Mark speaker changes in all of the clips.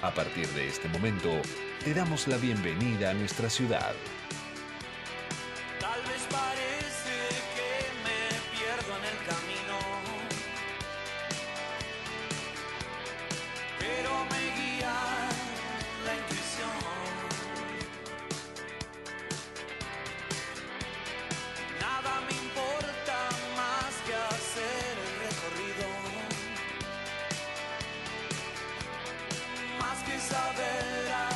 Speaker 1: A partir de este momento, te damos la bienvenida a nuestra ciudad.
Speaker 2: Tal vez parece que me pierdo en el camino, pero me guía la intuición. Nada me importa más que hacer el recorrido, más que saber a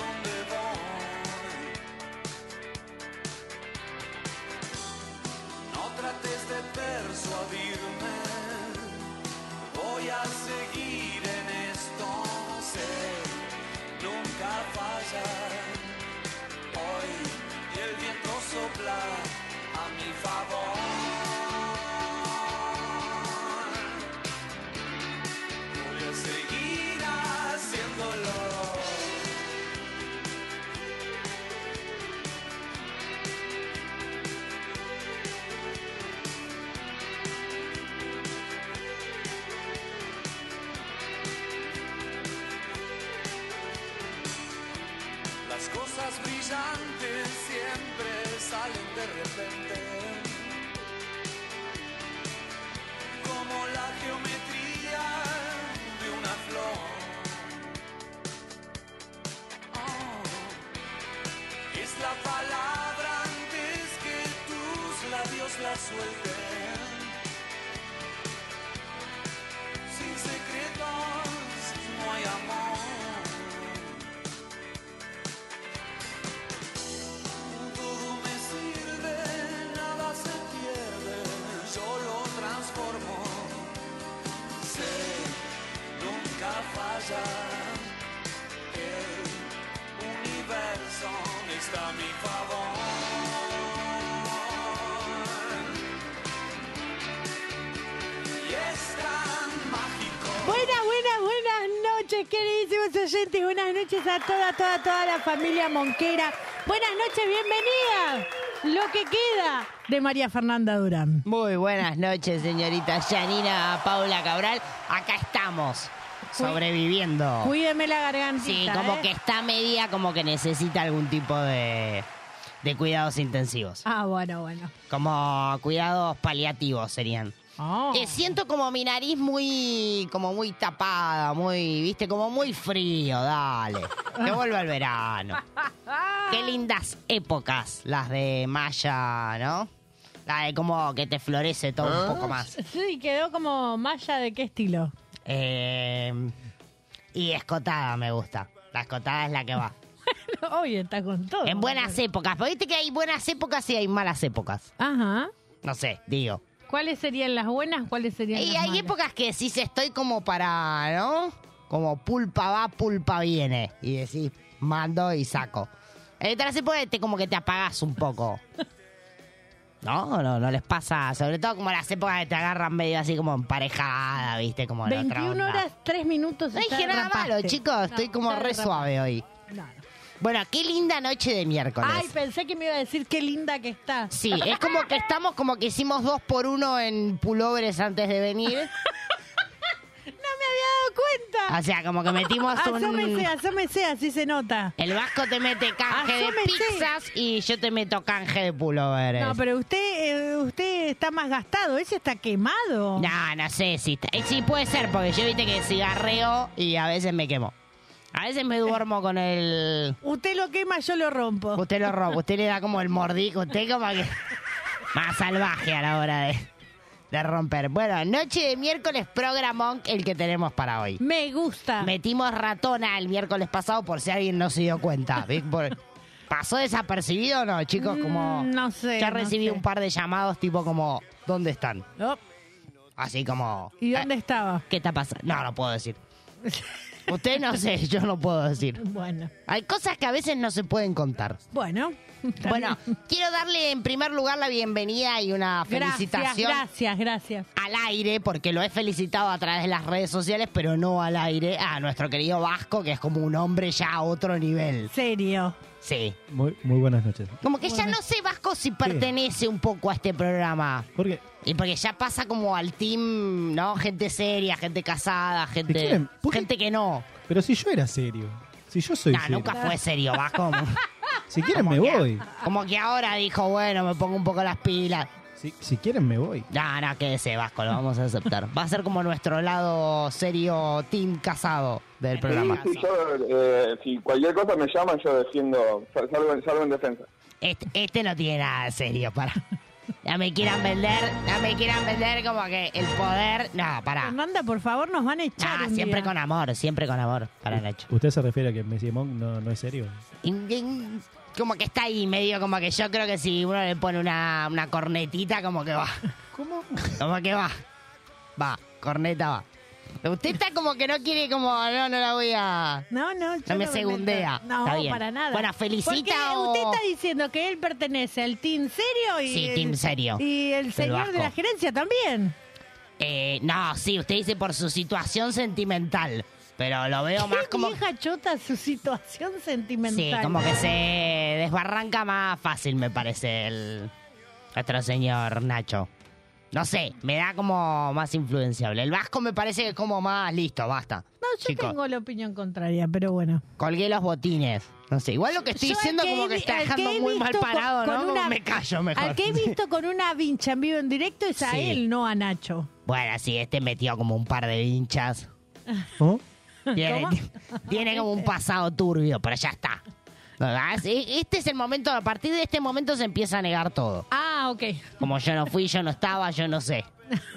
Speaker 2: dónde voy. No trates de persuadirme, voy a seguir en esto, no sé, nunca falla. Hoy y el viento sopla a mi favor. Voy a seguir haciéndolo. Las cosas brillantes siempre salen de repente. Como la geometría de una flor. Oh, es la palabra antes que tus labios la suelten. Sin secretos no hay amor. Todo me sirve, nada se pierde, yo lo transformo. Sé, nunca falla. El universo está a mi favor. Y es tan mágico.
Speaker 3: Buenas, buenas, buenas noches, queridísimos oyentes. Buenas noches a toda, toda, toda la familia Monquera. Buenas noches, bienvenida. Lo que queda de María Fernanda Durán.
Speaker 4: Muy buenas noches, señorita Janina Paula Cabral. Acá estamos, sobreviviendo.
Speaker 3: Cuídeme la
Speaker 4: Sí,
Speaker 3: gargantita.
Speaker 4: como
Speaker 3: ¿eh?
Speaker 4: que está media, como que necesita algún tipo de, de cuidados intensivos.
Speaker 3: Ah, bueno, bueno.
Speaker 4: Como cuidados paliativos serían.
Speaker 3: Oh.
Speaker 4: Eh, siento como mi nariz muy, como muy tapada, muy, viste, como muy frío, dale. Que vuelva el verano. Qué lindas épocas las de Maya, ¿no? La de como que te florece todo un
Speaker 3: Ah,
Speaker 4: poco más.
Speaker 3: Sí, quedó como malla de qué estilo.
Speaker 4: Eh, y escotada me gusta. La escotada es la que va.
Speaker 3: Hoy está con todo.
Speaker 4: En buenas épocas. Pero viste que hay buenas épocas y hay malas épocas.
Speaker 3: Ajá.
Speaker 4: No sé, digo.
Speaker 3: ¿Cuáles serían las buenas? ¿Cuáles serían
Speaker 4: Y
Speaker 3: las
Speaker 4: hay
Speaker 3: malas?
Speaker 4: épocas que decís, estoy como para, ¿no? Como pulpa va, pulpa viene. Y decís, mando y saco. En otras épocas te, como que te apagás un poco. No, no, no les pasa. Sobre todo como las épocas que te agarran medio así como emparejada, ¿viste? Como la otra
Speaker 3: 21
Speaker 4: onda.
Speaker 3: horas, 3 minutos. y
Speaker 4: No
Speaker 3: ya
Speaker 4: dije nada
Speaker 3: derrapaste.
Speaker 4: malo, chicos. Estoy
Speaker 3: No,
Speaker 4: como
Speaker 3: ya
Speaker 4: re
Speaker 3: derrapaste.
Speaker 4: suave hoy.
Speaker 3: No, no.
Speaker 4: Bueno, qué linda noche de miércoles.
Speaker 3: Ay, pensé que me iba a decir qué linda que está.
Speaker 4: Sí, es como que estamos como que hicimos dos por uno en pulobres antes de venir.
Speaker 3: No me había dado cuenta.
Speaker 4: O sea, como que metimos un...
Speaker 3: Asómese, asómese, así se nota.
Speaker 4: El vasco te mete canje de
Speaker 3: Asómese.
Speaker 4: pizzas y yo te meto canje de pullovers.
Speaker 3: No, pero usted eh, usted está más gastado, ese está quemado.
Speaker 4: no, no sé si está- eh, sí puede ser porque yo viste que cigarreo y a veces me quemo. A veces me duermo con el
Speaker 3: Usted lo quema, yo lo rompo.
Speaker 4: usted lo roba, usted le da como el mordico, usted como que más salvaje a la hora de de romper. Bueno, noche de miércoles programón el que tenemos para hoy.
Speaker 3: Me gusta.
Speaker 4: Metimos ratona el miércoles pasado por si alguien no se dio cuenta. ¿Ves? Por- ¿Pasó desapercibido o no, chicos? Como
Speaker 3: Mm, no sé,
Speaker 4: Yo
Speaker 3: no
Speaker 4: recibí
Speaker 3: sé.
Speaker 4: un par de llamados tipo como, ¿dónde están?
Speaker 3: Oh,
Speaker 4: Así como...
Speaker 3: ¿Y dónde
Speaker 4: eh,
Speaker 3: estaba?
Speaker 4: ¿Qué está pasando? No, no puedo decir. Usted no sé, yo no puedo decir.
Speaker 3: Bueno,
Speaker 4: Hay cosas que a veces no se pueden contar.
Speaker 3: bueno.
Speaker 4: Bueno, quiero darle en primer lugar la bienvenida y una
Speaker 3: Gracias,
Speaker 4: felicitación
Speaker 3: gracias, gracias.
Speaker 4: al aire, porque lo he felicitado a través de las redes sociales, pero no al aire, a nuestro querido Vasco, que es como un hombre ya a otro nivel.
Speaker 3: Serio.
Speaker 4: Sí.
Speaker 5: Muy, muy buenas noches.
Speaker 4: Como que ya no sé, Vasco, si pertenece un poco a este programa.
Speaker 5: Porque,
Speaker 4: Y porque ya pasa como al team, ¿no? Gente seria, gente casada, gente,
Speaker 5: quién? ¿Por qué?
Speaker 4: gente que no.
Speaker 5: pero si yo era serio, si yo soy
Speaker 4: Nah,
Speaker 5: serio,
Speaker 4: nunca fue serio, Vasco.
Speaker 5: si quieren me voy,
Speaker 4: Como que ahora dijo, bueno, me pongo un poco las pilas.
Speaker 5: si, si quieren me voy.
Speaker 4: No, no, quédese, Vasco, lo vamos a aceptar. Va a ser como nuestro lado serio team casado del programa.
Speaker 6: Sí, yo, eh, si cualquier cosa me llaman, yo defiendo, sal- salgo, en- salgo en defensa.
Speaker 4: Este, este no tiene nada de serio, para. Ya me quieran vender, ya me quieran vender como que el poder. No, para.
Speaker 3: Fernanda, por favor, nos van a echar.
Speaker 4: Ah,
Speaker 3: un
Speaker 4: siempre
Speaker 3: día.
Speaker 4: con amor, siempre con amor para Nacho.
Speaker 5: ¿Usted se refiere a que Messi Simón no, no es serio?
Speaker 4: Y- y- Como que está ahí, medio como que yo creo que si uno le pone una, una cornetita, como que va.
Speaker 5: ¿Cómo?
Speaker 4: Como que va. Va, corneta va. Pero Usted está como que no quiere, como, no, no la voy a.
Speaker 3: No, no, yo
Speaker 4: No me segundea.
Speaker 3: meto. No,
Speaker 4: Está bien.
Speaker 3: para nada.
Speaker 4: Bueno, felicita
Speaker 3: Porque
Speaker 4: o-
Speaker 3: usted está diciendo que él pertenece al team serio y.
Speaker 4: Sí,
Speaker 3: el-
Speaker 4: team serio.
Speaker 3: Y el señor de la
Speaker 4: Vasco.
Speaker 3: gerencia también.
Speaker 4: Eh, no, sí, usted dice por su situación sentimental. Pero lo veo más
Speaker 3: Qué
Speaker 4: como.
Speaker 3: vieja chota su situación sentimental.
Speaker 4: Sí, como que se desbarranca más fácil, me parece, el. Nuestro señor Nacho. No sé, me da como más influenciable. El Vasco me parece que es como más listo, basta.
Speaker 3: No, yo
Speaker 4: Chicos,
Speaker 3: tengo la opinión contraria, pero bueno.
Speaker 4: Colgué los botines. No sé, igual lo que estoy
Speaker 3: Yo al
Speaker 4: diciendo
Speaker 3: que
Speaker 4: como
Speaker 3: he
Speaker 4: que
Speaker 3: vi-
Speaker 4: está
Speaker 3: al que
Speaker 4: dejando
Speaker 3: he
Speaker 4: muy mal
Speaker 3: visto con-
Speaker 4: parado,
Speaker 3: con
Speaker 4: ¿no? Como
Speaker 3: una-
Speaker 4: me callo mejor.
Speaker 3: Al que he visto con una vincha en vivo en directo es a
Speaker 4: Sí.
Speaker 3: él, no a Nacho.
Speaker 4: Bueno, sí, este metió como un par de hinchas.
Speaker 5: ¿Oh?
Speaker 4: Tiene,
Speaker 3: ¿Cómo?
Speaker 4: tiene como un pasado turbio, pero ya está. ¿Verdad? Sí, Este es el momento, a partir de este momento se empieza a negar todo.
Speaker 3: Ah, ok.
Speaker 4: Como yo no fui, yo no estaba, yo no sé.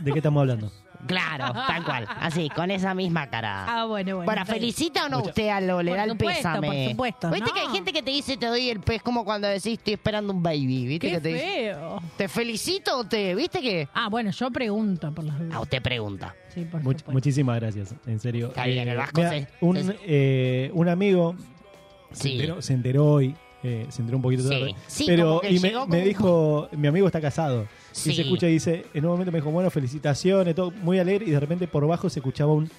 Speaker 5: ¿De qué estamos hablando?
Speaker 4: Claro, tal cual. Así, con esa misma cara.
Speaker 3: Ah, bueno, bueno.
Speaker 4: Bueno,
Speaker 3: está bien.
Speaker 4: felicita o no usted a lo, le
Speaker 3: Por
Speaker 4: da el
Speaker 3: supuesto, por
Speaker 4: pésame.
Speaker 3: supuesto,
Speaker 4: Viste
Speaker 3: no.
Speaker 4: que hay gente que te dice te doy el pez como cuando decís estoy esperando un baby, ¿viste?
Speaker 3: Qué
Speaker 4: que te dice,
Speaker 3: feo.
Speaker 4: te felicito o te, ¿viste que?
Speaker 3: Ah, bueno, yo pregunto por las
Speaker 4: A
Speaker 3: dudas.
Speaker 4: usted pregunta.
Speaker 3: Sí,
Speaker 5: Much-
Speaker 3: por supuesto.
Speaker 5: muchísimas gracias, en serio. Eh,
Speaker 4: Está bien, el Vasco se-
Speaker 5: un,
Speaker 4: se-
Speaker 5: eh, un amigo se,
Speaker 4: Sí.
Speaker 5: enteró, se enteró hoy, eh, se enteró un poquito
Speaker 4: Sí.
Speaker 5: tarde.
Speaker 4: Sí, como
Speaker 5: pero
Speaker 4: que
Speaker 5: y me,
Speaker 4: llegó
Speaker 5: me
Speaker 4: como-
Speaker 5: dijo, mi amigo está casado.
Speaker 4: Sí.
Speaker 5: Y se escucha y dice, en un momento me dijo, bueno, felicitaciones, todo muy alegre. Y de repente por bajo se escuchaba un,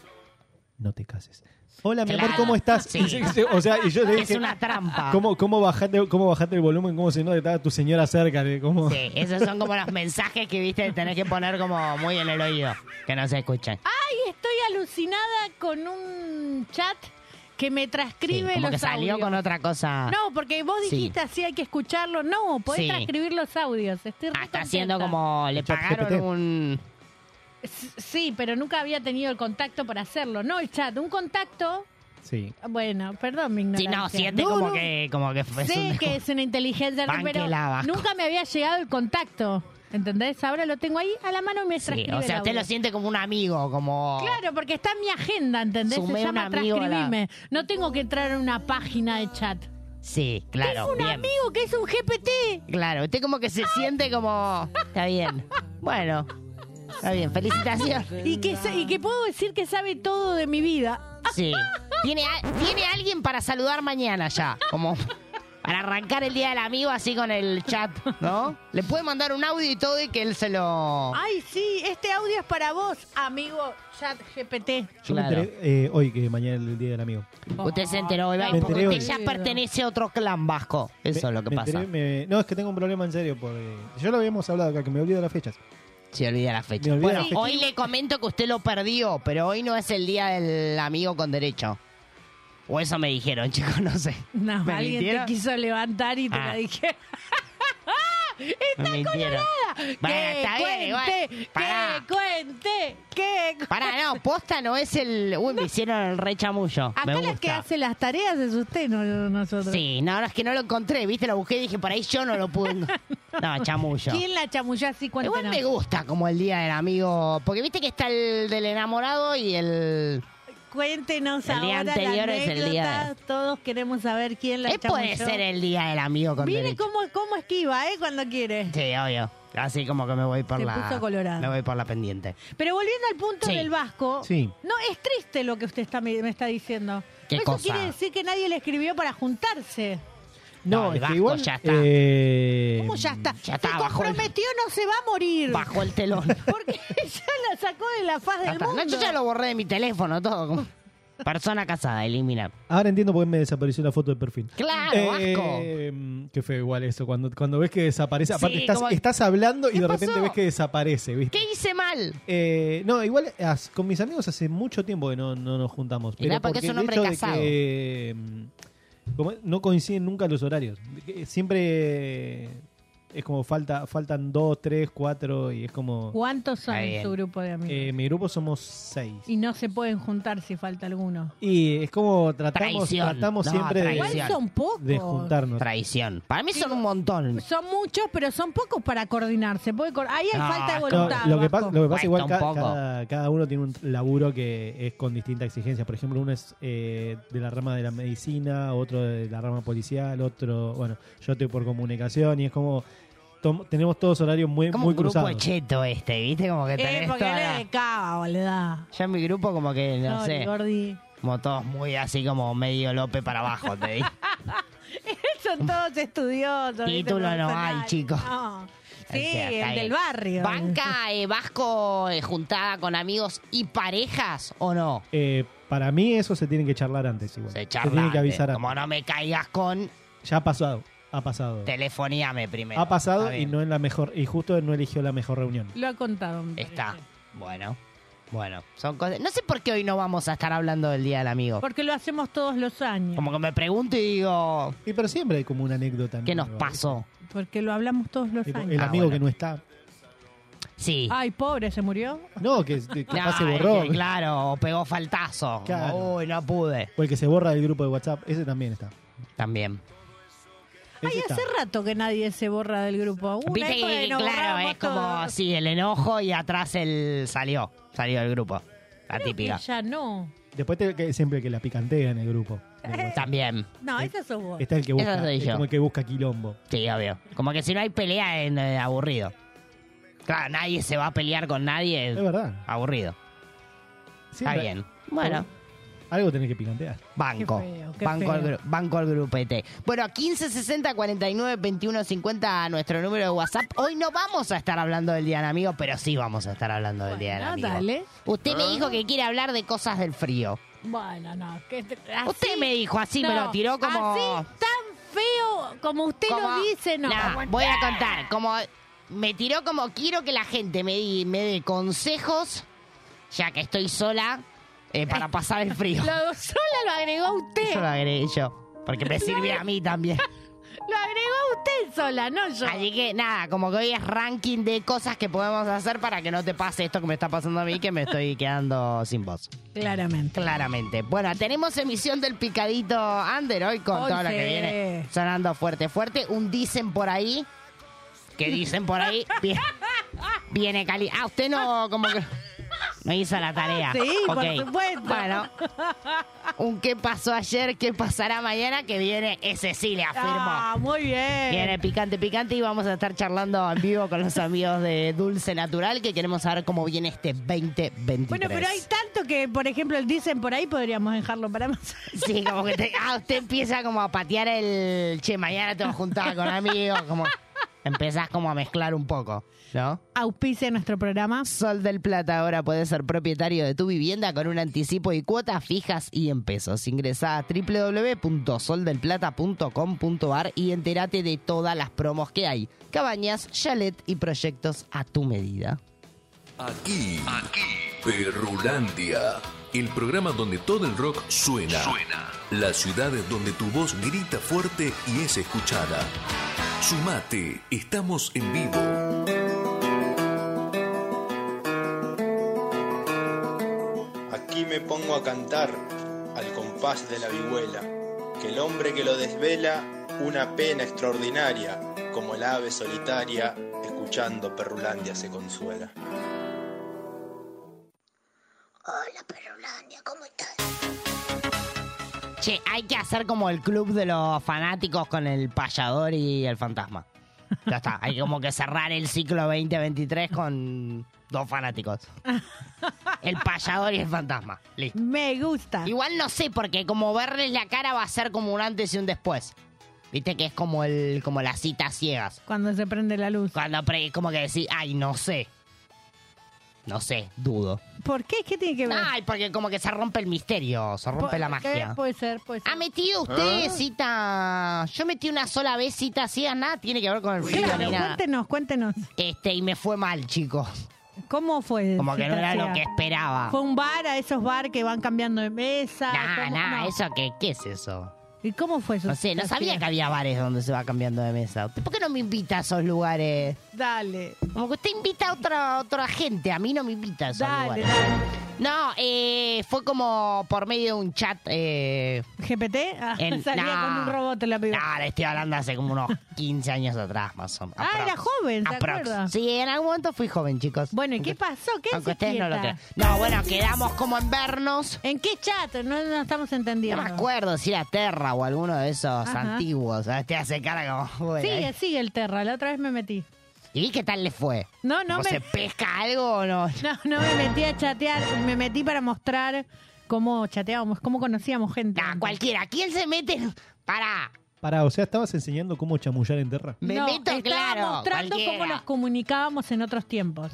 Speaker 5: no te cases. Hola, mi amor,
Speaker 4: Claro.
Speaker 5: ¿cómo estás?
Speaker 4: Sí.
Speaker 5: Y se- o sea, y yo le
Speaker 4: Es
Speaker 5: dije,
Speaker 4: una trampa.
Speaker 5: ¿cómo, cómo, bajaste, ¿cómo bajaste el volumen? ¿Cómo se nota que estaba tu señora cerca? de ¿Cómo?
Speaker 4: Sí, esos son como los mensajes que viste tenés que poner como muy en el oído, que no se escuchan.
Speaker 3: Ay, estoy alucinada con un chat que me
Speaker 4: Sí,
Speaker 3: transcribe
Speaker 4: como
Speaker 3: los
Speaker 4: que salió
Speaker 3: audios.
Speaker 4: con otra cosa.
Speaker 3: No, porque vos
Speaker 4: Sí.
Speaker 3: dijiste así hay que escucharlo. No, podés
Speaker 4: Sí.
Speaker 3: transcribir los audios. Estoy re
Speaker 4: Ah,
Speaker 3: contenta.
Speaker 4: está haciendo como le
Speaker 5: El chat
Speaker 4: pagaron
Speaker 5: GPT.
Speaker 4: un
Speaker 3: S- Sí, pero nunca había tenido el contacto para hacerlo. No, el chat, un contacto.
Speaker 5: Sí.
Speaker 3: Bueno, perdón mi
Speaker 4: Sí,
Speaker 3: ignorancia.
Speaker 4: no, siete como que como que fue
Speaker 3: Sé
Speaker 4: un-
Speaker 3: que es una inteligencia, pero
Speaker 4: Banquela, Vasco.
Speaker 3: nunca me había llegado el contacto. ¿Entendés? Ahora lo tengo ahí a la mano y me
Speaker 4: Sí,
Speaker 3: transcribe.
Speaker 4: o sea,
Speaker 3: el
Speaker 4: usted
Speaker 3: audio.
Speaker 4: lo siente como un amigo, como
Speaker 3: Claro, porque está en mi agenda, ¿entendés?
Speaker 4: Sumé
Speaker 3: Se llama
Speaker 4: un amigo a la-
Speaker 3: transcribime. No tengo que entrar en una página de chat.
Speaker 4: Sí, claro,
Speaker 3: es un
Speaker 4: bien.
Speaker 3: amigo que es un GPT.
Speaker 4: Claro, usted como que se siente como está bien. Bueno, está bien, felicitaciones.
Speaker 3: Y que, sa- y que puedo decir que sabe todo de mi vida.
Speaker 4: Sí. Tiene a- tiene alguien para saludar mañana ya, como para arrancar el día del amigo así con el chat, ¿no? Le puede mandar un audio y todo y que él se lo
Speaker 3: Ay, sí, este audio es para vos, amigo chat GPT.
Speaker 5: Yo me
Speaker 4: Claro.
Speaker 5: enteré eh, hoy, que mañana es el Día del Amigo.
Speaker 4: Usted se enteró, hoy,
Speaker 3: Me
Speaker 4: porque
Speaker 5: enteré
Speaker 4: usted
Speaker 5: hoy.
Speaker 4: ya pertenece a otro clan vasco. Eso
Speaker 5: Me-
Speaker 4: es lo que
Speaker 5: me
Speaker 4: pasa.
Speaker 5: enteré, me- no, es que tengo un problema en serio. Porque yo lo habíamos hablado acá, que me olvido las fechas.
Speaker 4: Se olvida la fecha.
Speaker 5: Me olvidé
Speaker 4: Bueno,
Speaker 5: la fecha.
Speaker 4: hoy le comento que usted lo perdió, pero hoy no es el día del amigo con derecho. O eso me dijeron, chicos, no sé.
Speaker 3: No,
Speaker 4: ¿Me
Speaker 3: alguien
Speaker 4: mintieron?
Speaker 3: te quiso levantar y te
Speaker 4: Ah.
Speaker 3: la dije.
Speaker 4: Me mintieron. Bueno,
Speaker 3: que
Speaker 4: está bien, igual.
Speaker 3: cuente,
Speaker 4: Pará.
Speaker 3: que cuente, que cu-
Speaker 4: Pará, no, posta no es el. Uy, me hicieron el re chamullo. Me
Speaker 3: Acá la que
Speaker 4: gusta.
Speaker 3: hace las tareas es usted, no nosotros.
Speaker 4: Sí, no, no, es que no lo encontré, viste, lo busqué y dije, por ahí yo no lo pude. No, chamullo.
Speaker 3: ¿Quién la chamulló así cuando
Speaker 4: Igual me gusta como el día del amigo, porque viste que está el del enamorado y el...
Speaker 3: Cuéntenos
Speaker 4: El día
Speaker 3: ahora la
Speaker 4: anterior es el día
Speaker 3: anécdota. Todos queremos saber quién la
Speaker 4: Eh, puede
Speaker 3: chamulló.
Speaker 4: ser el día del amigo con
Speaker 3: Mire
Speaker 4: derecho.
Speaker 3: cómo, cómo esquiva, ¿eh? Cuando quiere.
Speaker 4: Sí, obvio. Así como que me voy por
Speaker 3: Se
Speaker 4: la.
Speaker 3: puso colorado.
Speaker 4: Me voy por la pendiente.
Speaker 3: Pero volviendo al punto
Speaker 4: Sí.
Speaker 3: del vasco,
Speaker 5: Sí.
Speaker 3: no es triste lo que usted está, me, me está diciendo.
Speaker 4: ¿Qué
Speaker 3: Eso
Speaker 4: cosa?
Speaker 3: quiere decir que nadie le escribió para juntarse.
Speaker 4: No, el
Speaker 5: es que
Speaker 4: Vasco
Speaker 5: igual,
Speaker 4: ya está.
Speaker 5: eh,
Speaker 3: ¿Cómo ya está?
Speaker 4: ya está,
Speaker 3: se
Speaker 4: bajó el-
Speaker 3: comprometió, no se va a morir.
Speaker 4: Bajo el telón.
Speaker 3: Porque ya la sacó de la faz
Speaker 4: Ya
Speaker 3: del
Speaker 4: está.
Speaker 3: mundo.
Speaker 4: No, yo ya lo borré de mi teléfono, todo. como- Persona casada, elimina.
Speaker 5: Ahora entiendo por qué me desapareció la foto del perfil.
Speaker 4: Claro, Vasco.
Speaker 5: Vasco. Qué feo igual eso, cuando, cuando ves que desaparece. Aparte,
Speaker 4: Sí,
Speaker 5: estás,
Speaker 4: como-
Speaker 5: estás hablando y
Speaker 4: ¿Qué
Speaker 5: de repente
Speaker 4: pasó?
Speaker 5: ves que desaparece, ¿viste?
Speaker 4: ¿Qué hice mal?
Speaker 5: Eh, no, igual as- con mis amigos hace mucho tiempo que no, no nos juntamos.
Speaker 4: Mirá, porque es un
Speaker 5: el
Speaker 4: hombre
Speaker 5: hecho de
Speaker 4: casado.
Speaker 5: que, mm, como no coinciden nunca los horarios. De que Siempre eh, es como falta, faltan dos, tres, cuatro y es como...
Speaker 3: ¿Cuántos son
Speaker 4: Está
Speaker 3: en
Speaker 4: bien.
Speaker 3: su grupo de amigos?
Speaker 5: eh, mi grupo somos seis.
Speaker 3: y no se pueden juntar si falta alguno.
Speaker 5: Y es como tratamos,
Speaker 4: Traición.
Speaker 5: tratamos
Speaker 4: No,
Speaker 5: siempre de-
Speaker 4: traición.
Speaker 3: Igual son pocos.
Speaker 5: de, juntarnos.
Speaker 4: Traición. Para mí son un montón.
Speaker 3: Son muchos, pero son pocos para coordinarse. porque cor- ahí hay
Speaker 4: No,
Speaker 3: falta de
Speaker 4: no,
Speaker 5: No,
Speaker 3: voluntad.
Speaker 5: Ah, lo que
Speaker 3: Vasco.
Speaker 5: pasa, lo que pasa
Speaker 4: Cuesta
Speaker 5: igual
Speaker 4: un
Speaker 5: ca- cada,
Speaker 4: poco.
Speaker 5: cada uno tiene un laburo que es con distinta exigencia. Por ejemplo, uno es eh, de la rama de la medicina, otro de la rama policial, otro, bueno, yo estoy por comunicación y es como tom- tenemos todos horarios muy,
Speaker 4: Como
Speaker 5: muy
Speaker 4: un grupo
Speaker 5: cruzados.
Speaker 4: cheto este, ¿viste? Como que
Speaker 3: eh,
Speaker 4: tenés
Speaker 3: porque
Speaker 4: toda
Speaker 3: él
Speaker 4: la-
Speaker 3: es de cava, boluda.
Speaker 4: Ya mi grupo como que, no
Speaker 3: Sorry,
Speaker 4: sé,
Speaker 3: Gordi.
Speaker 4: como todos muy así como medio Lope para abajo, te digo.
Speaker 3: Son todos estudiosos. ¿viste?
Speaker 4: Título no hay,
Speaker 3: Profesionales.
Speaker 4: chicos.
Speaker 3: No. Sí,
Speaker 4: O sea, está
Speaker 3: el del
Speaker 4: bien.
Speaker 3: barrio.
Speaker 4: ¿Banca eh, Vasco eh, juntada con amigos y parejas o no?
Speaker 5: Eh, para mí eso se tiene que charlar antes igual.
Speaker 4: Se charla.
Speaker 5: tiene que
Speaker 4: antes.
Speaker 5: avisar antes.
Speaker 4: Como no me caigas con,
Speaker 5: Ya ha pasado, ha pasado.
Speaker 4: telefoníame primero.
Speaker 5: Ha pasado
Speaker 4: Está
Speaker 5: y
Speaker 4: bien.
Speaker 5: no en la mejor y justo no eligió la mejor reunión.
Speaker 3: Lo ha contado. me
Speaker 4: Está.
Speaker 3: parece.
Speaker 4: Bueno. Bueno, son cosas... No sé por qué hoy no vamos a estar hablando del Día del Amigo.
Speaker 3: Porque lo hacemos todos los años.
Speaker 4: Como que me pregunto y digo,
Speaker 5: Y pero siempre hay como una anécdota.
Speaker 4: ¿qué nos
Speaker 5: nueva,
Speaker 4: pasó?
Speaker 3: Porque lo hablamos todos los
Speaker 5: Tipo,
Speaker 3: años.
Speaker 5: El
Speaker 4: Ah,
Speaker 5: amigo
Speaker 4: bueno.
Speaker 5: que no está.
Speaker 4: Sí.
Speaker 3: Ay, pobre, se murió.
Speaker 5: No, que, que capaz se
Speaker 4: Ay,
Speaker 5: borró.
Speaker 4: que claro, o pegó faltazo.
Speaker 5: Claro.
Speaker 4: Como, Uy, no pude.
Speaker 5: O el que se borra del grupo de WhatsApp, ese también está.
Speaker 4: También.
Speaker 5: Ese
Speaker 3: Ay,
Speaker 5: está.
Speaker 3: hace rato que nadie se borra del grupo. Una
Speaker 4: Viste
Speaker 3: época
Speaker 4: que,
Speaker 3: nos
Speaker 4: claro,
Speaker 3: borrábamos
Speaker 4: es como,
Speaker 3: todos.
Speaker 4: sí, el enojo y atrás el salió, salió del grupo. La típica.
Speaker 3: Ya no.
Speaker 5: Después te- Este que siempre el que la picantea en el grupo.
Speaker 4: Mm, También,
Speaker 3: No,
Speaker 5: Eh,
Speaker 3: esa sos vos.
Speaker 5: Está el que
Speaker 4: Eso
Speaker 5: busca,
Speaker 4: soy
Speaker 5: es
Speaker 4: yo.
Speaker 5: como el que busca quilombo.
Speaker 4: sí, obvio. Como que si no hay pelea, es eh, aburrido. Claro, nadie se va a pelear con nadie,
Speaker 5: Es verdad.
Speaker 4: aburrido. Está
Speaker 5: Siempre-
Speaker 4: bien. Bueno,
Speaker 5: Algo tenés que picantear.
Speaker 4: banco.
Speaker 3: Qué feo, qué
Speaker 4: banco, al,
Speaker 3: feo.
Speaker 4: gru- banco al grupete. Bueno, 1560 49 21 50 nuestro número de WhatsApp. Hoy no vamos a estar hablando del Día del Amigo, pero sí vamos a estar hablando del Día del
Speaker 3: Bueno,
Speaker 4: Amigo.
Speaker 3: dale.
Speaker 4: Usted me dijo que quiere hablar de cosas del frío.
Speaker 3: Bueno, no. que- este, así-
Speaker 4: Usted me dijo así, me
Speaker 3: no,
Speaker 4: lo tiró como.
Speaker 3: Así, tan feo como usted lo
Speaker 4: como-
Speaker 3: dice, no.
Speaker 4: Nah, voy a contar. Como me tiró como quiero que la gente me, di- me dé consejos, ya que estoy sola, eh, para pasar el frío.
Speaker 3: Lo, sola lo agregó usted.
Speaker 4: Eso lo agregué yo. Porque me sirve a mí también.
Speaker 3: Lo agregó usted sola, no yo.
Speaker 4: Así que nada, como que hoy es ranking de cosas que podemos hacer para que no te pase esto que me está pasando a mí, que me estoy quedando sin voz.
Speaker 3: Claramente.
Speaker 4: Claramente. Bueno, tenemos emisión del picadito Under hoy con todo lo
Speaker 3: Once.
Speaker 4: que viene sonando fuerte, fuerte. Un dicen por ahí. Que dicen por ahí. vie- Viene Cali. Ah, usted no, como que. No hizo la tarea.
Speaker 3: Sí,
Speaker 4: Ok.
Speaker 3: por supuesto.
Speaker 4: Bueno, un qué pasó ayer, qué pasará mañana, que viene ese sí, le afirmo.
Speaker 3: Ah, muy bien.
Speaker 4: Viene picante, picante y vamos a estar charlando en vivo con los amigos de Dulce Natural que queremos saber cómo viene este 2023.
Speaker 3: Bueno, pero hay tanto que, por ejemplo, el dicen por ahí, podríamos dejarlo para más.
Speaker 4: Sí, como que te- ah, usted empieza como a patear el... Che, mañana te vas a juntar con amigos, como... Empezás como a mezclar un poco, ¿no?
Speaker 3: Auspicia nuestro programa.
Speaker 4: Sol del Plata ahora puede ser propietario de tu vivienda con un anticipo y cuotas fijas y en pesos. Ingresa a www.soldelplata.com.ar y entérate de todas las promos que hay. Cabañas, chalet y proyectos a tu medida.
Speaker 1: Aquí, aquí,
Speaker 7: Perrulandia, el programa donde todo el rock suena.
Speaker 1: Suena.
Speaker 7: Las ciudades donde tu voz grita fuerte y es escuchada. Sumate, estamos en vivo.
Speaker 8: Aquí me pongo a cantar al compás de la vihuela, que el hombre que lo desvela una pena extraordinaria, como el ave solitaria escuchando Perrulandia se consuela.
Speaker 4: Che, hay que hacer como el club de los fanáticos con el payador y el fantasma. Ya está. Hay como que cerrar el ciclo 2023 con dos fanáticos. El payador y el fantasma. Listo.
Speaker 3: Me gusta.
Speaker 4: Igual no sé, porque como verles la cara va a ser como un antes y un después. Viste que es como el como las citas ciegas.
Speaker 3: Cuando se prende la luz.
Speaker 4: Cuando pre- como que decís, ay, no sé. No sé, dudo.
Speaker 3: ¿Por qué? ¿Qué tiene que ver?
Speaker 4: Ay, porque como que se rompe el misterio, se rompe la
Speaker 3: ¿Por qué?
Speaker 4: magia.
Speaker 3: Puede ser, puede ser.
Speaker 4: ¿Ha metido usted
Speaker 3: Ah.
Speaker 4: cita? Yo metí una sola vez cita ciegas, nada tiene que ver con el frío
Speaker 3: Claro,
Speaker 4: ni nada.
Speaker 3: cuéntenos, cuéntenos.
Speaker 4: Este, y me fue mal, chicos.
Speaker 3: ¿Cómo fue?
Speaker 4: Como que no
Speaker 3: cita
Speaker 4: era lo
Speaker 3: ciegas?
Speaker 4: que esperaba.
Speaker 3: ¿Fue un bar a esos bar que van cambiando de mesa?
Speaker 4: Nah,
Speaker 3: ¿Cómo?
Speaker 4: nah,
Speaker 3: No.
Speaker 4: eso que, ¿qué es eso?
Speaker 3: ¿Y cómo fue eso?
Speaker 4: No sé, no sabía que había bares donde se va cambiando de mesa. ¿Usted por qué no me invita a esos lugares?
Speaker 3: Dale.
Speaker 4: Como que usted invita a otra, otra gente, a mí no me invita a esos
Speaker 3: Dale,
Speaker 4: lugares. No, eh, fue como por medio de un chat. Eh,
Speaker 3: ¿GPT? Ah,
Speaker 4: en-
Speaker 3: salía
Speaker 4: nah.
Speaker 3: con un robot en la piba.
Speaker 4: Nah, le estoy hablando hace como unos 15 años atrás, más o menos.
Speaker 3: Ah, era
Speaker 4: Aprox.
Speaker 3: joven, ¿se
Speaker 4: Aprox.
Speaker 3: acuerda?
Speaker 4: Sí, en algún momento fui joven, chicos.
Speaker 3: Bueno, ¿y qué pasó? ¿Qué
Speaker 4: Aunque
Speaker 3: se
Speaker 4: ustedes no lo
Speaker 3: quieta?
Speaker 4: crean. No, bueno, quedamos como en vernos.
Speaker 3: ¿En qué chat? No, no estamos
Speaker 4: No
Speaker 3: entendiendo.
Speaker 4: me acuerdo si era Terra o alguno de esos
Speaker 3: Ajá.
Speaker 4: antiguos. Ah, Te hace cara como... bueno,
Speaker 3: Sigue,
Speaker 4: ¿eh?
Speaker 3: sigue el Terra. La otra vez me metí.
Speaker 4: ¿Y vi qué tal le fue?
Speaker 3: No, no
Speaker 4: ¿Cómo
Speaker 3: me...
Speaker 4: ¿Se pesca algo o no?
Speaker 3: No, no me metí a chatear, me metí para mostrar cómo chateábamos, cómo conocíamos gente.
Speaker 4: Nah, Ah, cualquiera. ¿Quién se mete? Para.
Speaker 5: Pará, o sea, estabas enseñando cómo chamullar en terra.
Speaker 4: Me
Speaker 3: no,
Speaker 4: meto,
Speaker 3: estaba
Speaker 4: claro,
Speaker 3: mostrando cómo
Speaker 4: cualquiera.
Speaker 3: nos comunicábamos en otros tiempos.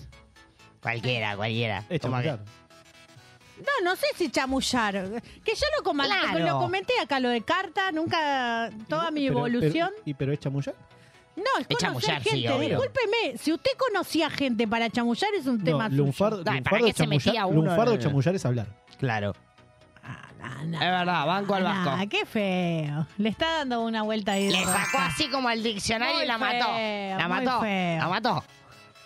Speaker 4: Cualquiera, cualquiera.
Speaker 5: Es
Speaker 4: Como que-
Speaker 5: chamullar.
Speaker 3: No, no sé si chamullar. Que yo lo, coma-
Speaker 4: Claro.
Speaker 3: lo comenté acá, lo de carta, nunca toda mi
Speaker 5: Pero- pero-
Speaker 3: evolución.
Speaker 5: ¿Y pero es chamullar?
Speaker 3: no, es
Speaker 4: Es
Speaker 3: conocer
Speaker 4: chamullar, sí,
Speaker 3: gente.
Speaker 4: obvio.
Speaker 3: Discúlpeme, si usted conocía gente para chamullar es un
Speaker 5: No,
Speaker 3: tema suyo.
Speaker 5: lunfardo,
Speaker 4: Dale, ¿para
Speaker 5: lunfardo
Speaker 4: qué se metía
Speaker 5: chamullar,
Speaker 4: uno?
Speaker 5: lunfardo
Speaker 4: No, no, no.
Speaker 5: chamullar es hablar.
Speaker 4: Claro.
Speaker 3: Ah, nah, nah,
Speaker 4: Es verdad, banco al
Speaker 3: nah,
Speaker 4: vasco.
Speaker 3: Ah, qué feo. Le está dando una vuelta ahí. de
Speaker 4: Le
Speaker 3: rosca.
Speaker 4: sacó así como al diccionario
Speaker 3: Muy
Speaker 4: y la mató.
Speaker 3: feo,
Speaker 4: La
Speaker 3: muy
Speaker 4: mató.
Speaker 3: feo.
Speaker 4: La mató.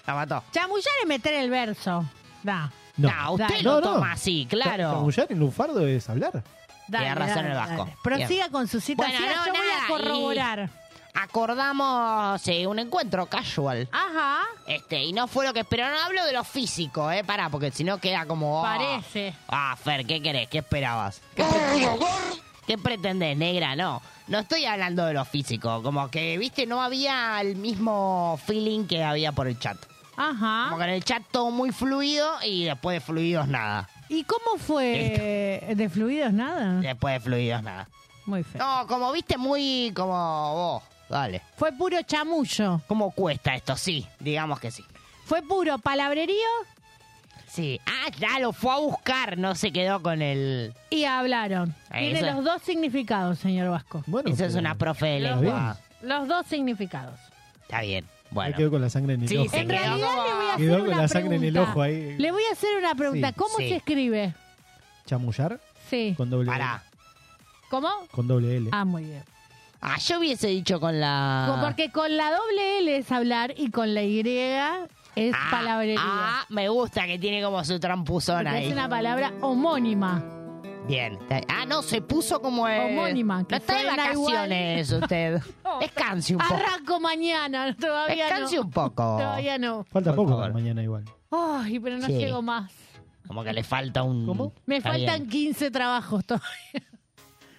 Speaker 4: La mató.
Speaker 3: Chamullar es meter el verso. Da,
Speaker 5: No.
Speaker 4: No, usted
Speaker 3: Dale.
Speaker 4: lo
Speaker 5: No, no.
Speaker 4: toma así, claro.
Speaker 5: Chamullar en lunfardo es hablar.
Speaker 3: dale,
Speaker 4: Tiene razón
Speaker 3: dale,
Speaker 4: el vasco.
Speaker 3: dale. Prosiga con su cita.
Speaker 4: Bueno,
Speaker 3: ciega,
Speaker 4: no,
Speaker 3: yo voy
Speaker 4: nada,
Speaker 3: a
Speaker 4: y-
Speaker 3: corroborar.
Speaker 4: Acordamos eh, un encuentro casual.
Speaker 3: Ajá.
Speaker 4: Este, y no fue lo que esperaba. No hablo de lo físico, eh, pará, porque si no queda como. ah,
Speaker 3: Parece.
Speaker 4: Ah, Fer, ¿qué querés? ¿Qué esperabas? ¿Qué, pretendés? ¿Qué pretendés, negra? No. No estoy hablando de lo físico. Como que, viste, no había el mismo feeling que había por el chat. Como
Speaker 3: Ajá.
Speaker 4: que en el chat todo muy fluido y después de fluidos nada.
Speaker 3: ¿Y cómo fue? ¿De fluidos nada?
Speaker 4: Eh, Después de fluidos nada.
Speaker 3: Muy feo.
Speaker 4: No, como viste, muy como vos. Dale.
Speaker 3: Fue puro chamullo.
Speaker 4: ¿Cómo cuesta esto? Sí, digamos que sí.
Speaker 3: Fue puro palabrerío
Speaker 4: Sí. Ah, ya lo fue a buscar. No se quedó con el.
Speaker 3: y hablaron.
Speaker 4: Ahí
Speaker 3: Tiene
Speaker 4: está.
Speaker 3: los dos significados, señor Vasco.
Speaker 5: Bueno,
Speaker 4: Eso es
Speaker 5: pero-
Speaker 4: una profe de
Speaker 5: Está
Speaker 4: lengua.
Speaker 3: Los dos significados.
Speaker 4: Está bien.
Speaker 5: Me
Speaker 4: Bueno.
Speaker 5: quedo con la sangre en el
Speaker 4: Sí,
Speaker 5: ojo.
Speaker 4: se
Speaker 3: En
Speaker 4: quedó
Speaker 3: realidad
Speaker 4: como-
Speaker 3: le voy a hacer
Speaker 5: Quedó con
Speaker 3: una
Speaker 5: la sangre en el
Speaker 3: pregunta.
Speaker 5: ojo ahí.
Speaker 3: Le voy a hacer una pregunta.
Speaker 5: Sí,
Speaker 3: ¿Cómo
Speaker 4: sí.
Speaker 3: se escribe?
Speaker 5: Chamullar
Speaker 3: Sí.
Speaker 5: con doble
Speaker 4: Pará.
Speaker 3: ¿Cómo?
Speaker 5: L. Con doble L.
Speaker 3: Ah, muy bien.
Speaker 4: Ah, yo hubiese dicho con la.
Speaker 3: Co- Porque con la doble L es hablar y con la Y es
Speaker 4: Ah,
Speaker 3: palabrería.
Speaker 4: Ah, me gusta que tiene como su trampuzón
Speaker 3: Porque
Speaker 4: ahí.
Speaker 3: es una palabra homónima.
Speaker 4: Bien. está bien. Ah, no, se puso como el...
Speaker 3: Homónima, que
Speaker 4: No está de
Speaker 3: suena
Speaker 4: vacaciones usted. Descanse un poco.
Speaker 3: Arranco mañana, todavía
Speaker 4: Descanse
Speaker 3: no.
Speaker 4: un poco.
Speaker 3: Todavía no.
Speaker 5: Falta
Speaker 4: Por
Speaker 5: poco
Speaker 4: favor.
Speaker 5: para mañana igual.
Speaker 3: Ay, pero no
Speaker 4: Sí.
Speaker 3: llego más.
Speaker 4: Como que le falta un...
Speaker 5: ¿Cómo?
Speaker 3: Me
Speaker 4: Está
Speaker 3: faltan
Speaker 4: bien.
Speaker 3: 15 trabajos todavía.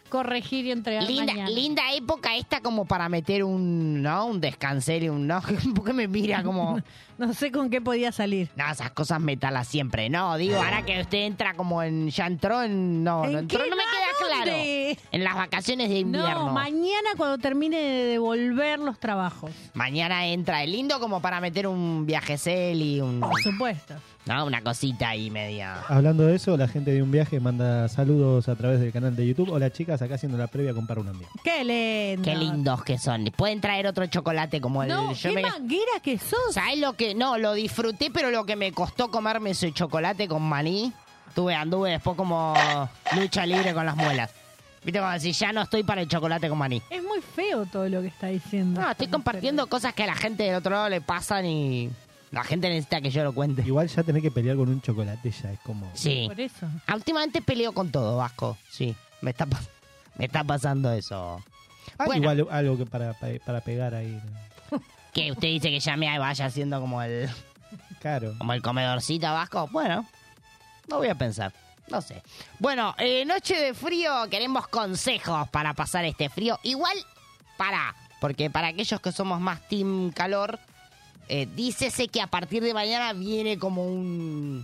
Speaker 3: Corregir y entregar
Speaker 4: Linda,
Speaker 3: mañana.
Speaker 4: linda época esta como para meter un, ¿no? Un descansar y un, ¿no? ¿Por qué me mira como...
Speaker 3: No sé con qué podía salir.
Speaker 4: No, esas cosas metalas siempre. No, digo, ahora que usted entra como en... Ya entró en... No,
Speaker 3: ¿En
Speaker 4: no entró,
Speaker 3: qué?
Speaker 4: no me
Speaker 3: ¿A
Speaker 4: queda claro.
Speaker 3: dónde?
Speaker 4: En las vacaciones de invierno.
Speaker 3: No, mañana cuando termine de devolver los trabajos.
Speaker 4: Mañana entra el lindo como para meter un viajecel y un...
Speaker 3: Por supuesto.
Speaker 4: No, una cosita ahí media.
Speaker 5: Hablando de eso, la gente de un viaje manda saludos a través del canal de YouTube. Hola chicas, acá haciendo la previa con Parunambia.
Speaker 3: Qué lindo.
Speaker 4: Qué lindos que son. Pueden traer otro chocolate como el...
Speaker 3: No,
Speaker 4: yo
Speaker 3: qué
Speaker 4: me-
Speaker 3: manguera que sos.
Speaker 4: ¿Sabes lo que? No, lo disfruté, pero lo que me costó comerme ese chocolate con maní, tuve, anduve después como lucha libre con las muelas. Viste, como si ya no estoy para el chocolate con maní.
Speaker 3: Es muy feo todo lo que está diciendo.
Speaker 4: No, estoy compartiendo cosas que a la gente del otro lado le pasan y la gente necesita que yo lo cuente.
Speaker 5: Igual ya tenés que pelear con un chocolate, ya es como...
Speaker 4: Sí.
Speaker 3: Por eso.
Speaker 4: Ah, Últimamente peleo con todo, Vasco. Sí, me está, pas- me está pasando eso.
Speaker 5: Ah,
Speaker 4: Bueno.
Speaker 5: Igual algo que para, para, para pegar ahí.
Speaker 4: Que usted dice que ya me vaya haciendo como el,
Speaker 5: Claro.
Speaker 4: como el comedorcito vasco. Bueno, no voy a pensar. No sé. Bueno, eh, noche de frío, queremos consejos para pasar este frío. Igual, para. Porque para aquellos que somos más team calor, eh, dícese que a partir de mañana viene como un...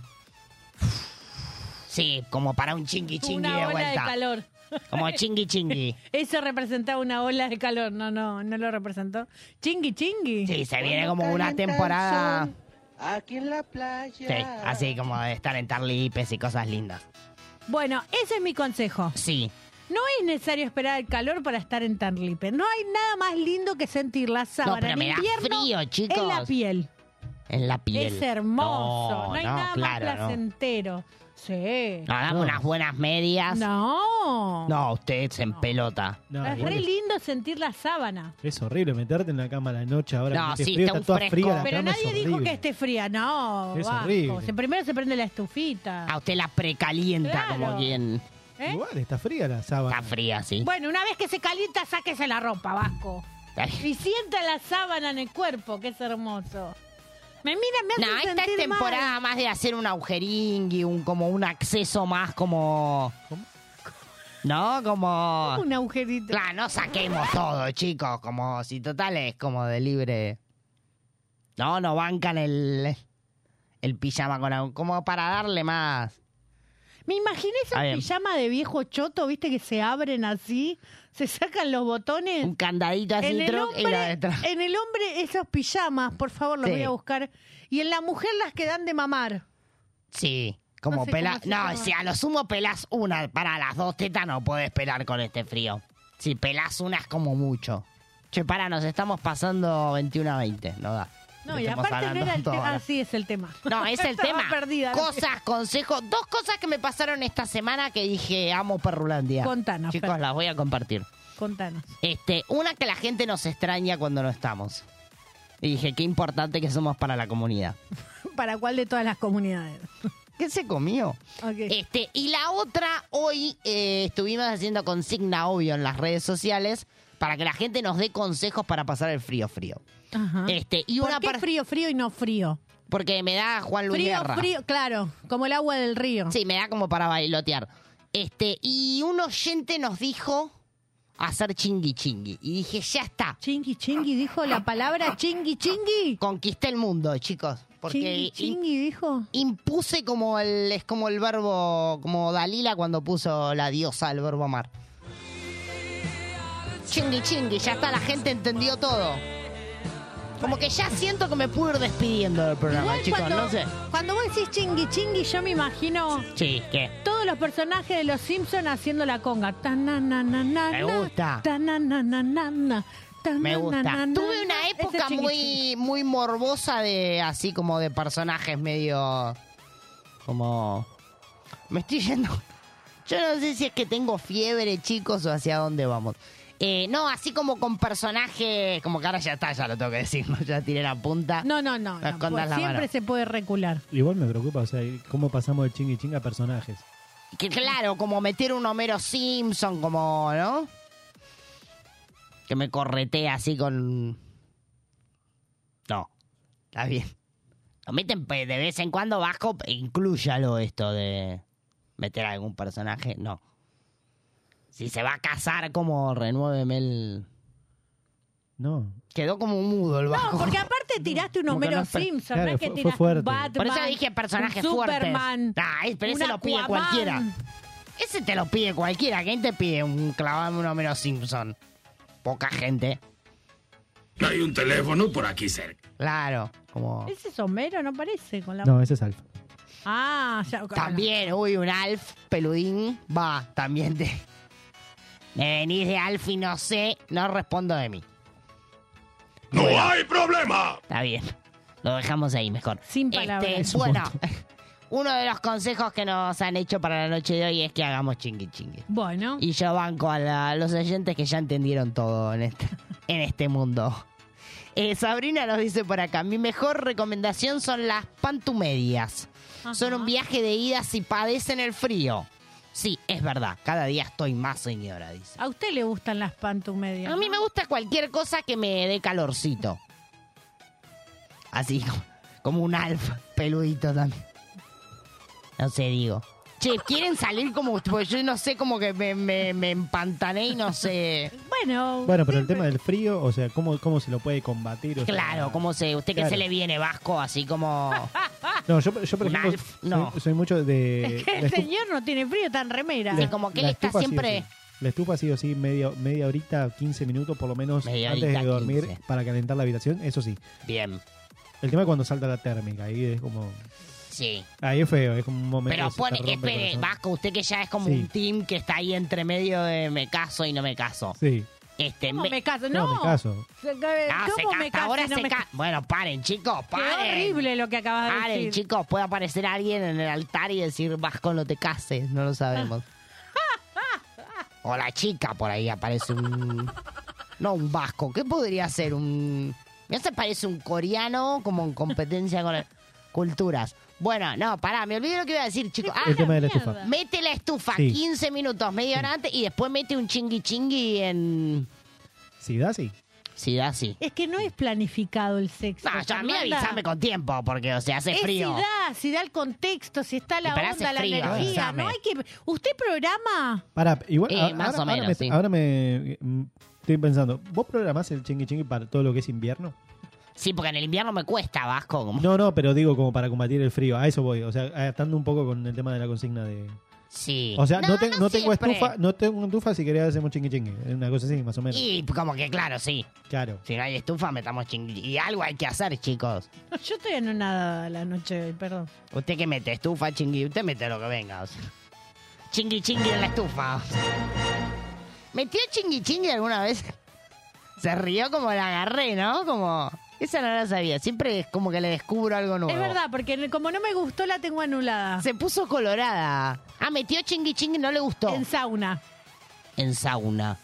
Speaker 4: Sí, como para un chingui chingui
Speaker 3: Una
Speaker 4: de
Speaker 3: ola
Speaker 4: vuelta.
Speaker 3: de calor.
Speaker 4: Como chingui chingui.
Speaker 3: Eso representaba una ola de calor. No, no, no lo representó. Chingui, chingui.
Speaker 4: Sí, se viene como una temporada... Aquí en la playa. Sí, así como de estar en tarlipes y cosas lindas.
Speaker 3: Bueno, ese es mi consejo.
Speaker 4: Sí,
Speaker 3: No es necesario esperar el calor para estar en Tarlipe. No hay nada más lindo que sentir la sábana
Speaker 4: pero
Speaker 3: en
Speaker 4: me da
Speaker 3: invierno
Speaker 4: frío, chicos.
Speaker 3: en la piel.
Speaker 4: en la piel.
Speaker 3: Es hermoso. No, hay nada más
Speaker 4: claro, no.
Speaker 3: placentero. Sí.
Speaker 4: Nos damos unas buenas medias.
Speaker 3: No.
Speaker 4: No, usted se empelota.
Speaker 5: No,
Speaker 3: es
Speaker 5: igual
Speaker 3: re
Speaker 5: es-
Speaker 3: lindo sentir la sábana.
Speaker 5: es horrible meterte en la cama a la noche ahora
Speaker 4: No,
Speaker 5: que hace
Speaker 4: sí,
Speaker 5: frío,
Speaker 4: está
Speaker 5: está
Speaker 4: un
Speaker 5: toda
Speaker 4: fresco.
Speaker 5: fría la
Speaker 3: Pero
Speaker 5: cama, es
Speaker 3: nadie dijo
Speaker 5: horrible.
Speaker 3: que esté fría. No.
Speaker 5: Es
Speaker 3: vasco.
Speaker 5: horrible.
Speaker 3: Se- Primero se prende la estufita.
Speaker 4: A usted la precalienta
Speaker 3: Claro.
Speaker 4: como quien
Speaker 3: ¿eh?
Speaker 5: Igual, está fría la sábana.
Speaker 4: está fría, sí.
Speaker 3: Bueno, una vez que se calienta, sáquese la ropa, Vasco. Y sienta la sábana en el cuerpo, que es hermoso. Me mira, me
Speaker 4: No,
Speaker 3: hace
Speaker 4: esta es
Speaker 3: sentir mal.
Speaker 4: temporada más de hacer un agujeringui, un, como un acceso más como... ¿No? Como...
Speaker 3: Un agujerito.
Speaker 4: Claro, no saquemos todo, chicos. Como si total es como de libre... No, no bancan el... El pijama con... agu- Como para darle más...
Speaker 3: Me imaginé esos
Speaker 4: Está bien.
Speaker 3: pijama de viejo choto, viste, que se abren así, se sacan los botones.
Speaker 4: Un candadito así,
Speaker 3: En el,
Speaker 4: troc, y la
Speaker 3: hombre,
Speaker 4: detrás.
Speaker 3: en el hombre, esos pijamas, por favor, los
Speaker 4: Sí.
Speaker 3: voy a buscar. Y en la mujer, las que dan de mamar.
Speaker 4: Sí, como
Speaker 3: No sé
Speaker 4: pela-
Speaker 3: cómo se
Speaker 4: No,
Speaker 3: llama.
Speaker 4: si a lo sumo pelás una, para las dos tetas no podés pelar con este frío. Si pelás una es como mucho. Che, para, nos estamos pasando 21 a 20, no da.
Speaker 3: No, y
Speaker 4: Estamos
Speaker 3: aparte no
Speaker 4: hablando
Speaker 3: era el
Speaker 4: todo
Speaker 3: tema.
Speaker 4: ahora.
Speaker 3: Así Ah, es el tema.
Speaker 4: No, es el
Speaker 3: Estaba
Speaker 4: tema.
Speaker 3: perdida.
Speaker 4: Cosas, consejos. Dos cosas que me pasaron esta semana que dije, amo Perrulandia.
Speaker 3: Contanos,
Speaker 4: Chicos,
Speaker 3: Fer.
Speaker 4: las voy a compartir.
Speaker 3: Contanos.
Speaker 4: Este, una que la gente nos extraña cuando no estamos. Y dije, qué importante que somos para la comunidad.
Speaker 3: ¿Para cuál de todas las comunidades?
Speaker 4: ¿Qué se comió?
Speaker 3: Ok.
Speaker 4: Este, y la otra, hoy eh, estuvimos haciendo consigna, obvio, en las redes sociales para que la gente nos dé consejos para pasar el frío frío.
Speaker 3: Ajá.
Speaker 4: Este, y
Speaker 3: ¿Por
Speaker 4: una
Speaker 3: qué
Speaker 4: par-
Speaker 3: frío, frío y no frío?
Speaker 4: porque me da Juan Luis
Speaker 3: Frío,
Speaker 4: Guerra.
Speaker 3: frío, claro, como el agua del río.
Speaker 4: Sí, me da como para bailotear. Este, y un oyente nos dijo hacer chingui chingui y dije, ya está.
Speaker 3: Chingui, chingui, dijo la palabra chingui, chingui.
Speaker 4: Conquisté el mundo, chicos, porque
Speaker 3: Chingui,
Speaker 4: in-
Speaker 3: chingui, dijo.
Speaker 4: impuse como el es como el verbo como Dalila cuando puso la diosa el verbo amar. Chingui chingui, ya está la gente entendió todo. Como que ya siento que me pude ir despidiendo del programa,
Speaker 3: Igual
Speaker 4: chicos,
Speaker 3: cuando,
Speaker 4: no sé.
Speaker 3: cuando vos decís chingui, chingui, yo me imagino
Speaker 4: Sí, ¿qué?
Speaker 3: todos los personajes de los Simpsons haciendo la conga. Tanananana,
Speaker 4: Me gusta.
Speaker 3: tanananana,
Speaker 4: Me gusta.
Speaker 3: tanananana.
Speaker 4: Tuve una
Speaker 3: Ese
Speaker 4: época
Speaker 3: chingui, chingui.
Speaker 4: muy muy morbosa de así como de personajes medio como me estoy yendo. Yo no sé si es que tengo fiebre, chicos, o hacia dónde vamos. Eh, no, así como con personajes, como que ahora ya está, ya lo tengo que decir, ¿no? ya tiré la punta.
Speaker 3: No, no, no.
Speaker 4: No
Speaker 3: no,
Speaker 4: escondas
Speaker 3: pues
Speaker 4: la
Speaker 3: siempre
Speaker 4: mano.
Speaker 3: se puede recular.
Speaker 5: Igual me preocupa, o sea, cómo pasamos de chingui chinga a personajes.
Speaker 4: Que claro, como meter un Homero Simpson, como, ¿no? Que me corretea así con... No, está bien. Lo meten pe- de vez en cuando bajo, incluyalo esto de meter a algún personaje, no. Si se va a casar, como renuéveme el...
Speaker 5: No.
Speaker 4: Quedó como mudo el bajo.
Speaker 3: No, porque aparte tiraste un
Speaker 4: Como que
Speaker 3: Homero
Speaker 4: no es per-
Speaker 3: Simpson, no
Speaker 5: Claro,
Speaker 3: es que
Speaker 5: fue- fue
Speaker 3: tiraste
Speaker 5: fuerte.
Speaker 3: un Batman.
Speaker 4: Por eso dije personajes
Speaker 3: un
Speaker 4: fuertes.
Speaker 3: Superman.
Speaker 4: Ah, pero
Speaker 3: un
Speaker 4: ese lo pide
Speaker 3: Aquaman.
Speaker 4: cualquiera. Ese te lo pide cualquiera. ¿Quién te pide un clavame un Homero Simpson? Poca gente.
Speaker 9: Hay un teléfono por aquí cerca.
Speaker 4: Claro. Como...
Speaker 3: Ese es Homero, no parece con la
Speaker 5: No, ese es Alfa.
Speaker 3: Ah, ya.
Speaker 4: También, uy, un Alf peludín. Va, también te... Me venís de Alf y no sé, no respondo de mí.
Speaker 9: ¡No hay problema!
Speaker 4: Está bien. Lo dejamos ahí mejor.
Speaker 3: Sin palabras.
Speaker 4: Este,
Speaker 3: Es
Speaker 5: un
Speaker 4: bueno, uno de los consejos que nos han hecho para la noche de hoy es que hagamos chingui chingui.
Speaker 3: Bueno,
Speaker 4: Y yo banco a, la- a los oyentes que ya entendieron todo en este, en este mundo. Eh, Sabrina nos dice por acá, mi mejor recomendación son las pantumedias. Son un viaje de ida si padecen el frío. Sí, es verdad, cada día estoy más señora, dice.
Speaker 3: a usted le gustan las pantumedias.
Speaker 4: A mí me gusta cualquier cosa que me dé calorcito. Así como, como un alfa, peludito también. No sé, digo. pues Che, ¿quieren salir como ustedes? Porque yo no sé, como que me, me, me empantané y no sé.
Speaker 3: gusta. bueno.
Speaker 5: Bueno, pero el tema del frío, o sea, ¿cómo, cómo se lo puede combatir? O sea,
Speaker 4: Claro, como se, usted que
Speaker 5: Claro.
Speaker 4: se le viene vasco, así como.
Speaker 5: No, yo, yo por
Speaker 4: Un
Speaker 5: ejemplo,
Speaker 4: alf, no.
Speaker 5: soy, soy mucho de...
Speaker 3: Es que
Speaker 5: la
Speaker 3: el
Speaker 5: estu-
Speaker 3: señor no tiene frío tan remera.
Speaker 4: Sí, como que él
Speaker 5: la
Speaker 4: está
Speaker 5: estufa sí o
Speaker 4: siempre-
Speaker 5: sí. La estufa sí o sí, media, media horita, 15 minutos por lo menos
Speaker 4: Media
Speaker 5: antes
Speaker 4: horita,
Speaker 5: de dormir
Speaker 4: 15.
Speaker 5: para calentar la habitación, eso sí.
Speaker 4: Bien,
Speaker 5: El tema es cuando salta la térmica, ahí es como...
Speaker 4: sí.
Speaker 5: Ahí es feo, es como un momento...
Speaker 4: Pero
Speaker 5: que se te
Speaker 4: pone, eh,
Speaker 5: rompe el
Speaker 4: espere,
Speaker 5: corazón.
Speaker 4: Vasco, usted que ya es como
Speaker 5: Sí.
Speaker 4: un team que está ahí entre medio de me caso y no me caso.
Speaker 5: Sí,
Speaker 4: Este,
Speaker 3: ¿Cómo
Speaker 4: me-
Speaker 3: me caso?
Speaker 5: no,
Speaker 3: No.
Speaker 5: me caso.
Speaker 3: Se-
Speaker 4: Ah, se
Speaker 3: ¿Cómo
Speaker 4: ca-
Speaker 3: me
Speaker 4: hasta
Speaker 3: caso?
Speaker 4: ahora
Speaker 3: No
Speaker 4: se
Speaker 3: me
Speaker 4: ca-
Speaker 3: ca-
Speaker 4: Bueno, paren, chicos,
Speaker 3: Qué
Speaker 4: paren.
Speaker 3: horrible lo que acabas de
Speaker 4: Paren,
Speaker 3: decir.
Speaker 4: chicos, puede aparecer alguien en el altar y decir, Vasco, no te cases, no lo sabemos. o la chica, por ahí aparece un... No, un vasco, ¿qué podría ser? Un... Me se parece un coreano como en competencia con las culturas. Bueno, no, pará, me olvidé lo que iba a decir, chicos. Ah,
Speaker 5: El tema de la
Speaker 3: mierda.
Speaker 5: estufa.
Speaker 4: Mete la estufa
Speaker 5: Sí.
Speaker 4: 15 minutos, media hora antes, y después mete un chingui chingui en...
Speaker 5: Sí, da sí.
Speaker 4: Sí, da sí.
Speaker 3: Es que no es planificado el sexo.
Speaker 4: No, yo a mí
Speaker 3: Fernanda.
Speaker 4: avísame con tiempo, porque, o sea, hace
Speaker 3: Es
Speaker 4: frío.
Speaker 3: si da, si da el contexto, si está la
Speaker 4: Y pero hace
Speaker 3: onda, la
Speaker 4: frío,
Speaker 3: energía.
Speaker 4: avísame.
Speaker 3: No hay que. ¿Usted programa?
Speaker 5: Para, igual,
Speaker 4: Eh,
Speaker 5: a-
Speaker 4: más
Speaker 5: ahora,
Speaker 4: o menos,
Speaker 5: ahora me,
Speaker 4: sí.
Speaker 5: ahora me- mm, estoy pensando, ¿vos programás el chingui chingui para todo lo que es invierno?
Speaker 4: Sí, porque en el invierno me cuesta, Vasco. como-
Speaker 5: No, no, pero digo como para combatir el frío, a eso voy, o sea, atando un poco con el tema de la consigna de...
Speaker 4: Sí.
Speaker 5: O sea, no, te- no tengo
Speaker 4: siempre.
Speaker 5: estufa, no tengo estufa si querés hacemos chingui chingui, una cosa así, más o menos.
Speaker 4: Y como que, claro, sí.
Speaker 5: Claro.
Speaker 4: Si no hay estufa, metamos chingui. Y algo hay que hacer, chicos.
Speaker 3: No, yo estoy en nada la noche hoy, perdón.
Speaker 4: Usted que mete estufa, chingui. Usted mete lo que venga. O sea. Chingui, chingui en la estufa. o sea. ¿Metió chingui, chingui alguna vez? Se rió como la agarré, ¿no? Como... Esa no la sabía. Siempre es como que le descubro algo nuevo.
Speaker 3: Es verdad, porque en el- como no me gustó, la tengo anulada.
Speaker 4: Se puso colorada. Ah, metió chingui, chingui. No le gustó.
Speaker 3: En sauna.
Speaker 4: en sauna.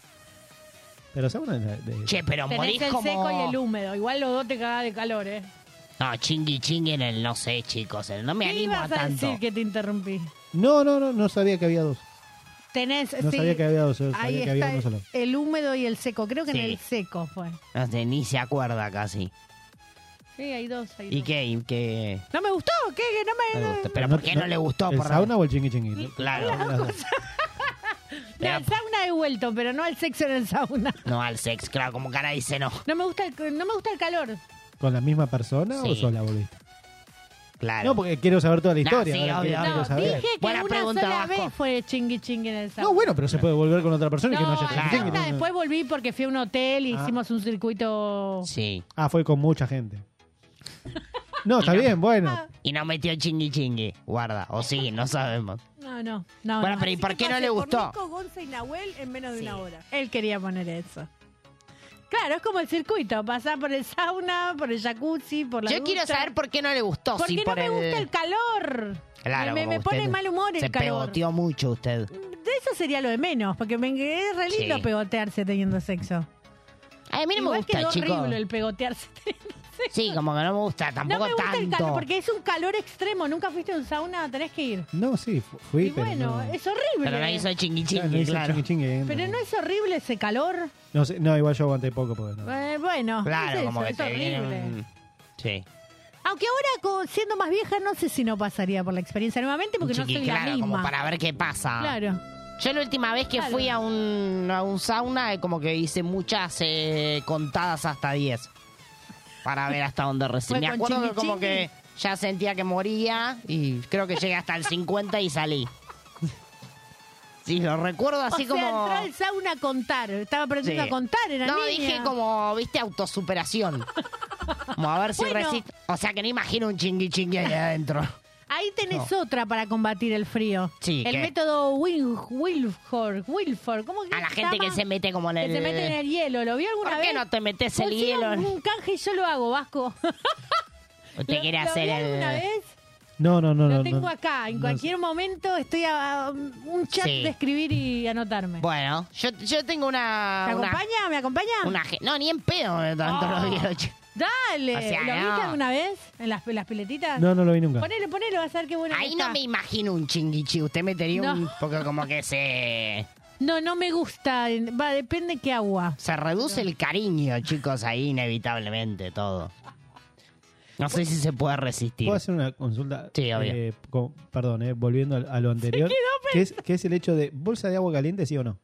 Speaker 5: Pero sauna de, de-
Speaker 4: Che, pero
Speaker 3: Tenés
Speaker 4: morís
Speaker 3: el
Speaker 4: como...
Speaker 3: seco y el húmedo. Igual los dos te cagás de calor, ¿eh?
Speaker 4: No, chingui chingui en el no sé, chicos. en el no me
Speaker 3: ¿Qué
Speaker 4: animo a
Speaker 3: ibas a
Speaker 4: tanto.
Speaker 3: decir que te interrumpí?
Speaker 5: No, no, no, no sabía que había dos.
Speaker 3: Tenés.
Speaker 5: No
Speaker 3: sí,
Speaker 5: sabía que había dos, yo sabía
Speaker 3: Ahí
Speaker 5: que
Speaker 3: está
Speaker 5: había uno
Speaker 3: el-
Speaker 5: solo.
Speaker 3: el húmedo y el seco. Creo que
Speaker 4: Sí.
Speaker 3: en el seco fue.
Speaker 4: No sé, ni se acuerda casi.
Speaker 3: Sí, hay dos. Hay
Speaker 4: ¿Y
Speaker 3: dos.
Speaker 4: qué? ¿Y qué?
Speaker 3: No me gustó, ¿qué? Que no
Speaker 4: No
Speaker 3: me.
Speaker 4: le gustó. ¿Pero
Speaker 5: No-
Speaker 4: por qué no, le gustó?
Speaker 5: ¿El
Speaker 4: por
Speaker 5: sauna o el chingui chingui?
Speaker 4: Claro.
Speaker 5: Las dos.
Speaker 3: No, al sauna he vuelto, pero no al sexo en el sauna.
Speaker 4: No al sex, claro, como cara dice no.
Speaker 3: No me gusta el, no me gusta el calor.
Speaker 5: ¿Con la misma persona o
Speaker 4: Sí.
Speaker 5: sola volviste?
Speaker 4: Claro.
Speaker 5: No, porque quiero saber toda la
Speaker 4: No,
Speaker 5: historia.
Speaker 4: sí,
Speaker 5: ahora
Speaker 4: obvio,
Speaker 5: quiero-
Speaker 4: obvio.
Speaker 5: quiero
Speaker 3: No,
Speaker 5: saber.
Speaker 3: dije que
Speaker 4: Buena
Speaker 3: una
Speaker 4: pregunta,
Speaker 3: sola
Speaker 4: Vasco.
Speaker 3: vez fue chingui chingui en el sauna.
Speaker 5: No, bueno, pero se puede volver con otra persona y que no
Speaker 3: No,
Speaker 5: haya
Speaker 3: al
Speaker 5: chingui
Speaker 4: claro.
Speaker 5: chingui.
Speaker 3: sauna
Speaker 5: no, no.
Speaker 3: después volví porque fui a un hotel y
Speaker 5: Ah.
Speaker 3: hicimos un circuito.
Speaker 4: Sí.
Speaker 5: Ah, fue con mucha gente. No, está bien,
Speaker 3: Ah,
Speaker 5: bueno.
Speaker 4: Y no metió chingui chingui. Guarda. O sí, no sabemos.
Speaker 3: No, no, no.
Speaker 4: Bueno,
Speaker 3: no.
Speaker 4: pero ¿y
Speaker 3: Así
Speaker 4: por
Speaker 3: que
Speaker 4: qué no
Speaker 3: pasé
Speaker 4: le
Speaker 3: por
Speaker 4: gustó?
Speaker 3: Nico, Gonza y Nahuel en menos de
Speaker 4: Sí.
Speaker 3: una hora. Él quería poner eso. Claro, es como el circuito, pasar por el sauna, por el jacuzzi, por la
Speaker 4: Yo quiero
Speaker 3: ducha.
Speaker 4: saber por qué no le gustó.
Speaker 3: Porque
Speaker 4: si
Speaker 3: no
Speaker 4: por
Speaker 3: me gusta el calor.
Speaker 4: Claro,
Speaker 3: me, me-
Speaker 4: como
Speaker 3: me pone
Speaker 4: usted
Speaker 3: mal humor el
Speaker 4: Se
Speaker 3: calor.
Speaker 4: pegoteó mucho usted.
Speaker 3: De eso sería lo de menos, porque me es re lindo
Speaker 4: Sí.
Speaker 3: pegotearse teniendo sexo.
Speaker 4: Ay, a mí no
Speaker 3: Igual
Speaker 4: me gusta,
Speaker 3: quedó
Speaker 4: chicos.
Speaker 3: horrible el pegotearse teniendo sexo.
Speaker 4: Sí, como que no me gusta.
Speaker 3: no
Speaker 4: Tampoco
Speaker 3: me gusta
Speaker 4: tanto.
Speaker 3: el calor, porque es un calor extremo. Nunca fuiste a un sauna, tenés que ir.
Speaker 5: No, sí, fu- fui,
Speaker 3: y
Speaker 5: pero
Speaker 3: bueno,
Speaker 5: no.
Speaker 3: es horrible.
Speaker 4: Pero no hizo chingui
Speaker 5: Ah,
Speaker 4: chingui,
Speaker 5: hice
Speaker 4: claro.
Speaker 5: chingui chingui, eh,
Speaker 3: Pero no es horrible ese calor.
Speaker 5: No, sé, no, igual yo aguanté poco porque no.
Speaker 3: Eh, bueno,
Speaker 4: Claro,
Speaker 3: es eso,
Speaker 4: como que
Speaker 3: es
Speaker 4: te viene
Speaker 3: horrible.
Speaker 4: un- Sí.
Speaker 3: Aunque ahora, co- siendo más vieja, no sé si no pasaría por la experiencia nuevamente, porque
Speaker 4: Un
Speaker 3: no
Speaker 4: chiqui,
Speaker 3: soy
Speaker 4: claro,
Speaker 3: la misma.
Speaker 4: como para ver qué pasa.
Speaker 3: Claro.
Speaker 4: Yo la última vez que
Speaker 3: Claro.
Speaker 4: fui a un, a un sauna, eh, como que hice muchas eh, contadas hasta 10. Para ver hasta dónde
Speaker 3: ¿Fue
Speaker 4: recibí. Me
Speaker 3: con
Speaker 4: acuerdo que
Speaker 3: chingui,
Speaker 4: como
Speaker 3: chingui?
Speaker 4: que ya sentía que moría y creo que llegué hasta el 50 y salí. Sí, lo recuerdo así
Speaker 3: o sea,
Speaker 4: como...
Speaker 3: entró al sauna a contar. Estaba aprendiendo
Speaker 4: Sí.
Speaker 3: a contar, era
Speaker 4: No,
Speaker 3: niña.
Speaker 4: dije como, viste, autosuperación. Como a ver si
Speaker 3: Bueno.
Speaker 4: resisto. O sea que no imagino un chingui chingui ahí adentro.
Speaker 3: Ahí tenés otra para combatir el frío.
Speaker 4: Sí,
Speaker 3: el
Speaker 4: ¿qué?
Speaker 3: método Wil- Wilford. Wilford. ¿Cómo que
Speaker 4: A la
Speaker 3: se
Speaker 4: gente que
Speaker 3: llama?
Speaker 4: se mete como en
Speaker 3: Que
Speaker 4: el...
Speaker 3: se mete en el hielo. ¿Lo vio alguna
Speaker 4: ¿Por
Speaker 3: vez?
Speaker 4: qué no te metes el
Speaker 3: Consiga
Speaker 4: hielo?
Speaker 3: Un, un canje y yo lo hago, Vasco.
Speaker 4: Usted
Speaker 3: ¿Lo-
Speaker 4: quiere
Speaker 3: lo
Speaker 4: hacer
Speaker 3: vio alguna
Speaker 4: el.
Speaker 3: vez?
Speaker 5: No, no, no, no.
Speaker 3: lo tengo
Speaker 5: no.
Speaker 3: acá. En
Speaker 5: No
Speaker 3: cualquier momento estoy a, a un chat
Speaker 4: Sí.
Speaker 3: de escribir y anotarme.
Speaker 4: Bueno, yo, yo tengo una.
Speaker 3: ¿Me
Speaker 4: una-
Speaker 3: acompaña? ¿Me acompaña?
Speaker 4: una ge- No, ni en pedo de tanto
Speaker 3: Oh.
Speaker 4: lo quiero, che.
Speaker 3: Dale.
Speaker 4: O sea,
Speaker 3: ¿Lo viste
Speaker 4: no.
Speaker 3: alguna vez? ¿En las, en las piletitas?
Speaker 5: No, no lo vi nunca.
Speaker 3: Ponelo, ponelo, vas a ver qué bueno que
Speaker 4: Ahí
Speaker 3: está.
Speaker 4: no me imagino un chinguichi. Usted metería
Speaker 3: No.
Speaker 4: un. Porque como que se.
Speaker 3: No, no me gusta. Va, depende qué agua.
Speaker 4: Se reduce el cariño, chicos, ahí inevitablemente todo. No sé si se puede resistir.
Speaker 5: ¿Puedo hacer una consulta?
Speaker 4: Sí, obvio.
Speaker 5: Eh, con- perdón, eh, volviendo al- a, lo anterior. ¿Qué es, qué es el hecho de bolsa de agua caliente, sí o no?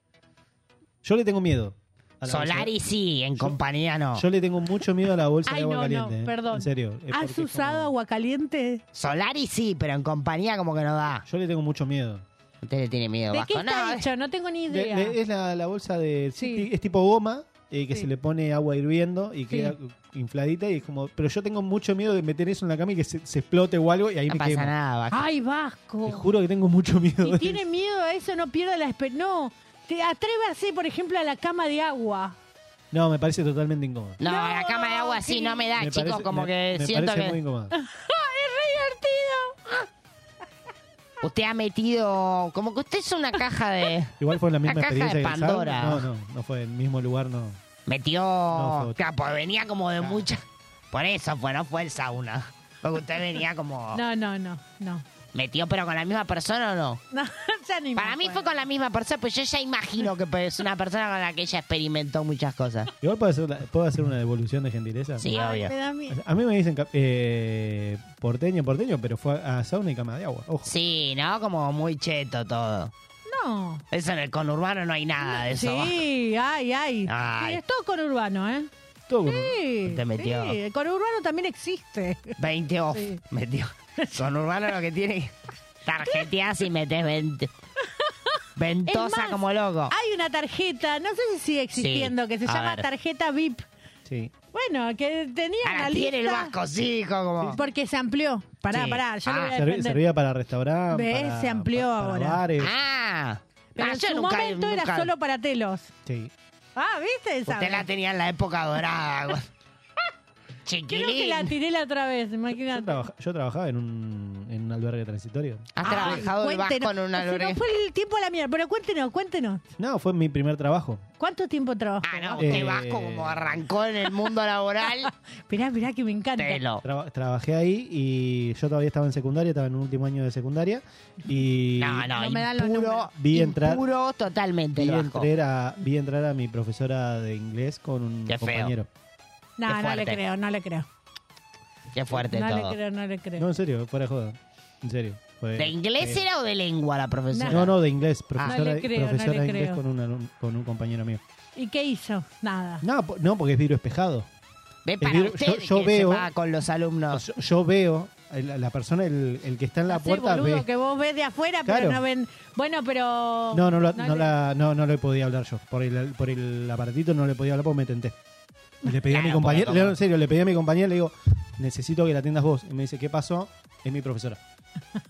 Speaker 5: Yo le tengo miedo. a la
Speaker 4: Solari sí, en compañía Ah, no.
Speaker 5: bolsa- Yo le tengo mucho miedo a la bolsa
Speaker 3: Ay,
Speaker 5: de agua
Speaker 3: no,
Speaker 5: caliente.
Speaker 3: no,
Speaker 5: ¿eh?
Speaker 3: perdón.
Speaker 5: En serio. es
Speaker 4: Ah,
Speaker 5: porque es
Speaker 3: ¿Has
Speaker 5: como-
Speaker 3: usado agua caliente?
Speaker 4: Solari sí, pero en compañía como que no da.
Speaker 5: Yo le tengo mucho miedo.
Speaker 4: Usted le tiene miedo,
Speaker 3: ¿De qué
Speaker 4: Vasco.
Speaker 3: está
Speaker 4: No,
Speaker 3: hecho? No tengo ni
Speaker 5: De-
Speaker 3: idea.
Speaker 5: de- es la, la bolsa de.
Speaker 3: Sí.
Speaker 5: sí, Es tipo goma. eh, que
Speaker 3: Sí.
Speaker 5: se le pone agua hirviendo y queda infladita y es como pero yo tengo mucho miedo de meter eso en la cama y que se, se explote o algo y ahí
Speaker 4: no
Speaker 5: me
Speaker 4: pasa
Speaker 5: quemo.
Speaker 4: nada, Vasco.
Speaker 3: Ay,
Speaker 5: Te
Speaker 3: Vasco.
Speaker 5: juro que tengo mucho miedo de
Speaker 3: Si tiene miedo a eso, no pierda la esperanza. No, te atrévase, por ejemplo, a la cama de agua.
Speaker 5: eso. no me parece totalmente incómodo
Speaker 4: No,
Speaker 3: No,
Speaker 4: la cama de agua sí
Speaker 3: sí.
Speaker 4: no me da,
Speaker 5: Me
Speaker 4: chicos.
Speaker 5: parece-
Speaker 4: como
Speaker 5: me-
Speaker 4: que
Speaker 5: me
Speaker 4: siento
Speaker 5: parece
Speaker 4: que.
Speaker 5: muy incómodo
Speaker 3: ¡Es re divertido!
Speaker 4: Usted ha metido. Como que usted es una caja de.
Speaker 5: Igual fue en la misma
Speaker 4: caja de
Speaker 5: experiencia que el sauna.
Speaker 4: Pandora.
Speaker 5: No, no, no fue en el mismo lugar, no.
Speaker 4: Metió.
Speaker 5: No, fue-
Speaker 4: claro, pues venía como de mucha. Por eso fue, no fue el sauna. Porque usted venía como.
Speaker 3: No, no, no, no.
Speaker 4: ¿Metió pero con la misma persona o no?
Speaker 3: No, ya ni me
Speaker 4: Para mí fue
Speaker 3: acuerdo.
Speaker 4: con la misma persona, pues yo ya imagino que pues, es una persona con la que ella experimentó muchas cosas.
Speaker 5: Igual puedo hacer, la- puedo hacer una devolución de gentileza.
Speaker 4: Sí,
Speaker 3: Ay,
Speaker 4: obvio.
Speaker 3: me da miedo.
Speaker 5: A mí me dicen cap- eh, porteño, porteño, pero fue a sauna y cama de agua. Ojo.
Speaker 4: Sí, ¿no? Como muy cheto todo.
Speaker 3: No.
Speaker 4: Eso en el conurbano no hay nada de eso. Ah,
Speaker 3: Sí, ay, ay.
Speaker 4: Ay.
Speaker 3: Sí, es todo conurbano, ¿eh?
Speaker 5: Todo con-
Speaker 3: Sí.
Speaker 4: Te metió.
Speaker 3: Sí, el conurbano también existe.
Speaker 4: 20 off
Speaker 3: Sí.
Speaker 4: metió. Conurbano lo que tiene. Tarjeteás y metes 20.
Speaker 3: Es
Speaker 4: Ventosa
Speaker 3: más,
Speaker 4: como loco.
Speaker 3: Hay una tarjeta, no sé si sigue existiendo, que se
Speaker 4: a
Speaker 3: llama
Speaker 4: ver.
Speaker 3: tarjeta VIP.
Speaker 5: Sí.
Speaker 3: Bueno, que tenía una
Speaker 4: Ahora
Speaker 3: lista.
Speaker 4: tiene el vasco, sí, hijo, como.
Speaker 3: Porque se amplió. Pará,
Speaker 4: Sí.
Speaker 3: pará, yo lo
Speaker 4: Ah,
Speaker 3: voy a
Speaker 5: Servi-
Speaker 3: defender.
Speaker 5: servía para restaurar.
Speaker 3: ¿Ves?
Speaker 5: para-
Speaker 3: Se amplió
Speaker 5: para- para
Speaker 3: ahora.
Speaker 5: bares.
Speaker 4: Ah,
Speaker 3: Pero
Speaker 4: Ah,
Speaker 3: en
Speaker 4: yo
Speaker 3: su
Speaker 4: nunca-
Speaker 3: momento
Speaker 4: nunca-
Speaker 3: era solo para telos.
Speaker 5: Sí.
Speaker 3: Ah, ¿viste esa?
Speaker 4: Usted la tenía en la época dorada.
Speaker 3: Creo
Speaker 4: Chiquilín.
Speaker 3: que la tiré la otra vez,
Speaker 5: Yo,
Speaker 3: imagínate.
Speaker 5: trabaja- yo trabajaba en un, en un albergue transitorio.
Speaker 4: ¿Has
Speaker 3: Ay,
Speaker 4: trabajado el vasco
Speaker 3: cuéntenos.
Speaker 4: en una
Speaker 3: Se
Speaker 4: lore?
Speaker 3: nos fue el tiempo a la mierda, pero cuéntenos, cuéntenos.
Speaker 5: No, fue mi primer trabajo.
Speaker 3: ¿Cuánto tiempo trabajó?
Speaker 4: Ah, no, usted
Speaker 5: Eh.
Speaker 4: vasco como arrancó en el mundo laboral.
Speaker 3: Mirá, mirá que me encanta.
Speaker 4: te lo.
Speaker 5: Traba- trabajé ahí y yo todavía estaba en secundaria, estaba en un último año de secundaria. Y
Speaker 4: No, no,
Speaker 3: No me dan los
Speaker 4: impuro,
Speaker 3: números.
Speaker 5: Vi entrar-
Speaker 4: impuro totalmente
Speaker 5: vi,
Speaker 4: el vasco.
Speaker 5: entrar a, vi entrar a mi profesora de inglés con un
Speaker 4: Qué feo.
Speaker 5: compañero.
Speaker 3: No,
Speaker 4: Qué
Speaker 3: no le
Speaker 4: fuerte.
Speaker 3: creo, no le creo.
Speaker 4: Qué fuerte
Speaker 3: No
Speaker 4: todo.
Speaker 3: le creo, no le creo.
Speaker 5: No, en serio, fuera de joda. En serio. fue-
Speaker 4: ¿De inglés
Speaker 5: fue-
Speaker 4: era o de lengua la profesora? Ah.
Speaker 5: No, no, de inglés. Profesora,
Speaker 3: No le creo, no
Speaker 5: profesora
Speaker 3: le
Speaker 5: de inglés
Speaker 3: creo.
Speaker 5: con un, alum- con un compañero mío.
Speaker 3: ¿Y qué hizo? Nada.
Speaker 5: No, po- no, porque es vidrio espejado.
Speaker 4: Ve
Speaker 5: Es
Speaker 4: para
Speaker 5: decir,
Speaker 4: usted
Speaker 5: yo- yo
Speaker 4: que
Speaker 5: veo-
Speaker 4: se va con los alumnos.
Speaker 5: Yo, yo veo, el- la persona, el, el que está en la
Speaker 3: No sé,
Speaker 5: puerta,
Speaker 3: boludo,
Speaker 5: ve.
Speaker 3: que vos ves de afuera, pero
Speaker 5: Claro.
Speaker 3: no ven. Bueno, pero.
Speaker 5: No, no, lo, no,
Speaker 3: le-
Speaker 5: la, no, no le podía hablar yo. Por el, por el aparatito no le podía hablar porque me tenté. Y Le pedí a mi
Speaker 4: Claro,
Speaker 5: compañero,
Speaker 4: porque como-
Speaker 5: le- en serio, le pedí a mi compañero, le digo, necesito que la atiendas vos. Y me dice, ¿qué pasó? Es mi profesora.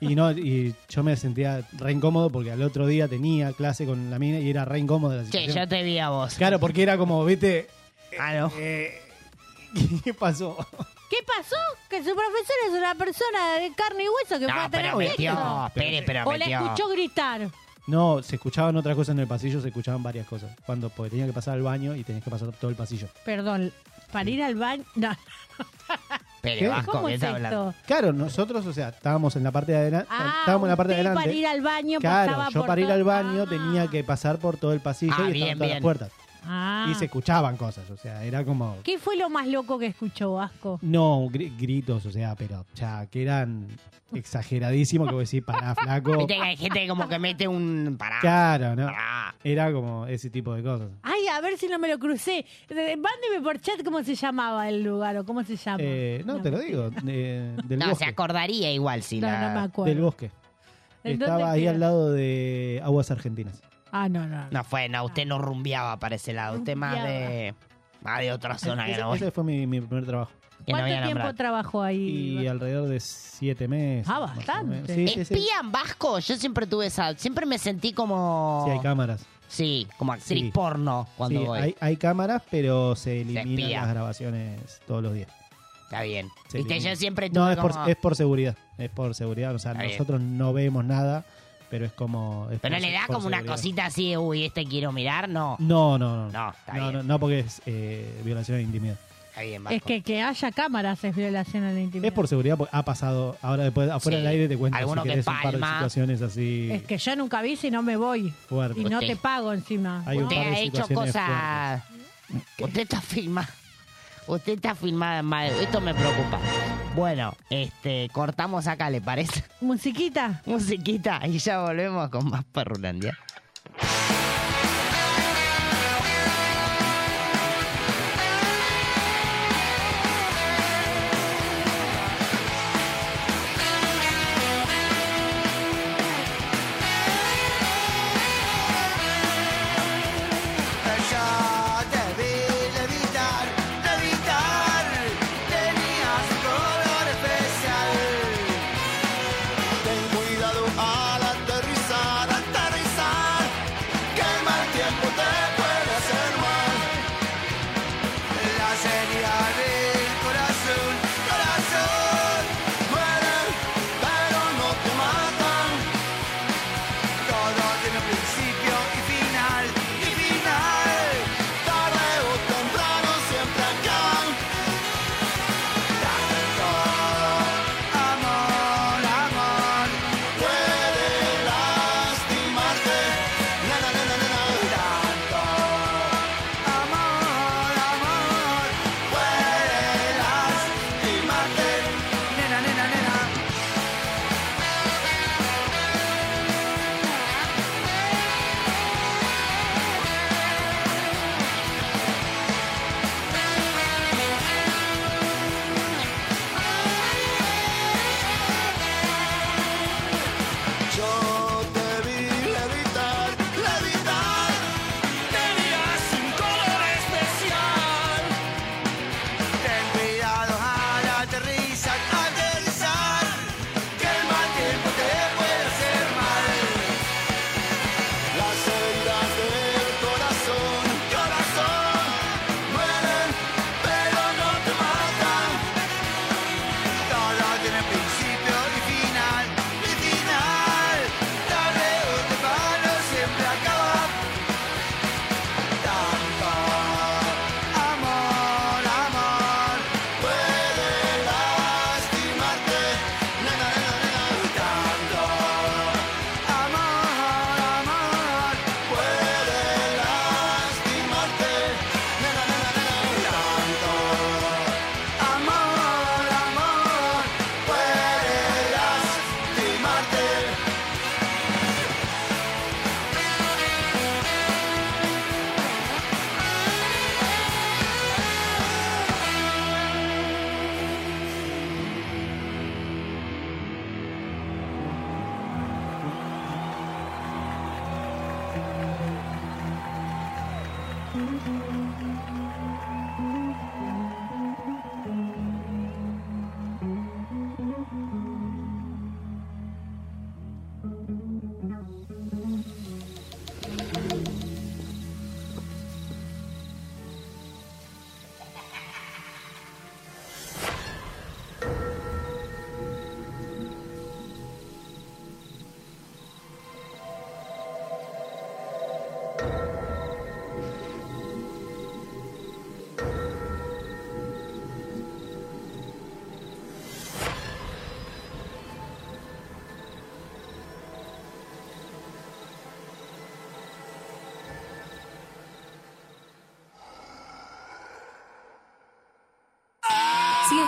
Speaker 5: Y no, y yo me sentía re incómodo porque al otro día tenía clase con la mina y era re incómodo la
Speaker 4: Che,
Speaker 5: situación.
Speaker 4: yo te vi a vos.
Speaker 5: Claro, porque era como, viste,
Speaker 4: Ah, no.
Speaker 5: eh, ¿qué pasó?
Speaker 3: ¿Qué pasó? Que su profesor es una persona de carne y hueso que fue
Speaker 4: No,
Speaker 3: a tener
Speaker 4: pero metió.
Speaker 3: sexo.
Speaker 4: Espere, pero
Speaker 3: O la
Speaker 4: metió.
Speaker 3: escuchó gritar.
Speaker 5: No, se escuchaban otras cosas en el pasillo, se escuchaban varias cosas. Cuando porque tenía que pasar al baño y tenías que pasar todo el pasillo.
Speaker 3: Perdón, para ir al baño. No,
Speaker 4: Pero
Speaker 5: ¿Qué?
Speaker 4: Vasco,
Speaker 3: ¿cómo
Speaker 4: ¿qué
Speaker 3: es
Speaker 4: está hablando?
Speaker 3: esto?
Speaker 5: Claro, nosotros, o sea, estábamos en la parte de adelante,
Speaker 3: Ah,
Speaker 5: estábamos en la parte de
Speaker 3: usted
Speaker 5: adelante.
Speaker 3: para ir al baño
Speaker 5: Claro,
Speaker 3: pasaba
Speaker 5: yo
Speaker 3: por
Speaker 5: para ir
Speaker 3: todo-
Speaker 5: al baño
Speaker 3: Ah.
Speaker 5: tenía que pasar por todo el pasillo
Speaker 4: Ah,
Speaker 5: y
Speaker 4: bien,
Speaker 5: estaban todas
Speaker 4: bien.
Speaker 5: las puertas.
Speaker 3: Ah.
Speaker 5: Y se escuchaban cosas, o sea, era como...
Speaker 3: ¿Qué fue lo más loco que escuchó Vasco?
Speaker 5: No, gri- gritos, o sea, pero ya que eran exageradísimos, que vos decís, pará, flaco.
Speaker 4: Viste que hay gente como que mete un. Pará.
Speaker 5: Claro, ¿no?
Speaker 4: pará.
Speaker 5: Era como ese tipo de cosas.
Speaker 3: Ay, a ver si no me lo crucé. Eh, Mándeme por chat cómo se llamaba el lugar o cómo se llama.
Speaker 5: Eh, no, te lo digo, de- del
Speaker 4: No, se
Speaker 5: bosque.
Speaker 4: acordaría igual si
Speaker 3: No,
Speaker 4: la.
Speaker 3: no me acuerdo.
Speaker 5: Del bosque.
Speaker 3: ¿En dónde
Speaker 5: Estaba ahí
Speaker 3: queda?
Speaker 5: al lado de Aguas Argentinas.
Speaker 3: Ah, no, no. no.
Speaker 4: No fue, no, usted
Speaker 5: Ah.
Speaker 4: no rumbiaba para ese lado. Usted más de. Más de otra zona que
Speaker 5: Ese,
Speaker 4: no, que
Speaker 5: ese fue mi, mi primer trabajo.
Speaker 4: no
Speaker 3: ¿Cuánto
Speaker 4: voy a
Speaker 3: tiempo
Speaker 4: nombrar.
Speaker 3: trabajó ahí?
Speaker 5: Y alrededor de siete meses.
Speaker 3: Ah,
Speaker 5: más o
Speaker 3: bastante.
Speaker 5: menos. Sí, sí, sí.
Speaker 4: ¿Espía en vasco? Yo siempre tuve esa. Siempre me sentí como.
Speaker 5: Sí, hay cámaras.
Speaker 4: Sí, como actriz
Speaker 5: Sí.
Speaker 4: porno cuando
Speaker 5: Sí,
Speaker 4: voy.
Speaker 5: hay, hay cámaras, pero se eliminan
Speaker 4: espía.
Speaker 5: las grabaciones todos los días.
Speaker 4: Está bien.
Speaker 5: Se
Speaker 4: Viste,
Speaker 5: elimina.
Speaker 4: yo siempre tuve
Speaker 5: No, es por,
Speaker 4: como...
Speaker 5: es por seguridad. Es por seguridad. O sea,
Speaker 4: Está bien.
Speaker 5: nosotros no vemos nada, pero es como. es
Speaker 4: Pero
Speaker 5: por-
Speaker 4: le da
Speaker 5: por
Speaker 4: como una
Speaker 5: seguridad.
Speaker 4: cosita así de, uy, este quiero mirar. No,
Speaker 5: No, no, no.
Speaker 4: No, está
Speaker 5: no,
Speaker 4: bien.
Speaker 5: no, no, porque es eh, violación de intimidad.
Speaker 4: está bien, Vasco.
Speaker 3: Es que que haya cámaras es violación a la intimidad.
Speaker 5: Es por seguridad, porque ha pasado. Ahora, después, afuera
Speaker 4: Sí.
Speaker 5: del aire, te cuento si
Speaker 4: Alguno que
Speaker 5: querés un par de
Speaker 4: palma.
Speaker 5: situaciones así
Speaker 3: Es que yo nunca vi si no me voy.
Speaker 5: fuertes.
Speaker 3: Y no
Speaker 4: Usted-
Speaker 3: te pago encima.
Speaker 5: Hay un
Speaker 4: Usted
Speaker 5: par de
Speaker 4: ha hecho
Speaker 5: situaciones
Speaker 4: cosas... Usted está filmada... Usted está filmada mal. Esto me preocupa. Bueno, este, cortamos acá, ¿le parece?
Speaker 3: Musiquita.
Speaker 4: Musiquita y ya volvemos con más Perrulandia.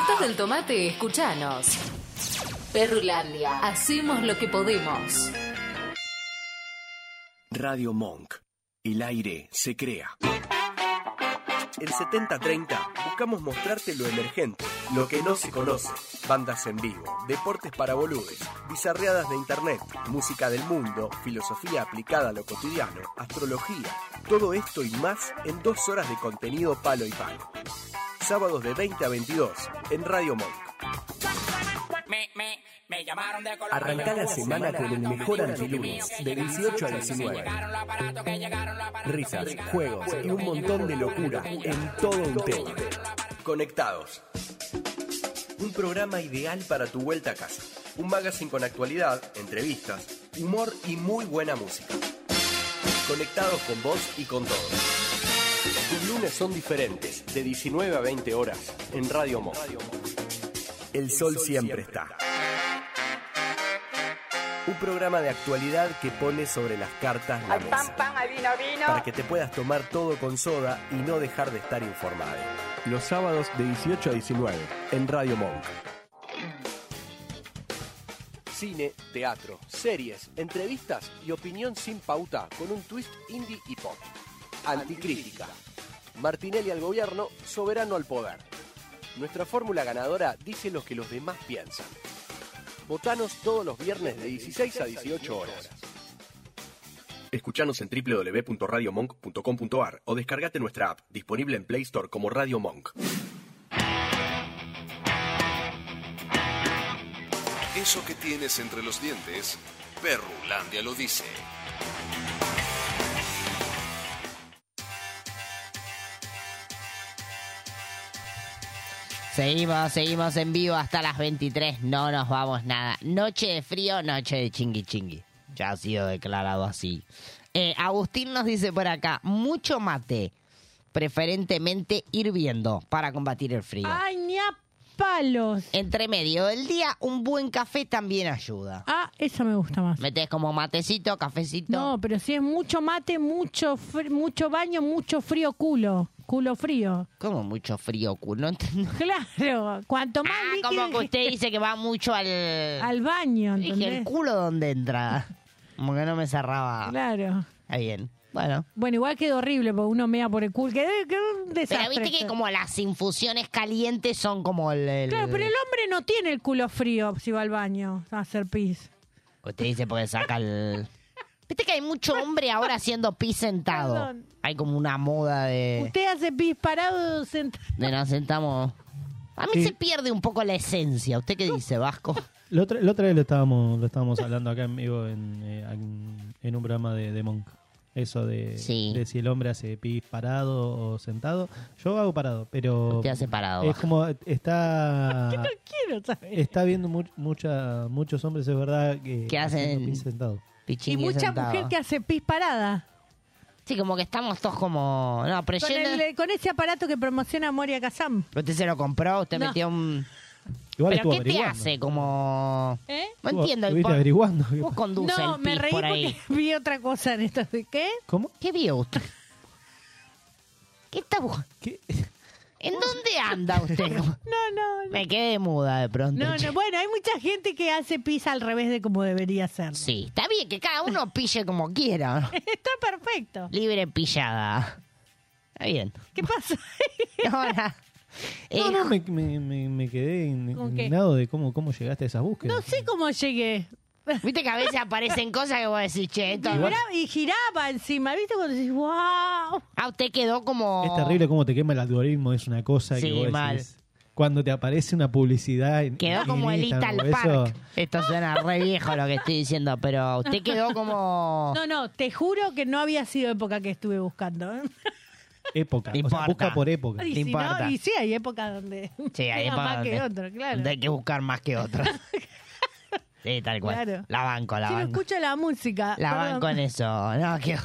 Speaker 10: ¿Estás del tomate? Escuchanos. Perrulandia. Hacemos lo que podemos.
Speaker 11: Radio Monk. El aire se crea. En 7030 buscamos mostrarte lo emergente, lo que no se conoce. Bandas en vivo, deportes para boludes, bizarreadas de internet, música del mundo, filosofía aplicada a lo cotidiano, astrología. Todo esto y más en dos horas de contenido palo y palo. Sábados de 20 a 22 en Radio Monk.
Speaker 2: Me, me, me llamaron de Colombia. Pues,
Speaker 11: Arranca la semana con el mejor antilunes, de 18 a 19. Risas, juegos y un montón de locura en todo un tema. Conectados. Un programa ideal para tu vuelta a casa. Un magazine con actualidad, entrevistas, humor y muy buena música. Conectados con vos y con todos. Tus lunes son diferentes, de 19 a 20 horas, en Radio Mo. El sol siempre está. Un programa de actualidad que pone sobre las cartas la mesa.
Speaker 2: pan, al vino, vino.
Speaker 11: para que te puedas tomar todo con soda y no dejar de estar informado. Los sábados de 18 a 19 en Radio Monk. Cine, teatro, series, entrevistas y opinión sin pauta con un twist indie y pop. Anticrítica. Martinelli al gobierno, soberano al poder. Nuestra fórmula ganadora dice lo que los demás piensan. Votanos todos los viernes de 16 a 18 horas. Escuchanos en www.radiomonk.com.ar o descargate nuestra app, disponible en Play Store como Radio Monk.
Speaker 12: Eso que tienes entre los dientes, Perrulandia lo dice.
Speaker 4: Seguimos, seguimos en vivo hasta las 23. No nos vamos nada. Noche de frío, noche de chingui chingui. Ya ha sido declarado así. Eh, Agustín nos dice por acá, mucho mate, preferentemente hirviendo para combatir el
Speaker 2: Ah.
Speaker 4: frío.
Speaker 3: ¡Ay, ni a palos!
Speaker 4: Entre medio del día, un buen café también ayuda.
Speaker 3: Ah, eso me gusta más.
Speaker 4: Metes como matecito, cafecito.
Speaker 3: No, pero si es mucho mate, mucho fr- mucho baño, mucho frío culo. Culo frío.
Speaker 4: Como mucho frío, culo. No entiendo.
Speaker 3: Claro, cuanto más
Speaker 4: Ah,
Speaker 3: líquido
Speaker 4: como que usted dice que va mucho al...
Speaker 3: al baño,
Speaker 4: Dije,
Speaker 3: ¿entendés?
Speaker 4: ¿el culo dónde entra? Como que no me cerraba.
Speaker 3: Claro.
Speaker 4: Está bien. Bueno.
Speaker 3: Bueno, igual quedó horrible porque uno mea por el culo. Quedó, quedó un desastre.
Speaker 4: Pero viste que
Speaker 3: esto.
Speaker 4: como las infusiones calientes son como el... el-
Speaker 3: Claro, pero el hombre no tiene el culo frío si va al baño a hacer pis.
Speaker 4: Usted dice porque saca el... Viste que hay mucho hombre ahora haciendo pis sentado.
Speaker 3: Perdón.
Speaker 4: Hay como una moda de...
Speaker 3: Usted hace pis parado sentado.
Speaker 4: De nos sentamos... A mí
Speaker 5: Sí.
Speaker 4: se pierde un poco la esencia. ¿Usted qué dice, Vasco?
Speaker 5: La otra, la otra vez lo estábamos, lo estábamos hablando acá en vivo en, eh, en- en un programa de, de Monk. Eso de, de si el hombre hace pis parado o sentado. Yo hago parado, pero.
Speaker 4: Usted hace parado,
Speaker 5: Es
Speaker 4: Vasco.
Speaker 5: como. Está.
Speaker 3: Quiero saber.
Speaker 5: Está viendo mu- mucha, muchos hombres, es verdad, que,
Speaker 4: Que hacen
Speaker 5: haciendo pis sentado.
Speaker 4: Pichín
Speaker 3: Y mucha
Speaker 4: sentado.
Speaker 3: mujer que hace pis parada.
Speaker 4: Sí, como que estamos todos como... No, pero
Speaker 3: Con,
Speaker 4: yo no-
Speaker 3: el- eh, con ese aparato que promociona Moria Kazam.
Speaker 4: Pero Usted se lo compró, usted
Speaker 3: No.
Speaker 4: metió un...
Speaker 5: Igual
Speaker 4: ¿Pero
Speaker 5: estuvo
Speaker 4: qué te
Speaker 5: averiguando.
Speaker 4: hace? Como...
Speaker 3: ¿Eh?
Speaker 4: No
Speaker 5: Estuvo-
Speaker 4: entiendo. el
Speaker 5: estuviste
Speaker 4: por-
Speaker 5: averiguando.
Speaker 4: Vos conduce
Speaker 3: No,
Speaker 4: el
Speaker 3: me
Speaker 4: pis
Speaker 3: reí
Speaker 4: por ahí.
Speaker 3: porque vi otra cosa en esto. ¿De qué?
Speaker 5: ¿Cómo?
Speaker 4: ¿Qué vio usted? ¿Qué está buscando?
Speaker 5: ¿Qué?
Speaker 4: ¿En dónde anda usted? Como-
Speaker 3: No, no, no.
Speaker 4: Me quedé muda de pronto.
Speaker 3: No,
Speaker 4: che.
Speaker 3: no. Bueno, hay mucha gente que hace pis al revés de como debería ser.
Speaker 4: Sí, está bien que cada uno pille como quiera. ¿no?
Speaker 3: Está perfecto.
Speaker 4: Libre pillada. Está bien.
Speaker 3: ¿Qué pasa?
Speaker 4: Ahora, eh,
Speaker 5: No, no, me, me- me- me quedé in-
Speaker 3: ¿Con qué?
Speaker 5: indignado de cómo, cómo llegaste a esas búsquedas.
Speaker 3: No sé cómo llegué.
Speaker 4: viste que a veces aparecen cosas que vos decís, che, esto...
Speaker 3: Y, mirá, y giraba encima, ¿viste? Cuando decís, wow.
Speaker 4: Ah, usted quedó como...
Speaker 5: Es terrible cómo te quema el algoritmo, es una cosa
Speaker 4: Oh. Sí,
Speaker 5: que vos decís.
Speaker 4: mal.
Speaker 5: Cuando te aparece una publicidad en,
Speaker 4: Quedó
Speaker 5: en
Speaker 4: como el
Speaker 5: Instagram,
Speaker 4: Ital
Speaker 5: o eso,
Speaker 4: Park. Esto suena re viejo lo que estoy diciendo, pero usted quedó como...
Speaker 3: No, no, te juro que no había sido época que estuve buscando. ¿eh?
Speaker 5: época, o sea,
Speaker 4: Importa.
Speaker 5: busca por época.
Speaker 3: Y,
Speaker 4: Te
Speaker 3: si
Speaker 4: importa.
Speaker 3: no, y sí, hay épocas donde
Speaker 4: Sí,
Speaker 3: pega
Speaker 4: ahí es para
Speaker 3: más que
Speaker 4: donde-
Speaker 3: otro, claro.
Speaker 4: donde Hay que buscar más que otro. sí, tal cual.
Speaker 3: Claro.
Speaker 4: La banco, la
Speaker 3: Yo no
Speaker 4: banco.
Speaker 3: escucho la música.
Speaker 4: La
Speaker 3: perdón.
Speaker 4: banco en eso. No, que-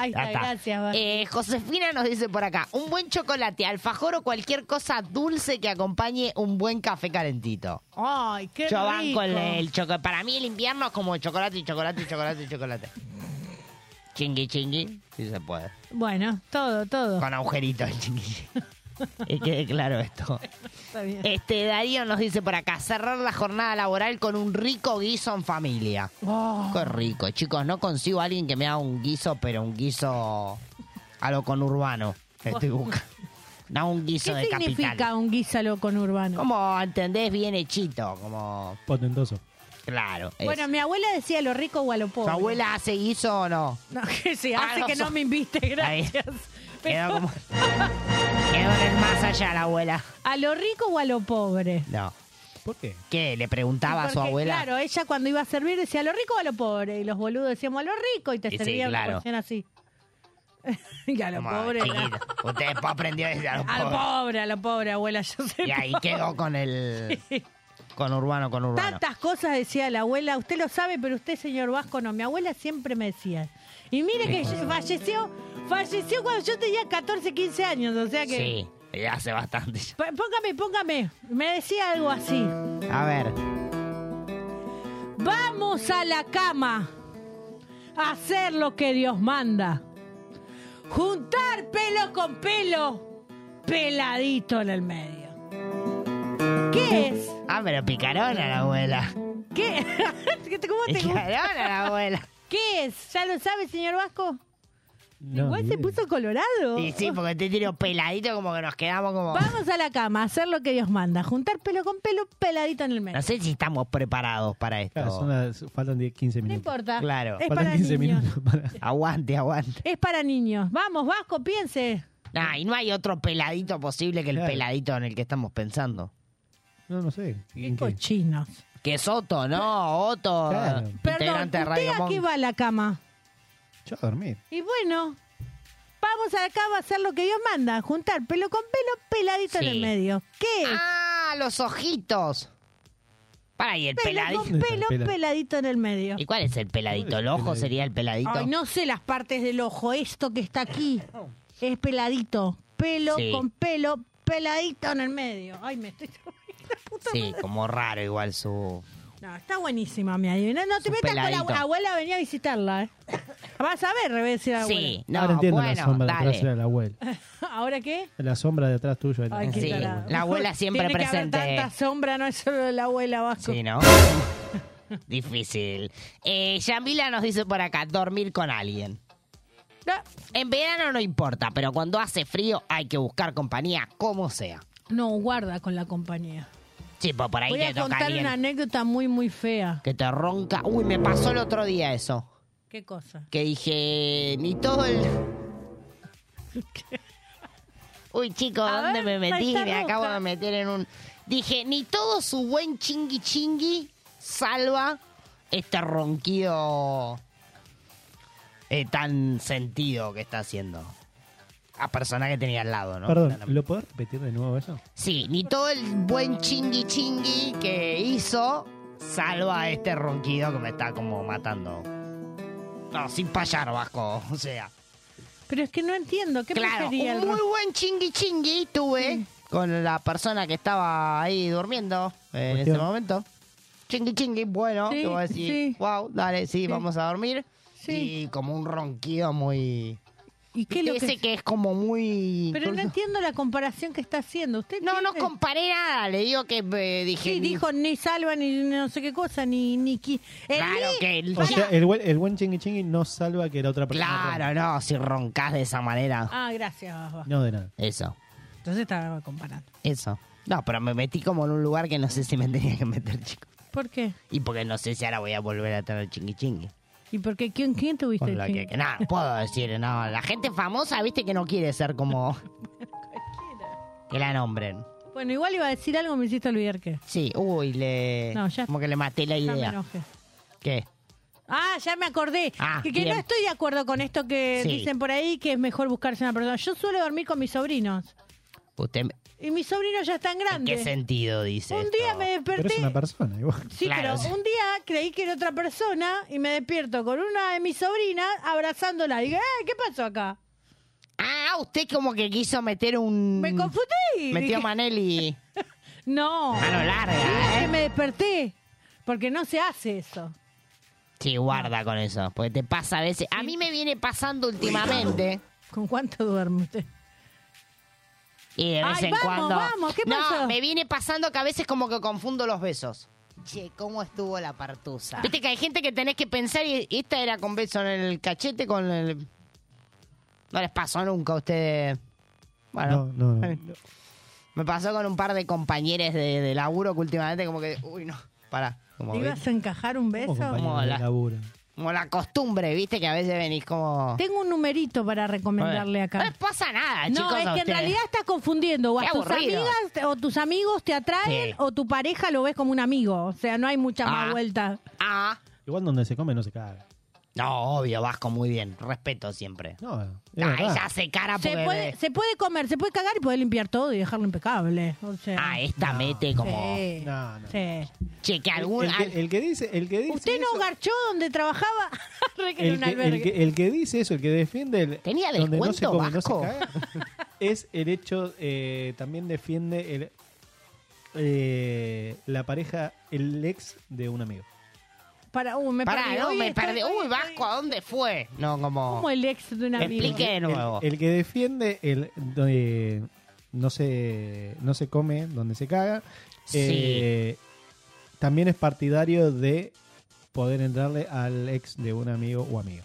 Speaker 3: Ahí
Speaker 4: ya
Speaker 3: está,
Speaker 4: está.
Speaker 3: gracias. Bar-
Speaker 4: Eh, Josefina nos dice por acá, un buen chocolate, alfajor o cualquier cosa dulce que acompañe un buen café calentito.
Speaker 3: Oh. Ay, qué
Speaker 4: Yo
Speaker 3: rico.
Speaker 4: banco el, chocolate. Para mí el invierno es como chocolate y chocolate y chocolate y chocolate. Chingui, chingui. Sí se puede.
Speaker 3: Bueno, todo, todo.
Speaker 4: Con agujeritos, chingui. chingui. Y quede claro esto. Este Darío nos dice por acá, cerrar la jornada laboral con un rico guiso en familia. Qué rico, chicos, no consigo a alguien que me haga un guiso, pero un guiso a lo conurbano. Estoy buscando. No un guiso
Speaker 3: ¿Qué
Speaker 4: de capital.
Speaker 3: significa un guisalo con urbano?
Speaker 4: Como entendés bien hechito, como
Speaker 5: Potentoso.
Speaker 4: claro. es-
Speaker 3: Bueno, mi abuela decía lo rico o a lo pobre.
Speaker 4: ¿Tu abuela hace guiso o no?
Speaker 3: No, que se
Speaker 4: Ah,
Speaker 3: hace
Speaker 4: no
Speaker 3: que
Speaker 4: so-
Speaker 3: no me invite, gracias.
Speaker 4: Quedó como- quedó en el más allá la abuela.
Speaker 3: ¿A lo rico o a lo pobre?
Speaker 4: No.
Speaker 5: ¿Por qué?
Speaker 4: ¿Qué? ¿Le preguntaba a Ah, su
Speaker 3: Porque,
Speaker 4: abuela?
Speaker 3: Claro, ella cuando iba a servir decía a lo rico o a lo pobre. Y los boludos decíamos a lo rico y te
Speaker 4: Y sí,
Speaker 3: servían la
Speaker 4: claro.
Speaker 3: porción así. y a lo
Speaker 4: Como,
Speaker 3: pobre. era-
Speaker 4: chiquito, Usted después aprendió a decir a los
Speaker 3: A lo
Speaker 4: pobres.
Speaker 3: pobre, a lo pobre, abuela, yo sé.
Speaker 4: Y ahí
Speaker 3: pobre.
Speaker 4: quedó con el. Con Urbano, con Urbano.
Speaker 3: Tantas cosas decía la abuela, usted lo sabe, pero usted, señor Vasco, no. Mi abuela siempre me decía. Y mire que
Speaker 4: Sí.
Speaker 3: falleció, falleció cuando yo tenía 14, 15 años, o sea que...
Speaker 4: Sí, ya hace bastante. ya.
Speaker 3: P- Póngame, póngame. Me decía algo así.
Speaker 4: A ver.
Speaker 3: Vamos a la cama a hacer lo que Dios manda. Juntar pelo con pelo, peladito en el medio. ¿Qué es?
Speaker 4: Ah, pero picarona la abuela.
Speaker 3: ¿Qué? ¿Cómo te gusta?
Speaker 4: Picarona la abuela.
Speaker 3: ¿Qué es? ¿Ya lo sabe, señor Vasco?
Speaker 4: No,
Speaker 3: Igual se puso colorado.
Speaker 4: Y sí, porque te tiro peladito como que nos quedamos como.
Speaker 3: Vamos a la cama a hacer lo que Dios manda. Juntar pelo con pelo, peladito en el medio.
Speaker 4: No sé si estamos preparados para esto.
Speaker 5: Claro, son las- faltan 10, 15
Speaker 3: No
Speaker 5: minutos.
Speaker 3: importa.
Speaker 4: Claro.
Speaker 3: Es para niños.
Speaker 4: Aguante, aguante.
Speaker 3: Es para niños. Vamos, Vasco, piense.
Speaker 4: Nah, y no hay otro peladito posible que el peladito en el que estamos pensando.
Speaker 5: No, no sé. ¿En ¿Qué
Speaker 3: cochinos.
Speaker 4: Que es Otto, ¿no? Otto.
Speaker 5: Claro.
Speaker 3: Perdón,
Speaker 4: integrante de Radio
Speaker 3: ¿usted a qué
Speaker 4: Monk.
Speaker 3: va a la cama?
Speaker 5: Yo a dormir.
Speaker 3: Y bueno, vamos a la cama a hacer lo que Dios manda. Juntar pelo con pelo, peladito en
Speaker 4: Sí.
Speaker 3: el medio. ¿Qué?
Speaker 4: Ah, los ojitos. Para, y el
Speaker 3: Pelo
Speaker 4: peladito.
Speaker 3: con pelo, peladito en el medio.
Speaker 4: ¿Y cuál es el peladito? ¿El ojo sería el peladito?
Speaker 3: Ay, no sé las partes del ojo. Esto que está aquí
Speaker 5: Oh.
Speaker 3: es peladito. Pelo
Speaker 4: Sí.
Speaker 3: con pelo, peladito en el medio. Ay, me estoy...
Speaker 4: Sí, como raro igual su...
Speaker 3: No, está buenísima mi adivina. No te
Speaker 4: Su
Speaker 3: metas con
Speaker 4: peladito.
Speaker 3: la abuela, venía a visitarla, ¿eh? Vas a ver, le voy a decir a la
Speaker 4: Sí,
Speaker 3: abuela.
Speaker 5: Ahora entiendo la
Speaker 4: bueno,
Speaker 5: sombra de
Speaker 4: dale.
Speaker 5: atrás de la abuela.
Speaker 3: ¿Ahora qué?
Speaker 5: La sombra de atrás tuyo. de la-
Speaker 3: Ay, qué
Speaker 4: Sí,
Speaker 3: tarado.
Speaker 4: la abuela siempre
Speaker 3: Tiene Que haber
Speaker 4: presente.
Speaker 3: tanta sombra, no es solo de la abuela Vasco.
Speaker 4: Sí, ¿no? Difícil. Eh, Yamila nos dice por acá, dormir con alguien. En verano no importa, pero cuando hace frío hay que buscar compañía, como sea.
Speaker 3: No, guarda con la compañía.
Speaker 4: Sí, pues por ahí
Speaker 3: Voy
Speaker 4: te
Speaker 3: a
Speaker 4: toca
Speaker 3: contar
Speaker 4: alguien
Speaker 3: una anécdota muy, muy fea.
Speaker 4: que te ronca. Uy, me pasó el otro día eso.
Speaker 3: ¿Qué cosa?
Speaker 4: Que dije, ni todo el... Uy, chicos,
Speaker 3: A
Speaker 4: ¿dónde
Speaker 3: ver,
Speaker 4: me metí?
Speaker 3: ahí Ah, está
Speaker 4: Me acabo
Speaker 3: Roja.
Speaker 4: de meter en un... Dije, ni todo su buen chingui chingui salva este ronquido eh, tan sentido que está haciendo. A persona que tenía al lado, ¿no?
Speaker 5: Perdón, ¿lo puedo repetir de nuevo eso?
Speaker 4: Sí, ni todo el buen chingui chingui que hizo salva este ronquido que me está como matando. No, sin payar, Vasco, o sea.
Speaker 3: Pero es que no entiendo. ¿Qué
Speaker 4: Claro,
Speaker 3: prefería
Speaker 4: un
Speaker 3: el
Speaker 4: muy buen chingui chingui tuve con la persona que estaba ahí durmiendo eh, en
Speaker 5: Cuestión.
Speaker 4: ese momento. Chingui chingui, bueno,
Speaker 3: Sí,
Speaker 4: te voy a decir,
Speaker 3: sí.
Speaker 4: wow, dale, sí,
Speaker 3: Sí.
Speaker 4: vamos a dormir.
Speaker 3: Sí.
Speaker 4: Y como un ronquido muy...
Speaker 3: ¿Y qué es lo
Speaker 4: Ese
Speaker 3: que-
Speaker 4: que... es como muy...
Speaker 3: Pero no entiendo la comparación que está haciendo. Usted
Speaker 4: No, no
Speaker 3: tiene-
Speaker 4: comparé nada, le digo que eh, dije...
Speaker 3: Sí,
Speaker 4: ni-
Speaker 3: dijo ni salva, ni no sé qué cosa, ni... ni qui- El
Speaker 4: Claro
Speaker 3: ni-
Speaker 4: que...
Speaker 5: O sea, eh, el, buen- el buen chingui chingui no salva que la otra persona.
Speaker 4: Claro, no, si roncas de esa manera.
Speaker 3: Ah, gracias, Vasco.
Speaker 5: No, de nada.
Speaker 4: Eso,
Speaker 3: Entonces estaba comparando.
Speaker 4: eso. No, pero me metí como en un lugar que no sé si me tenía que meter, chicos.
Speaker 3: ¿Por qué?
Speaker 4: Y porque no sé si ahora voy a volver a tener chingui chingui.
Speaker 3: ¿Y por qué? ¿Quién, quién tuviste?
Speaker 4: Con lo que, que nada, puedo decir, no. La gente famosa, viste, que no quiere ser como. que la nombren.
Speaker 3: Bueno, igual iba a decir algo, me hiciste olvidar qué.
Speaker 4: Sí, uy, le.
Speaker 3: No, ya-
Speaker 4: como que le maté la
Speaker 3: Ya me
Speaker 4: idea.
Speaker 3: enojé.
Speaker 4: ¿Qué?
Speaker 3: Ah, ya me acordé.
Speaker 4: Ah,
Speaker 3: que que
Speaker 4: bien.
Speaker 3: no estoy de acuerdo con esto que
Speaker 4: Sí.
Speaker 3: dicen por ahí, que es mejor buscarse una persona. Yo suelo dormir con mis sobrinos.
Speaker 4: Usted. me-
Speaker 3: Y mis sobrinos ya están
Speaker 4: ¿En
Speaker 3: grandes.
Speaker 4: qué Pues sentido dice?
Speaker 3: un día me desperté.
Speaker 5: Pero es una persona igual.
Speaker 3: Sí,
Speaker 4: Claro,
Speaker 3: pero
Speaker 4: sí.
Speaker 3: un día creí que era otra persona y me despierto con una de mis sobrinas abrazándola. Y dije, "Eh, ¿qué pasó acá?
Speaker 4: Ah, usted como que quiso meter un.
Speaker 3: Me confundí.
Speaker 4: Metió
Speaker 3: Dije,
Speaker 4: a Manelli.
Speaker 3: No.
Speaker 4: Mano larga,
Speaker 3: Dije,
Speaker 4: ¿eh?
Speaker 3: Me desperté. Porque no se hace eso.
Speaker 4: Sí, guarda con eso. Porque te pasa a veces. A mí me viene pasando últimamente.
Speaker 3: ¿Con cuánto duerme usted?
Speaker 4: Y de vez
Speaker 3: Ay,
Speaker 4: en
Speaker 3: vamos,
Speaker 4: cuando.
Speaker 3: vamos, ¿qué pasó?
Speaker 4: No, me viene pasando que a veces como que confundo los besos. Che, ¿cómo estuvo la partusa? Viste que hay gente que tenés que pensar y y esta era con beso en el cachete, con el. No les pasó nunca a ustedes. Bueno.
Speaker 5: No, no,
Speaker 4: eh. Me pasó con un par de compañeros de, de laburo que últimamente como que. Uy, no. Pará. Como,
Speaker 3: ¿Te ibas a encajar un beso?
Speaker 4: Como la- como la costumbre, viste, que a veces venís como.
Speaker 3: Tengo un numerito para recomendarle acá.
Speaker 4: No les pasa nada,
Speaker 3: No, es que
Speaker 4: Ah, chicos. a
Speaker 3: en
Speaker 4: ustedes.
Speaker 3: realidad estás confundiendo. O a
Speaker 4: Qué
Speaker 3: tus
Speaker 4: aburrido.
Speaker 3: amigas te- o tus amigos te atraen
Speaker 5: Sí.
Speaker 3: o tu pareja lo ves como un amigo. O sea, no hay mucha más
Speaker 4: Ah.
Speaker 3: vuelta.
Speaker 4: Ah.
Speaker 5: Igual donde se come no se caga.
Speaker 4: No, obvio, Vasco, muy bien. Respeto siempre. Ah,
Speaker 5: No,
Speaker 4: Ay, ya hace cara
Speaker 3: Se
Speaker 4: porque-
Speaker 3: puede, se puede comer, se puede cagar y puede limpiar todo y dejarlo impecable. O sea,
Speaker 4: Ah, esta mete como.
Speaker 3: sí,
Speaker 5: No,
Speaker 3: sí.
Speaker 4: Che, que algún.
Speaker 5: El, que, el que dice, el que dice,
Speaker 3: ¿Usted no garchó donde trabajaba? Re que era
Speaker 5: el
Speaker 3: un
Speaker 5: que, el
Speaker 3: albergue.
Speaker 5: que- el que dice eso, el que defiende el
Speaker 4: Tenía
Speaker 5: donde no se
Speaker 4: descuento,
Speaker 5: come, no se
Speaker 4: Vasco.
Speaker 5: caga, es el hecho, eh, también defiende el eh, la pareja, el ex de un amigo.
Speaker 3: Para, uh, me
Speaker 4: Pará,
Speaker 3: perdí.
Speaker 4: no,
Speaker 3: Hoy
Speaker 4: me
Speaker 3: estoy-
Speaker 4: perdí. Uy, Vasco, ¿a dónde fue? No, como.
Speaker 3: Como el ex de un amigo.
Speaker 4: Explique de nuevo.
Speaker 5: El que defiende el eh, no se no se come donde se caga. eh, también es partidario de poder entrarle al ex de un amigo o amigo.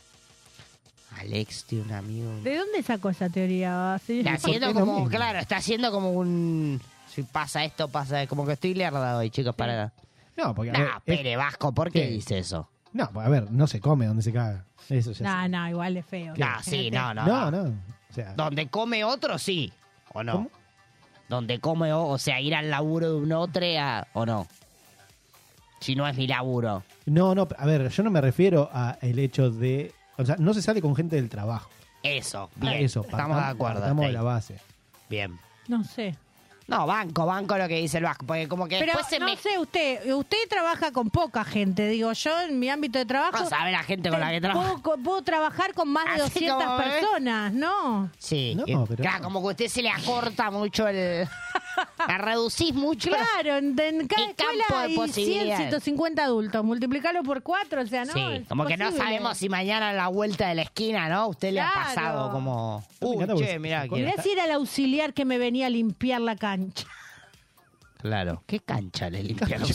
Speaker 4: Al ex de un amigo.
Speaker 3: ¿De dónde sacó esa teoría? Sí.
Speaker 4: Está haciendo como. Claro, está haciendo como un. Si pasa esto, pasa. Como que estoy lerda hoy, chicos, para.
Speaker 5: No, porque a ver,
Speaker 4: Nah,
Speaker 5: es-
Speaker 4: Pere Vasco, ¿por qué
Speaker 5: Sí.
Speaker 4: dice eso?
Speaker 5: No, a ver, no se come donde se caga. Eso ya
Speaker 3: No, no, igual es feo.
Speaker 4: No, Ah, sí, no, no.
Speaker 5: No, no. O sea,
Speaker 4: Donde come otro, sí. ¿O no? Donde come, o, o sea, ir al laburo de un otro, a- ¿o no? Si no es mi laburo.
Speaker 5: No, no, a ver, yo no me refiero a el hecho de, o sea, no se sale con gente del trabajo.
Speaker 4: Eso, bien.
Speaker 5: Ah, Eso,
Speaker 4: estamos de
Speaker 5: partamos-
Speaker 4: acuerdo.
Speaker 5: partamos de
Speaker 4: hasta
Speaker 5: la
Speaker 4: ahí.
Speaker 5: base.
Speaker 4: Bien.
Speaker 3: No sé.
Speaker 4: No, banco, banco lo que dice el Vasco, porque como que
Speaker 3: Pero
Speaker 4: después se
Speaker 3: no
Speaker 4: me...
Speaker 3: sé usted, usted trabaja con poca gente, digo yo en mi ámbito de trabajo.
Speaker 4: No sabe la gente con la que
Speaker 3: te-
Speaker 4: trabaja.
Speaker 3: Puedo, puedo trabajar con más de
Speaker 4: Así
Speaker 3: 200
Speaker 4: como ves.
Speaker 3: personas, ¿no?
Speaker 4: Sí. eh,
Speaker 3: No,
Speaker 4: que-
Speaker 3: pero-
Speaker 4: Claro, como que usted se le acorta mucho el... la reducís mucho.
Speaker 3: Claro, en, en cada
Speaker 4: El
Speaker 3: escuela
Speaker 4: campo de
Speaker 3: hay 100,
Speaker 4: posibilidades.
Speaker 3: 150 adultos, multiplicarlo por 4, o sea, no.
Speaker 4: sí,
Speaker 3: es
Speaker 4: como que no
Speaker 3: imposible.
Speaker 4: sabemos si mañana a la vuelta de la esquina, ¿no? A usted le ha
Speaker 3: Claro.
Speaker 4: pasado como...
Speaker 5: Me
Speaker 4: Uy,
Speaker 5: encanta porque
Speaker 4: che,
Speaker 5: se-
Speaker 4: mirá.
Speaker 5: se
Speaker 4: que-
Speaker 3: Mirá si era el auxiliar que me venía a limpiar la cancha.
Speaker 4: Claro, ¿qué cancha le limpiaron?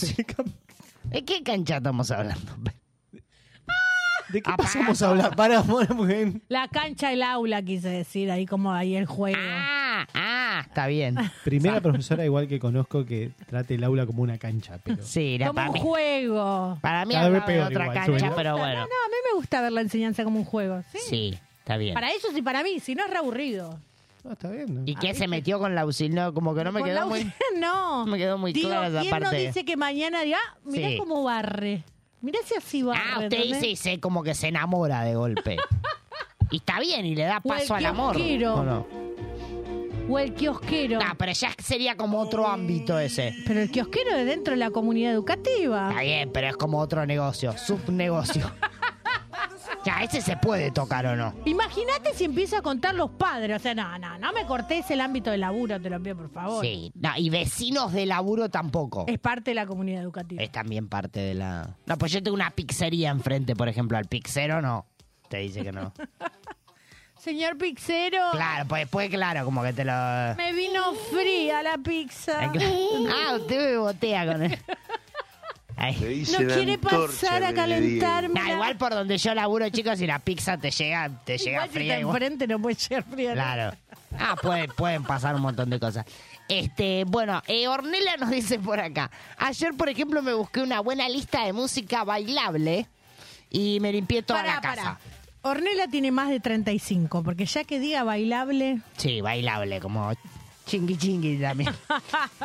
Speaker 4: ¿De qué cancha estamos hablando? Ah,
Speaker 5: ¿De
Speaker 4: qué
Speaker 5: pasamos a hablar? Para, para, porque-
Speaker 3: La cancha, el aula, quise decir, ahí como ahí el juego.
Speaker 4: Ah, ah, está bien.
Speaker 5: Primera profesora igual que conozco que trate el aula como una cancha, pero
Speaker 4: Sí, era
Speaker 3: como
Speaker 4: para
Speaker 3: un
Speaker 4: mí.
Speaker 3: juego.
Speaker 4: Para mí
Speaker 5: Cada
Speaker 4: hablaba
Speaker 5: vez
Speaker 4: de
Speaker 5: peor
Speaker 4: otra
Speaker 5: igual,
Speaker 4: cancha,
Speaker 5: suena.
Speaker 4: pero
Speaker 3: No, no, a
Speaker 4: bueno.
Speaker 3: mí me gusta ver la enseñanza como un juego. ¿sí?
Speaker 4: Sí, está bien.
Speaker 3: Para ellos y para mí, si no es reaburrido.
Speaker 5: no, está bien. ¿no?
Speaker 4: ¿Y qué se metió con la UCI? No, como que no
Speaker 3: Ah,
Speaker 4: me
Speaker 3: Con
Speaker 4: quedó
Speaker 3: la
Speaker 4: muy...
Speaker 3: auxiliar, No.
Speaker 4: me quedó muy
Speaker 3: Digo,
Speaker 4: clara esa
Speaker 3: ¿quién no
Speaker 4: parte.
Speaker 3: dice que mañana diga, ah, mirá
Speaker 4: Sí.
Speaker 3: cómo barre? Mirá si así barre.
Speaker 4: Ah, usted
Speaker 3: ¿entendés?
Speaker 4: dice y se- como que se enamora de golpe. y está bien, y le da
Speaker 3: O el
Speaker 4: paso al amor.
Speaker 3: kiosquero.
Speaker 4: ¿o no?
Speaker 3: O el kiosquero. Eh,
Speaker 4: Ah, pero ya sería como otro ámbito ese.
Speaker 3: Pero el kiosquero es dentro de la comunidad educativa.
Speaker 4: Está bien, pero es como otro negocio, subnegocio. ya, ese se puede tocar o no.
Speaker 3: Imagínate si empieza a contar los padres. O sea, no, no, no me cortes el ámbito de laburo, te lo pido por favor.
Speaker 4: Sí, no, y vecinos de laburo tampoco.
Speaker 3: Es parte de la comunidad educativa.
Speaker 4: Es también parte de la... No, pues yo tengo una pizzería enfrente, por ejemplo, al pizzero no. Te dice que no.
Speaker 3: Señor Pixero,
Speaker 4: claro, pues después, claro, como que te lo...
Speaker 3: me vino fría la pizza.
Speaker 4: Ah, claro. Ah, usted me botea con él.
Speaker 3: No quiere pasar a calentarme.
Speaker 4: Nah, Ah, igual por donde yo laburo, chicos, si la pizza te llega, te llega
Speaker 3: Igual si está
Speaker 4: fría. igual.
Speaker 3: enfrente no puede ser fría.
Speaker 4: Claro. Ah, puede- pueden pasar un montón de cosas. Este, bueno, eh, Ornella nos dice por acá. Ayer, por ejemplo, me busqué una buena lista de música bailable y me limpié toda
Speaker 3: Pará,
Speaker 4: la casa.
Speaker 3: pará. Ornella tiene más de 35, porque ya que diga bailable,
Speaker 4: Sí, bailable, como chingui chingui también.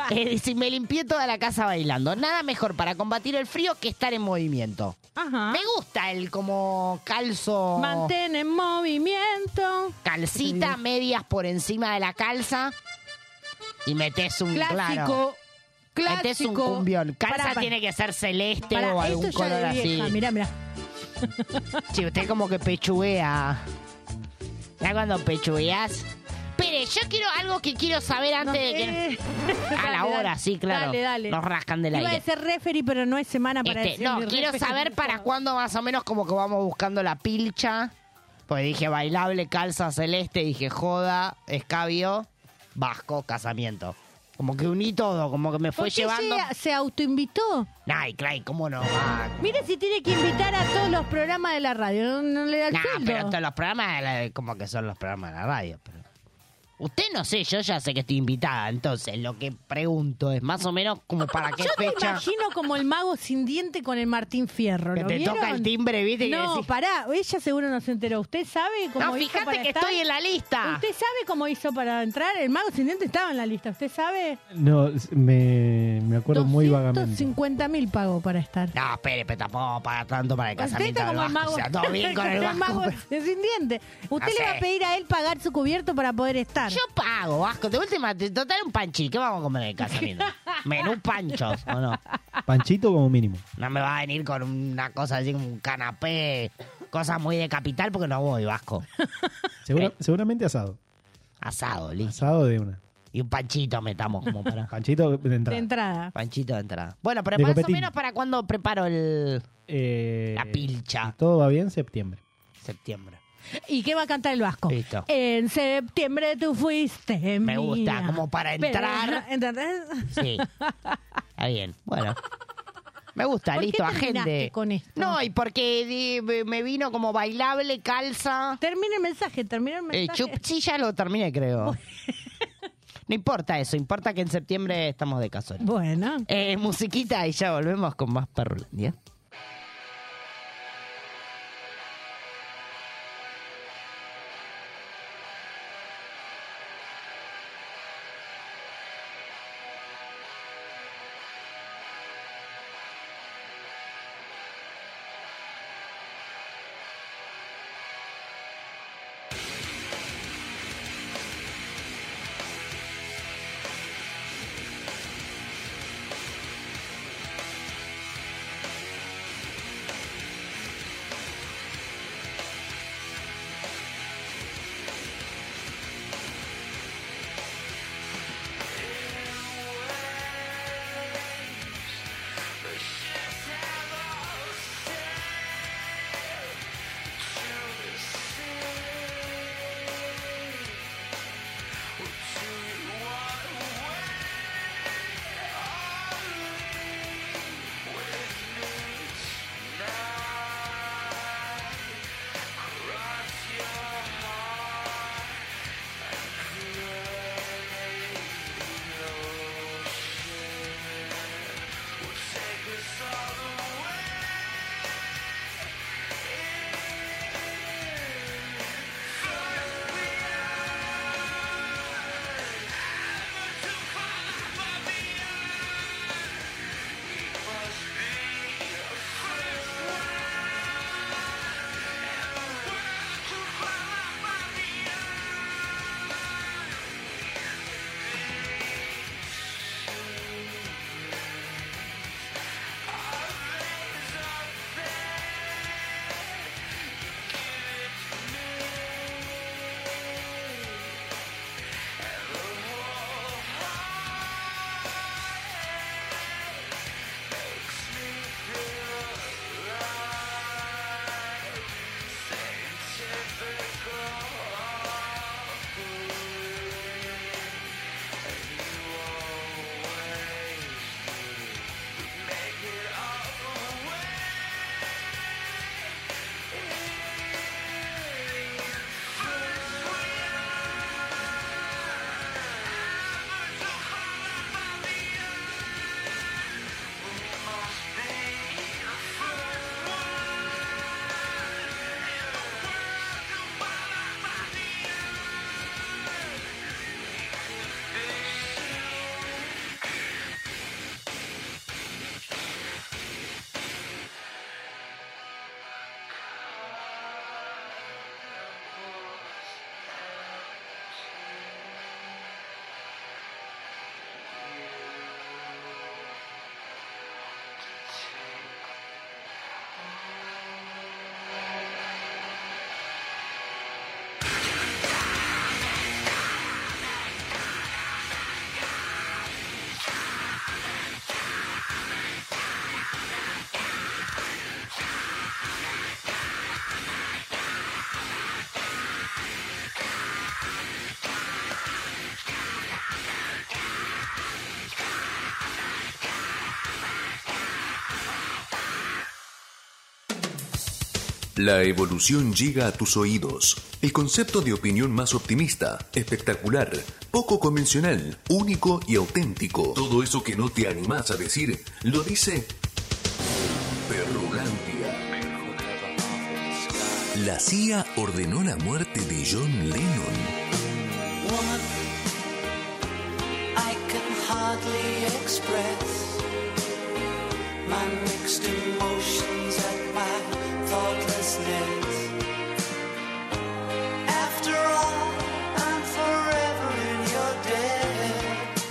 Speaker 4: Eh, dice, me limpié toda la casa bailando. Nada mejor para combatir el frío que estar en movimiento. Me gusta el como calzo.
Speaker 3: mantén en movimiento.
Speaker 4: calcita, medias por encima de la calza y metes un
Speaker 3: Clásico.
Speaker 4: Claro, metés un
Speaker 3: clásico.
Speaker 4: cumbión. Calza
Speaker 3: Pará, pará.
Speaker 4: tiene que ser celeste
Speaker 3: Pará,
Speaker 4: o algún
Speaker 3: esto ya
Speaker 4: color
Speaker 3: de vieja,
Speaker 4: así.
Speaker 3: Mirá, mirá.
Speaker 4: Sí, usted como que pechuguea. Ya cuando pechugueas. Pere, yo quiero algo que quiero saber antes de que.
Speaker 3: Eh,
Speaker 4: A la
Speaker 3: dale,
Speaker 4: hora,
Speaker 3: dale.
Speaker 4: sí, claro.
Speaker 3: Dale, dale.
Speaker 4: Nos rascan del
Speaker 3: Iba
Speaker 4: aire.
Speaker 3: a ser referee, pero no es semana para
Speaker 4: Este,
Speaker 3: decir
Speaker 4: no,
Speaker 3: ni
Speaker 4: quiero
Speaker 3: referee.
Speaker 4: saber para cuándo más o menos como que vamos buscando la pilcha. Pues dije bailable, calza celeste, dije joda, escabio. vasco casamiento. Como que uní todo, como que me fue
Speaker 3: ¿Por qué
Speaker 4: llevando.
Speaker 3: se, se autoinvitó?
Speaker 4: Ay, Clay, cómo no. Ah,
Speaker 3: Mire si tiene que invitar a todos los programas de la radio. No, no le da el
Speaker 4: nah,
Speaker 3: sueldo.
Speaker 4: pero todos los programas, de la- como que son los programas de la radio. pero- Usted no sé, yo ya sé que estoy invitada, entonces lo que pregunto es más o menos como para qué
Speaker 3: Yo te
Speaker 4: fecha.
Speaker 3: imagino como el mago sin diente con el Martín Fierro.
Speaker 4: Que
Speaker 3: ¿lo
Speaker 4: te
Speaker 3: vieron?
Speaker 4: toca el timbre, ¿viste? Y
Speaker 3: No,
Speaker 4: decís-
Speaker 3: pará, ella seguro no se enteró. ¿Usted sabe cómo
Speaker 4: No,
Speaker 3: hizo
Speaker 4: fíjate
Speaker 3: para
Speaker 4: que
Speaker 3: estar?
Speaker 4: estoy en la lista.
Speaker 3: ¿Usted sabe cómo hizo para entrar? El mago sin diente estaba en la lista. ¿Usted sabe?
Speaker 5: No, s- me, me acuerdo muy vagamente.
Speaker 3: 50 mil pagó para estar.
Speaker 4: No, espere, pero tampoco para tanto para el
Speaker 3: Usted
Speaker 4: casamiento
Speaker 3: está
Speaker 4: del
Speaker 3: Pues como el
Speaker 4: vasco.
Speaker 3: mago,
Speaker 4: O sea, todo bien con el
Speaker 3: está
Speaker 4: vasco.
Speaker 3: mago sin diente. Usted
Speaker 4: No
Speaker 3: le va
Speaker 4: sé.
Speaker 3: a pedir a él pagar su cubierto para poder estar.
Speaker 4: Yo pago, vasco. De última, te- total un panchi. ¿Qué vamos a comer en el casamiento? Menú panchos, ¿o no?
Speaker 5: Panchito como mínimo.
Speaker 4: No me va a venir con una cosa así como un canapé, cosas muy de capital porque no voy, vasco.
Speaker 5: Segura- Seguramente asado.
Speaker 4: Asado, listo.
Speaker 5: Asado de una.
Speaker 4: Y un panchito metamos como para...
Speaker 5: Panchito de entrada.
Speaker 3: entrada.
Speaker 4: Panchito de entrada. Bueno, pero
Speaker 5: De
Speaker 4: más
Speaker 5: copetín.
Speaker 4: o menos para cuándo preparo el...
Speaker 5: la
Speaker 4: pilcha.
Speaker 5: todo va bien, septiembre.
Speaker 4: Septiembre.
Speaker 3: ¿Y qué va a cantar el Vasco?
Speaker 5: Listo.
Speaker 3: En septiembre tú fuiste.
Speaker 4: Me gusta,
Speaker 3: mía.
Speaker 4: como para
Speaker 3: Pero,
Speaker 4: entrar.
Speaker 3: ¿Entendés?
Speaker 4: Sí. Está bien, bueno. Me gusta,
Speaker 3: ¿Por qué
Speaker 4: listo,
Speaker 3: terminaste
Speaker 4: agente.
Speaker 3: con esto?
Speaker 4: No, y porque di- me- me vino como bailable, calza.
Speaker 3: Termina el mensaje, termina el
Speaker 4: Eh,
Speaker 3: mensaje.
Speaker 4: chup, sí, ya lo terminé, creo. No importa eso, importa que en septiembre estamos de caso.
Speaker 3: Bueno.
Speaker 4: Eh, musiquita y ya volvemos con más ¿eh? Perrulandia.
Speaker 2: Quiero
Speaker 7: La evolución llega a tus oídos. El concepto de opinión más optimista, espectacular, poco convencional, único y auténtico. Todo eso que no te animás a decir, lo dice Perrulandia. La CIA ordenó la muerte de John Lennon.
Speaker 2: Woman, I can hardly express my mixed emotions at my thoughtlessness. After all, I'm forever in your debt.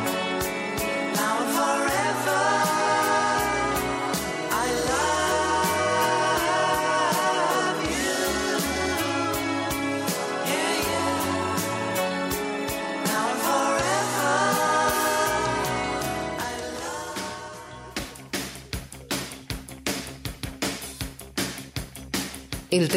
Speaker 2: Now and forever, I love you. Yeah, yeah. Now and forever.
Speaker 10: El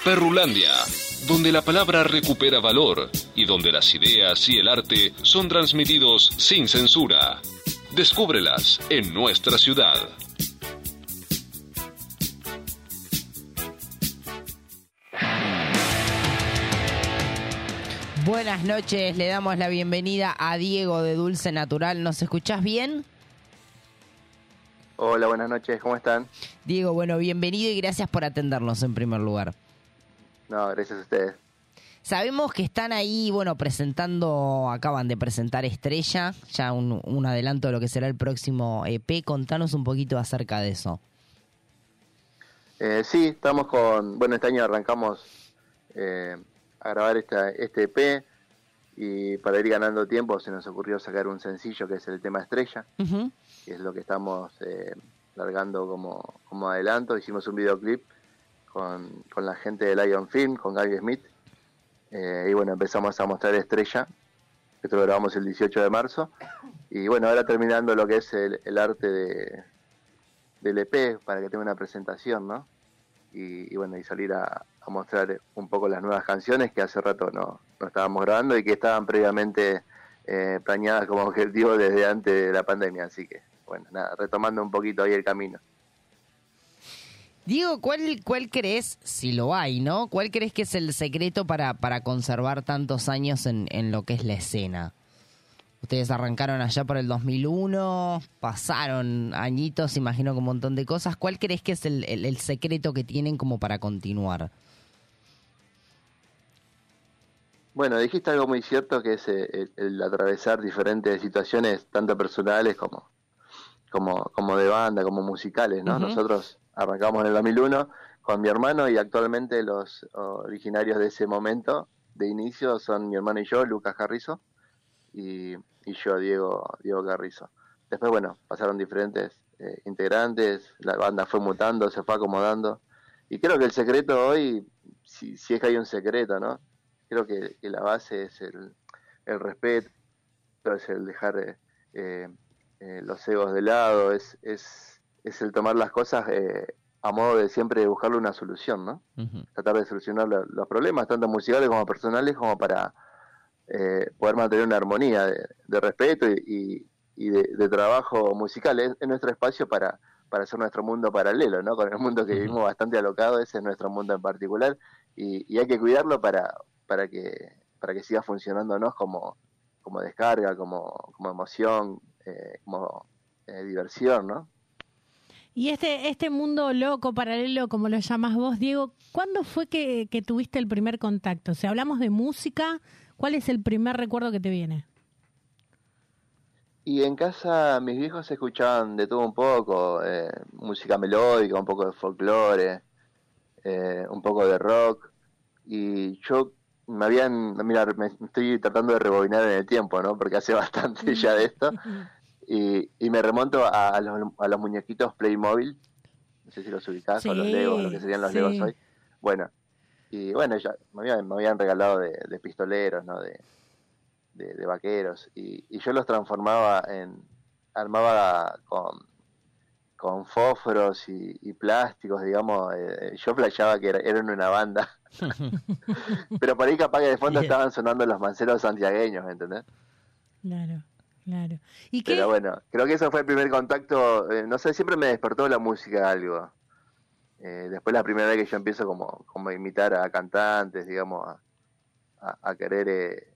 Speaker 13: Perrulandia, donde la palabra recupera valor y donde las ideas y el arte son transmitidos sin censura. Descúbrelas en nuestra ciudad.
Speaker 4: Buenas noches, le damos la bienvenida a Diego de Dulce Natural. ¿Nos escuchás bien?
Speaker 14: Hola, buenas noches, ¿cómo están?
Speaker 4: Diego, bueno, bienvenido y gracias por atendernos en primer lugar.
Speaker 14: No, gracias a ustedes.
Speaker 4: Sabemos que están ahí, bueno, presentando, acaban de presentar Estrella, ya un, un adelanto de lo que será el próximo EP. Contanos un poquito acerca de eso.
Speaker 14: Eh, sí, estamos con. Bueno, este año arrancamos eh, a grabar esta, este EP y para ir ganando tiempo se nos ocurrió sacar un sencillo que es el tema estrella, que es lo que estamos eh, largando como, como adelanto. Hicimos un videoclip con, con la gente de Lion Film, con Gaby Smith, eh, y bueno, empezamos a mostrar estrella. Esto lo grabamos el 18 de marzo. Y bueno, ahora terminando lo que es el, el arte de, del EP para que tenga una presentación, ¿no? Y, y bueno, y salir a, a mostrar un poco las nuevas canciones que hace rato no, no estábamos grabando y que estaban previamente eh, planeadas como objetivo desde antes de la pandemia. Así que, bueno, nada, retomando un poquito ahí el camino.
Speaker 4: Diego, ¿cuál, cuál crees, si lo hay, ¿no? ¿Cuál crees que es el secreto para, para conservar tantos años en, en lo que es la escena? Ustedes arrancaron allá por el 2001, pasaron añitos, imagino que un montón de cosas. ¿Cuál crees que es el, el- el secreto que tienen como para continuar?
Speaker 14: Bueno, dijiste algo muy cierto que es eh, el, el atravesar diferentes situaciones, tanto personales como, como, como de banda, como musicales, ¿no?
Speaker 15: Ujú.
Speaker 14: Nosotros arrancamos en el 2001 con mi hermano y actualmente los originarios de ese momento de inicio son mi hermano y yo, Lucas Carrizo, y, y yo, Diego, Diego Carrizo. Después, bueno, pasaron diferentes eh, integrantes, la banda fue mutando, se fue acomodando. Y creo que el secreto hoy, si, si es que hay un secreto, ¿no? Creo que, que la base es el, el respeto, es el dejar eh, eh, eh, los egos de lado, es, es, es el tomar las cosas eh, a modo de siempre buscarle una solución, ¿no? Tratar de solucionar lo- los problemas, tanto musicales como personales, como para eh, poder mantener una armonía de, de respeto y, y- y de, de trabajo musical. Es, es nuestro espacio para, para hacer nuestro mundo paralelo, ¿no? Con el mundo que vivimos bastante alocado, ese es nuestro mundo en particular, y, y hay que cuidarlo para, para, que, para que siga funcionándonos como, como descarga, como, como emoción, eh, como eh, diversión, ¿no?
Speaker 3: Y este, este mundo loco, paralelo, como lo llamás vos, Diego, ¿cuándo fue que, que tuviste el primer contacto? O sea, hablamos de música, ¿cuál es el primer recuerdo que te viene?
Speaker 14: Y en casa mis viejos escuchaban de todo un poco, eh, música melódica, un poco de folclore, eh, un poco de rock. Y yo me habían, mira, me estoy tratando de rebobinar en el tiempo, ¿no? Porque hace bastante ya de esto. Y, y me remonto a, a los, a los muñequitos Playmobil, no sé si los ubicás, o los
Speaker 15: Sí,
Speaker 14: Legos, lo que serían los
Speaker 15: sí.
Speaker 14: Legos hoy. Bueno, y bueno, ya me habían, me habían regalado de, de pistoleros, ¿no? De, de, de vaqueros. Y, y yo los transformaba en. armaba con, con fósforos y, y plásticos, digamos. eh, yo flasheaba que era- eran una banda. Pero por ahí capaz que de fondo estaban sonando los manceros santiagueños, ¿entendés?
Speaker 3: Claro, claro. ¿Y
Speaker 14: Pero bueno, creo que eso fue el primer contacto. eh, no sé, siempre me despertó la música algo. Eh, después la primera vez que yo empiezo como, como a imitar a cantantes, digamos, a, a- a querer eh,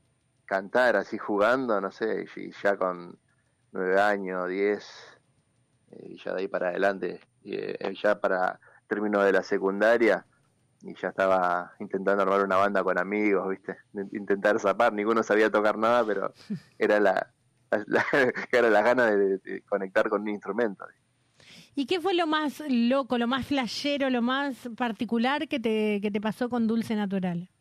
Speaker 14: cantar así jugando, no sé, y ya con nueve años, diez, eh, y ya de ahí para adelante, y, eh, ya para término de la secundaria, y ya estaba intentando armar una banda con amigos, ¿viste? De- Intentar zapar, ninguno sabía tocar nada, pero era la, la- la- era la gana de, de conectar con un instrumento.
Speaker 3: ¿Y qué fue lo más loco, lo más flashero, lo más particular que te, que te pasó con Dulce Natural?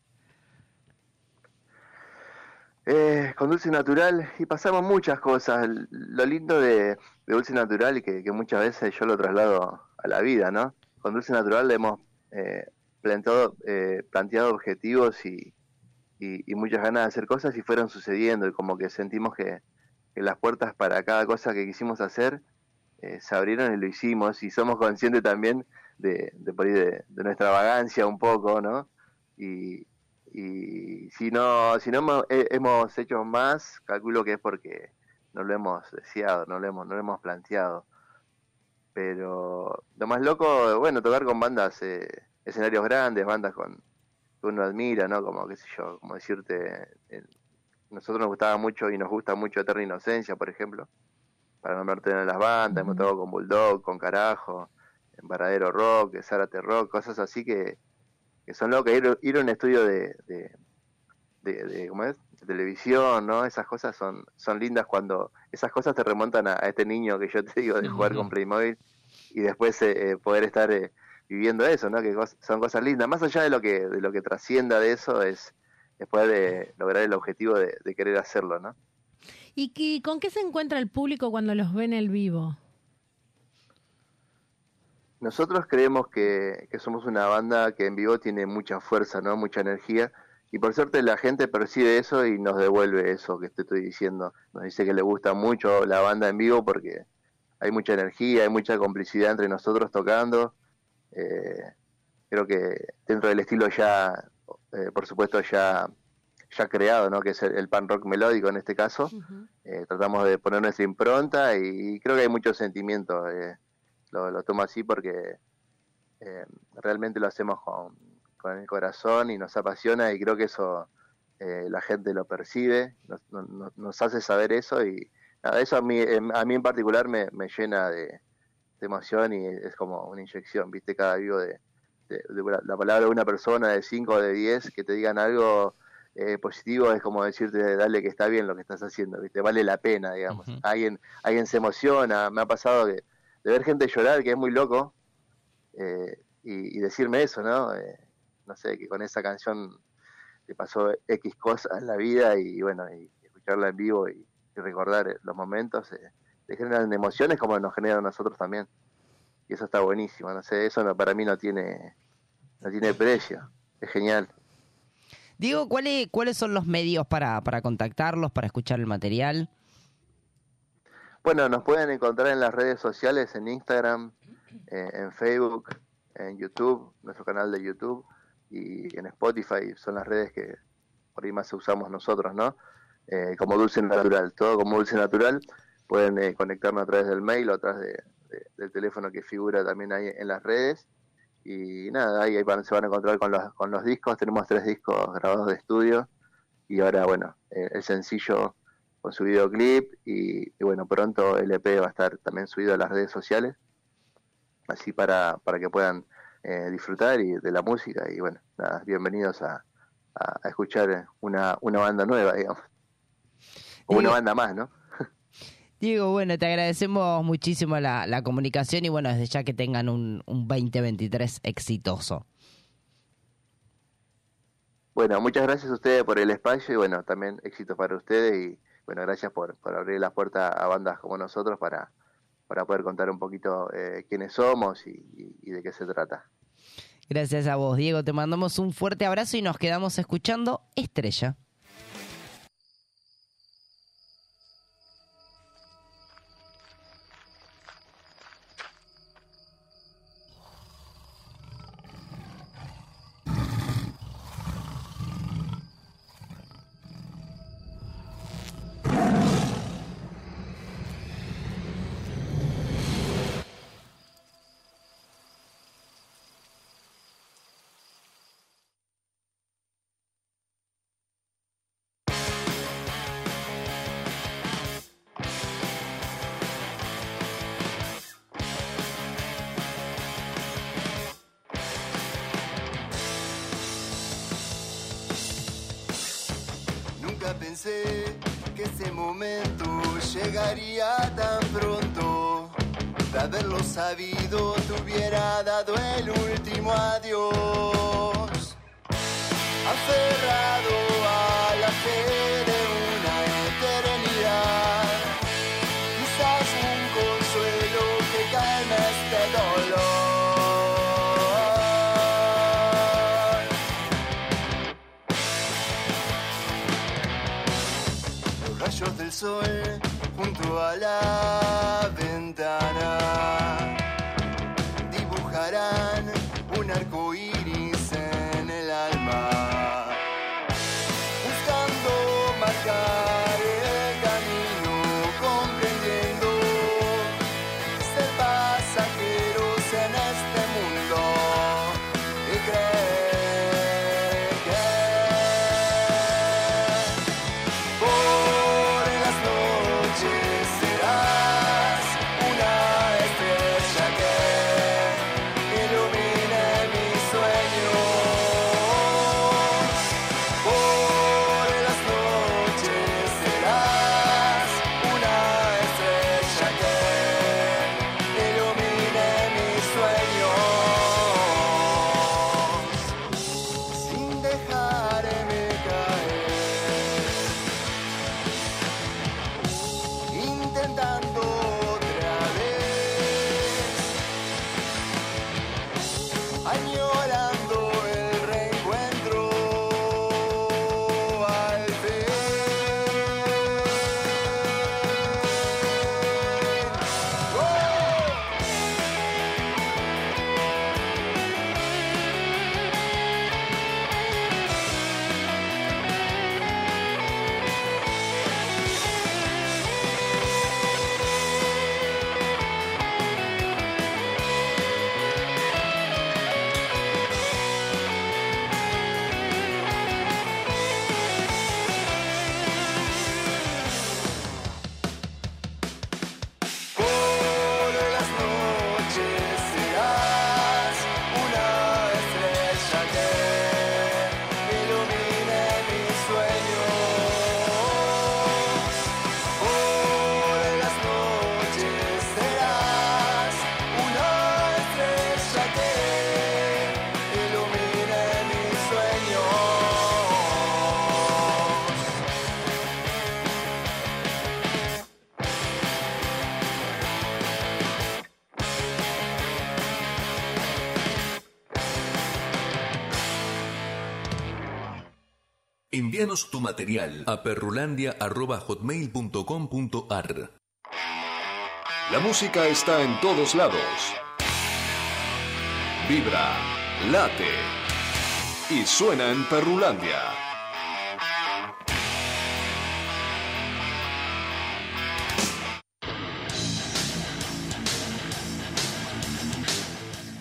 Speaker 14: Eh, con Dulce Natural, y pasamos muchas cosas. Lo lindo de, de Dulce Natural, que, que muchas veces yo lo traslado a la vida, ¿no? Con Dulce Natural le hemos eh, plantado, eh, planteado objetivos y, y- y muchas ganas de hacer cosas y fueron sucediendo, y como que sentimos que, que las puertas para cada cosa que quisimos hacer eh, se abrieron y lo hicimos, y somos conscientes también de, de, por ahí de- de nuestra vagancia un poco, ¿no? Y, y si no, si no hemo- he- hemos hecho más, calculo que es porque no lo hemos deseado, no lo hemos, no lo hemos planteado. Pero lo más loco, bueno, tocar con bandas, eh, escenarios grandes, bandas con que uno admira, ¿no? Como, qué sé yo, como decirte, eh, nosotros nos gustaba mucho y nos gusta mucho Eterna Inocencia, por ejemplo, para nombrarte una de las bandas, hemos tocado con Bulldog, con Carajo, en Varadero Rock, en Zárate Rock, cosas así que, que son locas, ir, ir a un estudio de, de, de- de- ¿cómo es? de televisión, ¿no? Esas cosas son, son lindas cuando esas cosas te remontan a, a este niño que yo te digo de jugar con Playmobil y después eh, eh, poder estar eh, viviendo eso, ¿no? Que cos- son cosas lindas. Más allá de lo que, de lo que trascienda de eso es, es poder eh, lograr el objetivo de, de querer hacerlo, ¿no?
Speaker 3: ¿Y, qué- con qué se encuentra el público cuando los ve en el vivo?
Speaker 14: Nosotros creemos que, que somos una banda que en vivo tiene mucha fuerza, ¿no? Mucha energía. Y por suerte la gente percibe eso y nos devuelve eso que te estoy diciendo. Nos dice que le gusta mucho la banda en vivo porque hay mucha energía, hay mucha complicidad entre nosotros tocando. Eh, creo que dentro del estilo ya, eh, por supuesto, ya, ya creado, ¿no? Que es el, el pan rock melódico en este caso. Eh, tratamos de poner nuestra impronta y, creo que hay mucho sentimiento. eh, lo, lo tomo así porque eh, realmente lo hacemos con, con el corazón y nos apasiona y creo que eso eh, la gente lo percibe, nos, no- no- nos hace saber eso y nada, eso a mí, em, a mí en particular me, me llena de, de emoción y es como una inyección, viste, cada vivo de, de- eh, de la, la palabra de una persona, de 5 o de 10, que te digan algo eh, positivo es como decirte, dale que está bien lo que estás haciendo, viste, vale la pena, digamos. alguien, alguien se emociona, me ha pasado que de ver gente llorar, que es muy loco, eh, y, y decirme eso, ¿no? Eh, no sé, que con esa canción te pasó X cosas en la vida y bueno, y escucharla en vivo y, y recordar los momentos, eh, te generan emociones como nos generan a nosotros también. Y eso está buenísimo, no sé, eso no- para mí no tiene, no tiene precio, es genial.
Speaker 4: Diego, ¿cuáles, ¿cuáles son los medios para, para contactarlos, para escuchar el material?
Speaker 14: Bueno, nos pueden encontrar en las redes sociales, en Instagram, eh, en Facebook, en YouTube, nuestro canal de YouTube y en Spotify. Son las redes que por ahí más usamos nosotros, ¿no? Eh, como Dulce Natural, todo como Dulce Natural. Pueden eh, conectarnos a través del mail o a través de- de- del teléfono que figura también ahí en las redes. Y nada, ahí, ahí van- se van a encontrar con los, con los discos. Tenemos tres discos grabados de estudio y ahora, bueno, eh, el sencillo con su videoclip y, y bueno, pronto el EP va a estar también subido a las redes sociales, así para, para que puedan eh, disfrutar y, de la música y bueno, nada, bienvenidos a, a- a escuchar una, una banda nueva, digamos, o una
Speaker 4: Digo-
Speaker 14: banda más, ¿no?
Speaker 4: Diego, bueno, te agradecemos muchísimo la, la comunicación y bueno, desde ya que tengan un, un 2023 exitoso.
Speaker 14: Bueno, muchas gracias a ustedes por el espacio y bueno, también éxitos para ustedes y bueno, gracias por, por abrir las puertas a bandas como nosotros para, para poder contar un poquito eh, quiénes somos y- y- y de qué se trata.
Speaker 4: Gracias a vos, Diego. Te mandamos un fuerte abrazo y nos quedamos escuchando Estrella.
Speaker 15: Nunca pensé que ese momento llegaría tan pronto. De haberlo sabido, te hubiera dado el último adiós. Aferrado a la fe de una eternidad. Quizás un consuelo que calma este dolor. los rayos del sol junto a la ventana dibujarán un arco iris en el alma, buscando marcar el camino, comprendiendo ser pasajeros en este mundo y creer que por las noches serás una estrella.
Speaker 7: Envíanos tu material a perrulandia.hotmail.com.ar
Speaker 13: La música está en todos lados. Vibra, late y suena en Perrulandia.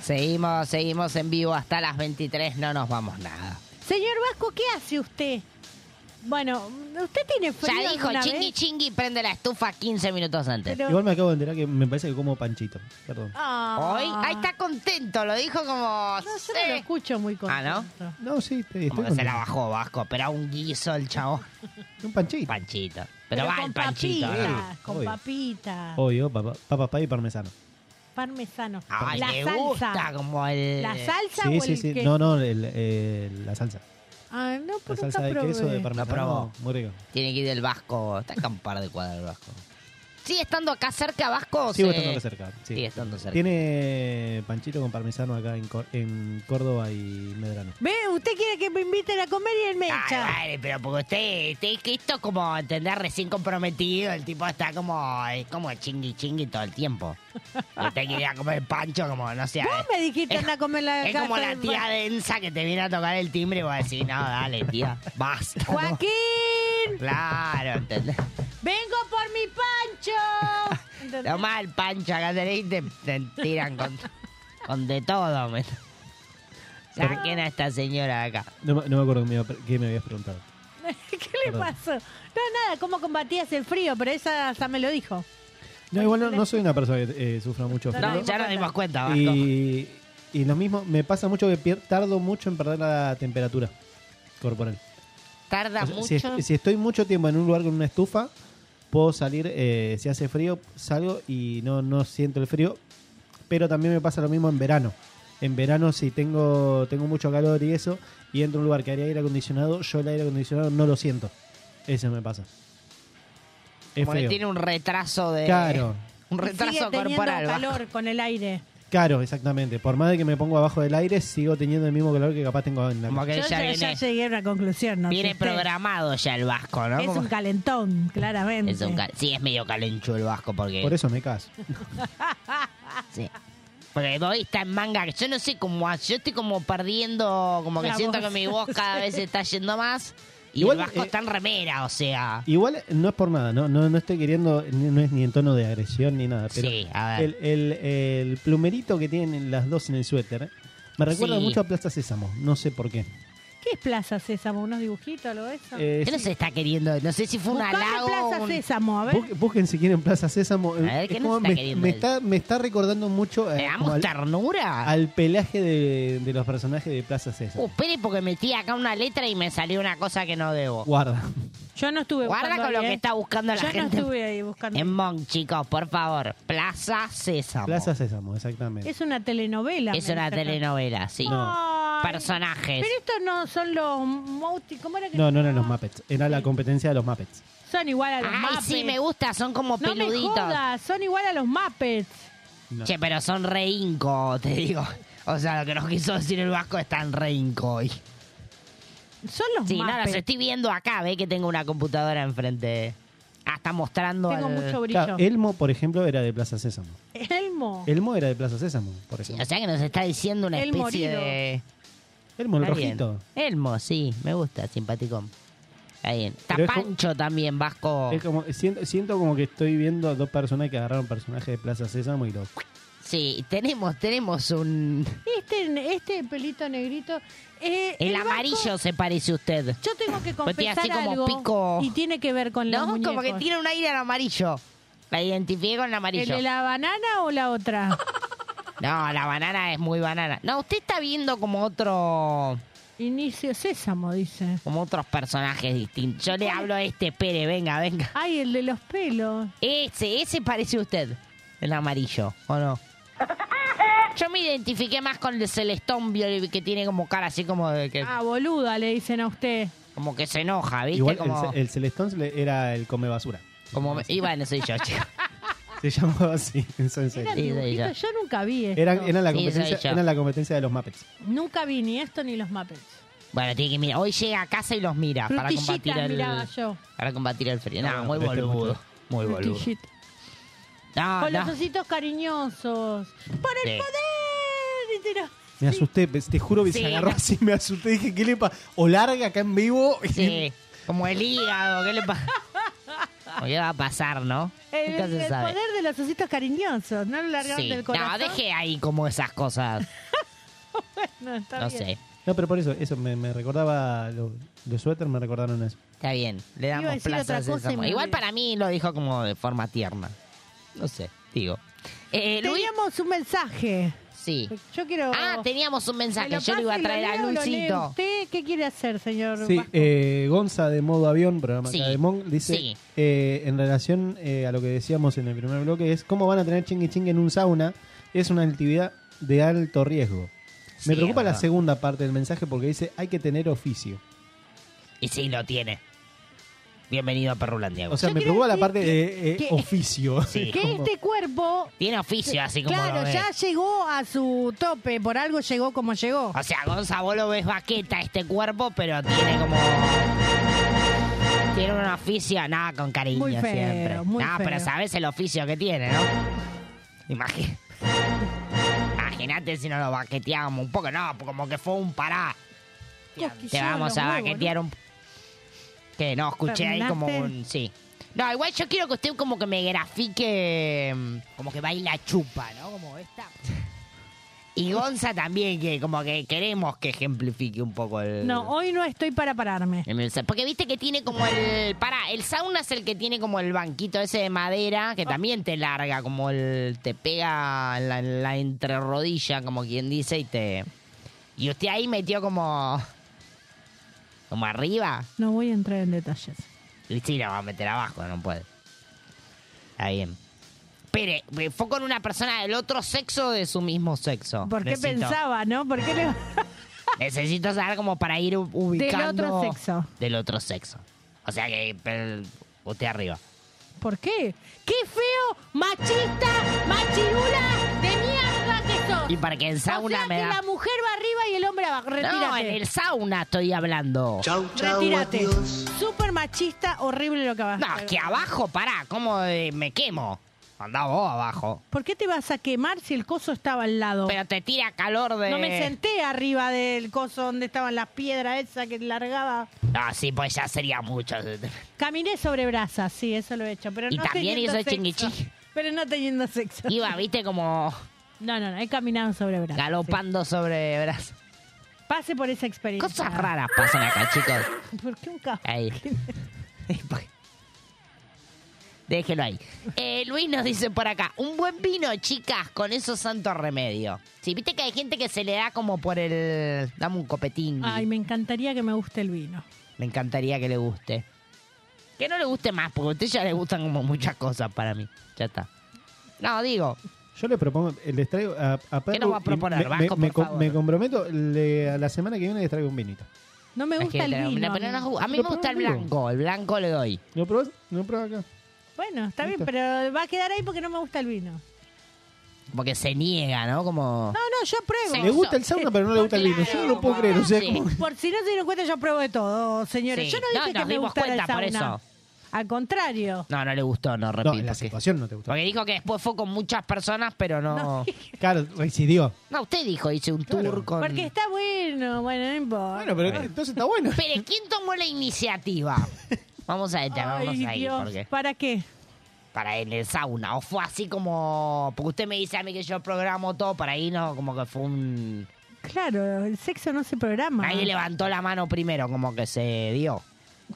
Speaker 4: Seguimos, seguimos en vivo hasta las 23, no nos vamos nada.
Speaker 3: Señor Vasco, ¿qué hace usted? Bueno, usted tiene frío.
Speaker 4: Ya dijo,
Speaker 3: alguna
Speaker 4: chingui
Speaker 3: vez?
Speaker 4: chingui, prende la estufa 15 minutos antes.
Speaker 5: Igual me acabo de enterar que me parece que como panchito. Perdón.
Speaker 4: Hoy, ahí está contento, lo dijo como... No, yo lo
Speaker 3: escucho muy
Speaker 4: contento. ¿Ah,
Speaker 5: no? No, sí, te
Speaker 4: Como que se la bajó Vasco, pero a un guiso el chabón.
Speaker 5: Un panchito.
Speaker 4: Panchito. Pero, va
Speaker 3: con
Speaker 4: el panchito.
Speaker 3: papitas,
Speaker 4: ¿no?
Speaker 3: con
Speaker 5: Obvio.
Speaker 3: papitas,
Speaker 5: Obvio, papá, papá, y parmesano.
Speaker 3: parmesano.
Speaker 4: Ay,
Speaker 3: la
Speaker 4: me
Speaker 3: salsa.
Speaker 4: gusta como el...
Speaker 3: La salsa
Speaker 5: Sí,
Speaker 3: o
Speaker 5: sí,
Speaker 3: el
Speaker 5: sí.
Speaker 3: que-
Speaker 5: No, no, el- el- la salsa.
Speaker 3: Ah, no,
Speaker 5: La
Speaker 3: pues
Speaker 5: salsa
Speaker 3: nunca
Speaker 5: de
Speaker 3: probé.
Speaker 5: queso de parmesano.
Speaker 4: No probó.
Speaker 5: Muy rico.
Speaker 4: Tiene que ir del Vasco, está acá un par de cuadras el Vasco. ¿Sigue estando acá cerca Vasco? o
Speaker 5: Sigo
Speaker 4: se-
Speaker 5: estando acá cerca. Sí.
Speaker 4: Sigue estando cerca.
Speaker 5: Tiene panchito con parmesano acá en, Cor- en Córdoba y Medrano.
Speaker 3: Ve, usted quiere que me inviten a comer y él me echa.
Speaker 4: Ay, pero porque usted, usted que esto es como entender recién comprometido, el tipo está como, es como chingui chingui todo el tiempo. Usted quería comer pancho como, no sé.
Speaker 3: Vos me dijiste anda a comer la
Speaker 4: Es como
Speaker 3: carta
Speaker 4: la
Speaker 3: de-
Speaker 4: tía densa que te viene a tocar el timbre y vos decís, no, dale, tía, basta. ¿no?
Speaker 3: Joaquín,
Speaker 4: Claro, ¿entendés?
Speaker 3: vengo por mi pancho. ¿Entendés?
Speaker 4: Toma el pancho acá tenés y te, te tiran con, con de todo. men. Saquen a esta señora de acá.
Speaker 5: No, me- no me acuerdo qué me, iba a pre- qué me habías preguntado.
Speaker 3: ¿Qué le
Speaker 5: Perdón.
Speaker 3: pasó? No, nada, cómo combatías el frío, pero esa hasta me lo dijo.
Speaker 5: No, igual no, no soy una persona que eh, sufra mucho
Speaker 3: No,
Speaker 5: frío.
Speaker 4: Ya nos dimos cuenta, Vasco.
Speaker 5: Y, y lo mismo, me pasa mucho que pier- tardo mucho en perder la temperatura corporal.
Speaker 4: Tarda
Speaker 5: O sea, si,
Speaker 4: mucho.
Speaker 5: si estoy mucho tiempo en un lugar con una estufa, puedo salir, eh, si hace frío, salgo y no, no siento el frío. Pero también me pasa lo mismo en verano. En verano, si tengo, tengo mucho calor y eso, y entro a un lugar que haría aire acondicionado, yo el aire acondicionado no lo siento. Eso me pasa. Es
Speaker 4: como que
Speaker 5: feo.
Speaker 4: tiene un retraso de.
Speaker 5: Claro.
Speaker 4: Un
Speaker 3: Sigue
Speaker 4: retraso
Speaker 3: teniendo
Speaker 4: corporal. Vasco.
Speaker 3: calor con el aire.
Speaker 5: Claro, exactamente. Por más de que me pongo abajo del aire, sigo teniendo el mismo calor que capaz tengo en la
Speaker 4: Como que
Speaker 3: Yo
Speaker 4: ya
Speaker 3: ya,
Speaker 4: viene,
Speaker 3: ya llegué a una conclusión, ¿no?
Speaker 4: viene
Speaker 3: Si usted-
Speaker 4: programado ya el Vasco, ¿no?
Speaker 3: Es
Speaker 4: Como-
Speaker 3: un calentón, claramente.
Speaker 4: es un cal- sí, es medio calencho el Vasco porque.
Speaker 5: Por eso me caso.
Speaker 4: Sí. Porque vos está en manga. Yo no sé cómo hace. Yo estoy como perdiendo. Como que
Speaker 3: La
Speaker 4: siento
Speaker 3: voz.
Speaker 4: que mi voz cada vez está yendo más. Y
Speaker 5: Igual,
Speaker 4: el Vasco
Speaker 5: eh,
Speaker 4: está en remera, o sea.
Speaker 5: Igual eh, no es por nada, no, no, no estoy queriendo, ni- no es ni en tono de agresión ni nada, pero
Speaker 4: Sí, a ver.
Speaker 5: El, el, el plumerito que tienen las dos en el suéter ¿eh? me recuerda
Speaker 4: Sí.
Speaker 5: mucho a Plaza Sésamo, no sé por qué.
Speaker 3: ¿Qué es Plaza Sésamo? ¿Unos dibujitos, algo de eso?
Speaker 5: Eh,
Speaker 4: Yo no
Speaker 5: sí.
Speaker 4: se está queriendo. No sé si fue un
Speaker 3: Buscame
Speaker 4: halago.
Speaker 3: Plaza
Speaker 4: un-
Speaker 3: Sésamo, a ver.
Speaker 5: Bus- Busquen si quieren Plaza Sésamo. eh,
Speaker 4: ver,
Speaker 5: Es
Speaker 4: ¿qué nos
Speaker 5: como
Speaker 4: está
Speaker 5: me,
Speaker 4: queriendo
Speaker 5: me
Speaker 4: él?
Speaker 5: está, me está recordando mucho eh,
Speaker 4: ¿Le
Speaker 5: como
Speaker 4: damos
Speaker 5: al,
Speaker 4: ternura?
Speaker 5: al pelaje de, de los personajes de Plaza Sésamo.
Speaker 4: Uh, espere, porque metí acá una letra y me salió una cosa que no debo.
Speaker 5: Guarda.
Speaker 3: Yo no estuve
Speaker 4: Guarda
Speaker 3: buscando
Speaker 4: con lo
Speaker 3: ahí,
Speaker 4: que
Speaker 3: ¿eh?
Speaker 4: está buscando la
Speaker 3: Yo
Speaker 4: gente.
Speaker 3: no estuve ahí buscando.
Speaker 4: En Monk, chicos, por favor. Plaza Sésamo.
Speaker 5: Plaza Sésamo, exactamente.
Speaker 3: Es una telenovela.
Speaker 4: es
Speaker 3: me
Speaker 4: una
Speaker 3: dice acá.
Speaker 4: telenovela, sí.
Speaker 3: Ay,
Speaker 4: Personajes.
Speaker 3: Pero estos no son los Mouti, ¿cómo era que
Speaker 5: No, no eran los Muppets, era la competencia de los Muppets.
Speaker 3: Son igual a los
Speaker 4: Ay,
Speaker 3: Muppets.
Speaker 4: sí, me gusta. Son como
Speaker 3: No me
Speaker 4: peluditos.
Speaker 3: jodas, son igual a los Muppets.
Speaker 5: No.
Speaker 4: Che, pero son reinco, te digo. O sea, lo que nos quiso decir el vasco es tan reinco hoy.
Speaker 3: Son los
Speaker 4: Sí, no,
Speaker 3: Muppets.
Speaker 4: los estoy viendo acá. Ve que tengo una computadora enfrente. Ah, está mostrando
Speaker 3: Tengo
Speaker 4: al-
Speaker 3: mucho brillo.
Speaker 5: Claro, Elmo, por ejemplo, era de Plaza Sésamo.
Speaker 3: Elmo.
Speaker 5: Elmo era de Plaza Sésamo, por ejemplo.
Speaker 4: O sea que nos está diciendo una
Speaker 3: El
Speaker 4: especie
Speaker 3: morido.
Speaker 4: de...
Speaker 5: Elmo, el
Speaker 4: Está bien.
Speaker 5: rojito.
Speaker 4: Elmo, sí, me gusta, simpaticón. Está bien. Está
Speaker 5: Pero es como-
Speaker 4: Pancho también, Vasco.
Speaker 5: Es como, siento, siento como que estoy viendo a dos personas que agarraron personajes de Plaza Sésamo y lo...
Speaker 4: Sí, tenemos, tenemos un...
Speaker 3: Este, este pelito negrito. eh,
Speaker 4: El,
Speaker 3: Vasco-
Speaker 4: amarillo se parece a usted.
Speaker 3: yo tengo que
Speaker 4: Pues tiene
Speaker 3: confesar
Speaker 4: así como
Speaker 3: algo
Speaker 4: pico.
Speaker 3: y tiene que ver con los
Speaker 4: No, como que
Speaker 3: muñecos.
Speaker 4: tiene un aire al amarillo. La identifié con el
Speaker 3: ¿El
Speaker 4: amarillo.
Speaker 3: de la banana o la otra?
Speaker 4: No, la banana es muy banana. No, usted está viendo como otro...
Speaker 3: Inicio Sésamo, dice.
Speaker 4: Como otros personajes distintos. Yo le
Speaker 3: ¿Cuál es?
Speaker 4: hablo a este Pere, venga, venga.
Speaker 3: Ay, el de los pelos.
Speaker 4: Ese, ese parece a usted. El amarillo, ¿o no? Yo me identifiqué más con el celestón viol- que tiene como cara así como de que...
Speaker 3: Ah, boluda, le dicen a usted.
Speaker 4: Como que se enoja, ¿viste?
Speaker 5: Igual el
Speaker 4: como,
Speaker 5: ce- el, Celestón se le- era el come basura.
Speaker 4: como- Y bueno, soy yo, chico.
Speaker 5: Se llamaba así, eso en
Speaker 3: Eran
Speaker 5: serio.
Speaker 4: Sí, soy
Speaker 3: dibujitos, yo nunca vi esto.
Speaker 5: Eran, eran la
Speaker 4: Sí, soy
Speaker 5: competencia,
Speaker 4: yo.
Speaker 5: eran la competencia de los Muppets.
Speaker 3: Nunca vi ni esto ni los Muppets.
Speaker 4: Bueno, tiene que mirar. Hoy llega a casa y los mira para combatir
Speaker 3: Frutillitas
Speaker 4: el.
Speaker 3: miraba yo.
Speaker 4: Para combatir el frío. No,
Speaker 5: No,
Speaker 4: muy
Speaker 5: pero este
Speaker 4: boludo.
Speaker 5: mucho.
Speaker 4: Muy boludo.
Speaker 3: Frutillitas.
Speaker 4: No,
Speaker 3: Con los
Speaker 4: Ah, no.
Speaker 3: ositos cariñosos. ¡Por el
Speaker 5: Sí.
Speaker 3: poder! Y te lo-
Speaker 5: Me asusté, pe- te juro que
Speaker 3: Sí,
Speaker 5: se agarró
Speaker 3: no.
Speaker 5: así, me asusté. Dije, ¿qué le pasa? O larga acá en vivo.
Speaker 4: Sí, como el hígado, ¿qué le pasa? ¿Qué va a pasar, no?
Speaker 3: El,
Speaker 4: Nunca se
Speaker 3: el
Speaker 4: sabe.
Speaker 3: poder de los ositos cariñosos. No lo largaron
Speaker 4: Sí.
Speaker 3: Eh, del corazón.
Speaker 4: No, dejé ahí como esas cosas.
Speaker 3: No, está
Speaker 4: No
Speaker 3: bien.
Speaker 4: sé.
Speaker 5: No, pero por eso, eso me, me recordaba, lo- los suéteres me recordaron eso.
Speaker 4: Está bien, le
Speaker 3: Iba a
Speaker 4: damos
Speaker 3: decir otra
Speaker 4: plazas. a
Speaker 3: cosa y
Speaker 4: esa-
Speaker 3: me
Speaker 4: Igual
Speaker 3: olvidé.
Speaker 4: para mí lo dijo como de forma tierna. No sé, digo. Eh, Luis-
Speaker 3: Teníamos un mensaje.
Speaker 4: Sí.
Speaker 3: Yo quiero.
Speaker 4: Ah, teníamos un mensaje.
Speaker 3: ¿Me
Speaker 4: Yo le iba a
Speaker 3: pasa y
Speaker 4: traer a
Speaker 3: leo o lo lee
Speaker 4: Luisito.
Speaker 3: ¿Usted qué quiere hacer, señor?
Speaker 5: Sí,
Speaker 3: Vasco?
Speaker 5: eh, Gonza de modo avión, programa
Speaker 3: Sí.
Speaker 5: acá de Monk, dice
Speaker 3: Sí.
Speaker 5: eh, en relación eh, a lo que decíamos en el primer bloque, es cómo van a tener chingui chingui en un sauna, es una actividad de alto riesgo.
Speaker 4: Sí,
Speaker 5: Me
Speaker 4: es
Speaker 5: preocupa la
Speaker 4: verdad.
Speaker 5: segunda parte del mensaje porque dice hay que tener oficio.
Speaker 4: Y sí, lo tiene. Bienvenido a Perrulandia.
Speaker 5: O sea,
Speaker 4: Yo
Speaker 5: me
Speaker 4: quiero
Speaker 5: preocupa la
Speaker 4: decir
Speaker 5: parte
Speaker 4: que-
Speaker 5: de eh,
Speaker 4: que-
Speaker 5: oficio.
Speaker 4: Sí.
Speaker 3: Que
Speaker 5: Como-
Speaker 3: este cuerpo.
Speaker 4: Tiene oficio, así como
Speaker 3: Claro,
Speaker 4: lo ves.
Speaker 3: ya llegó a su tope. Por algo llegó como llegó.
Speaker 4: O sea, Gonza, vos lo ves vaqueta este cuerpo, pero tiene como... Tiene un oficio, nada, con cariño
Speaker 3: Muy feo,
Speaker 4: siempre.
Speaker 3: muy
Speaker 4: no, pero
Speaker 3: feo.
Speaker 4: sabes el oficio que tiene, ¿no? Imagi- Imagínate si no lo baqueteábamos un poco, no, como que fue un pará. Te vamos a baquetear un... Que no, escuché ahí como
Speaker 3: ¿Terminaste?
Speaker 4: un... Sí. No, igual yo quiero que usted como que me grafique, mm, como que baila chupa, ¿no? Como esta. Y Gonza también, que como que queremos que ejemplifique un poco el...
Speaker 3: No, hoy no estoy para pararme.
Speaker 4: el mensaje. Porque viste que tiene como el... Pará, el sauna es el que tiene como el banquito ese de madera,
Speaker 3: Ah.
Speaker 4: que también te larga, como el... Te pega en la, en la entrerodilla, como quien dice, y te... Y usted ahí metió como... Como arriba.
Speaker 3: No voy a entrar en detalles.
Speaker 4: Y sí, la va a meter abajo, no puede. Está bien. Espere, eh, fue con una persona del otro sexo o de su mismo sexo.
Speaker 3: ¿Por qué
Speaker 4: Necesito-
Speaker 3: pensaba, no? ¿Por qué le...
Speaker 4: Necesito saber como para ir u- ubicando.
Speaker 3: Del otro sexo.
Speaker 4: Del otro sexo. O sea que pero, usted arriba.
Speaker 3: ¿Por qué? ¡Qué feo, machista, machirula de mierda que sos!
Speaker 4: Y para que en sauna
Speaker 3: o sea
Speaker 4: me
Speaker 3: que
Speaker 4: da.
Speaker 3: la mujer va arriba y el hombre abajo. Retírate.
Speaker 4: No, en el sauna estoy hablando.
Speaker 3: Chau, chau, Retírate. adiós. Súper machista, horrible lo que vas
Speaker 4: No, es que abajo, pará, ¿cómo eh, me quemo? Andá vos abajo.
Speaker 3: ¿Por qué te vas a quemar si el coso estaba al lado?
Speaker 4: Pero te tira calor de.
Speaker 3: No me senté arriba del coso donde estaban las piedras esas que largaba.
Speaker 4: No, sí, pues ya sería mucho.
Speaker 3: Caminé sobre brasas, sí, eso lo he hecho. Pero
Speaker 4: Y
Speaker 3: no
Speaker 4: también
Speaker 3: teniendo
Speaker 4: hizo
Speaker 3: sexo.
Speaker 4: chinguichín.
Speaker 3: Pero no teniendo sexo.
Speaker 4: Iba, viste, como
Speaker 3: No, no, no, he caminado sobre brasas.
Speaker 4: galopando sobre brazos.
Speaker 3: sí. Pase por esa experiencia.
Speaker 4: Cosas raras pasan acá, chicos.
Speaker 3: ¿Por qué un ca-
Speaker 4: Ahí. Déjelo ahí. Eh, Luis nos dice por acá, un buen vino, chicas, con eso santo remedio. Sí, viste que hay gente que se le da como por el... Dame un copetín.
Speaker 3: Ay, me encantaría que me guste el vino.
Speaker 4: Me encantaría que le guste. Que no le guste más, porque a usted ya le gustan como muchas cosas para mí. Ya está. No, digo,
Speaker 5: Yo le propongo, eh, les traigo a, a Perru
Speaker 4: nos va a
Speaker 5: y
Speaker 4: proponer,
Speaker 5: me-
Speaker 4: Vasco,
Speaker 5: me, me
Speaker 4: por
Speaker 5: co-
Speaker 4: favor?
Speaker 5: me comprometo, le- a la semana que viene les traigo un vinito.
Speaker 3: No me
Speaker 4: Es que
Speaker 3: gusta el
Speaker 4: te-
Speaker 3: vino.
Speaker 4: una- pero no ju- a mí me gusta el blanco, el blanco le doy.
Speaker 5: ¿Lo probás? ¿No probás acá?
Speaker 3: Bueno, está bien, pero va a quedar ahí porque no me gusta el vino.
Speaker 4: Como que se niega, ¿no? Como...
Speaker 3: No, no, yo pruebo.
Speaker 5: Le gusta el sauna, pero no le gusta el vino. Yo no lo puedo creer, o sea,
Speaker 4: Sí.
Speaker 5: como-
Speaker 3: Por si no se dieron cuenta, yo pruebo de todo, señores.
Speaker 4: Sí.
Speaker 3: Yo no
Speaker 4: No,
Speaker 3: dije
Speaker 4: nos
Speaker 3: que me
Speaker 4: dimos
Speaker 3: gustara el
Speaker 4: cuenta, por
Speaker 3: sauna.
Speaker 4: eso.
Speaker 3: Al contrario.
Speaker 4: No, no le gustó, no, repito.
Speaker 5: la situación no te gustó.
Speaker 4: Porque dijo que después fue con muchas personas, pero no... No,
Speaker 5: Claro, residió.
Speaker 4: usted dijo, hice un tour con...
Speaker 3: Porque está bueno, bueno, no importa.
Speaker 5: Bueno, pero entonces está bueno.
Speaker 4: Pero ¿quién tomó la iniciativa? Vamos a esta, vamos a
Speaker 3: Ay,
Speaker 4: ir,
Speaker 3: Dios,
Speaker 4: porque...
Speaker 3: ¿para qué?
Speaker 4: Para en el sauna, o fue así como... Porque usted me dice a mí que yo programo todo, para ahí no, como que fue un...
Speaker 3: Claro, el sexo no se programa.
Speaker 4: Nadie levantó la mano primero, como que se dio.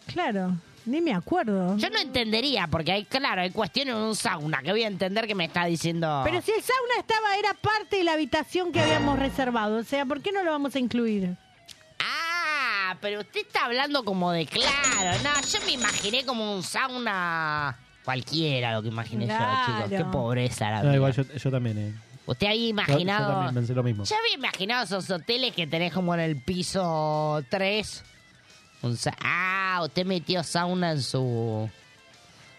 Speaker 3: Claro, ni me acuerdo.
Speaker 4: Yo no entendería, porque hay, claro, hay cuestiones en un sauna que voy a entender que me está diciendo...
Speaker 3: Pero si el sauna estaba, era parte de la habitación que habíamos reservado. O sea, ¿por qué no lo vamos a incluir?
Speaker 4: Ah, pero usted está hablando como de claro. No, yo me imaginé como un sauna cualquiera lo que imaginé yo,
Speaker 3: Claro.
Speaker 4: chicos. Qué pobreza la
Speaker 5: No,
Speaker 4: vida.
Speaker 5: igual yo, yo también. eh.
Speaker 4: Usted había
Speaker 5: Yo- Yo,
Speaker 4: imaginado.
Speaker 5: también pensé lo mismo.
Speaker 4: Yo había imaginado esos hoteles que tenés como en el piso 3. Un sa- ah, usted metió sauna en su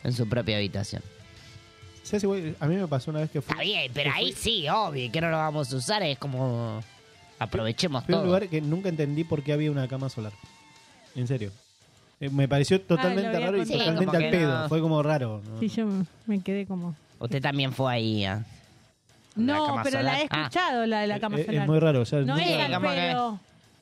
Speaker 4: en su propia habitación.
Speaker 5: ¿Sabes igual? A mí me pasó una vez que fui...
Speaker 4: Está bien, pero ahí sí, obvio, que no lo vamos a usar, es como Aprovechemos
Speaker 5: Fue un
Speaker 4: todo.
Speaker 5: lugar que nunca entendí por qué había una cama solar. En serio. Eh, Me pareció
Speaker 3: Ah,
Speaker 5: totalmente
Speaker 3: lo había
Speaker 5: raro y
Speaker 3: contado. Sí,
Speaker 5: totalmente
Speaker 3: como
Speaker 5: al
Speaker 3: que
Speaker 5: pedo.
Speaker 3: no.
Speaker 5: Fue como raro. ¿no?
Speaker 3: Sí, yo me quedé como.
Speaker 4: Usted también fue ahí, ¿ah?
Speaker 3: No,
Speaker 4: cama
Speaker 3: pero la
Speaker 4: solar.
Speaker 3: he
Speaker 4: Ah.
Speaker 3: escuchado, la de la cama
Speaker 5: Eh,
Speaker 3: solar.
Speaker 5: es muy raro. o sea,
Speaker 3: No
Speaker 5: nunca-
Speaker 3: es al pedo.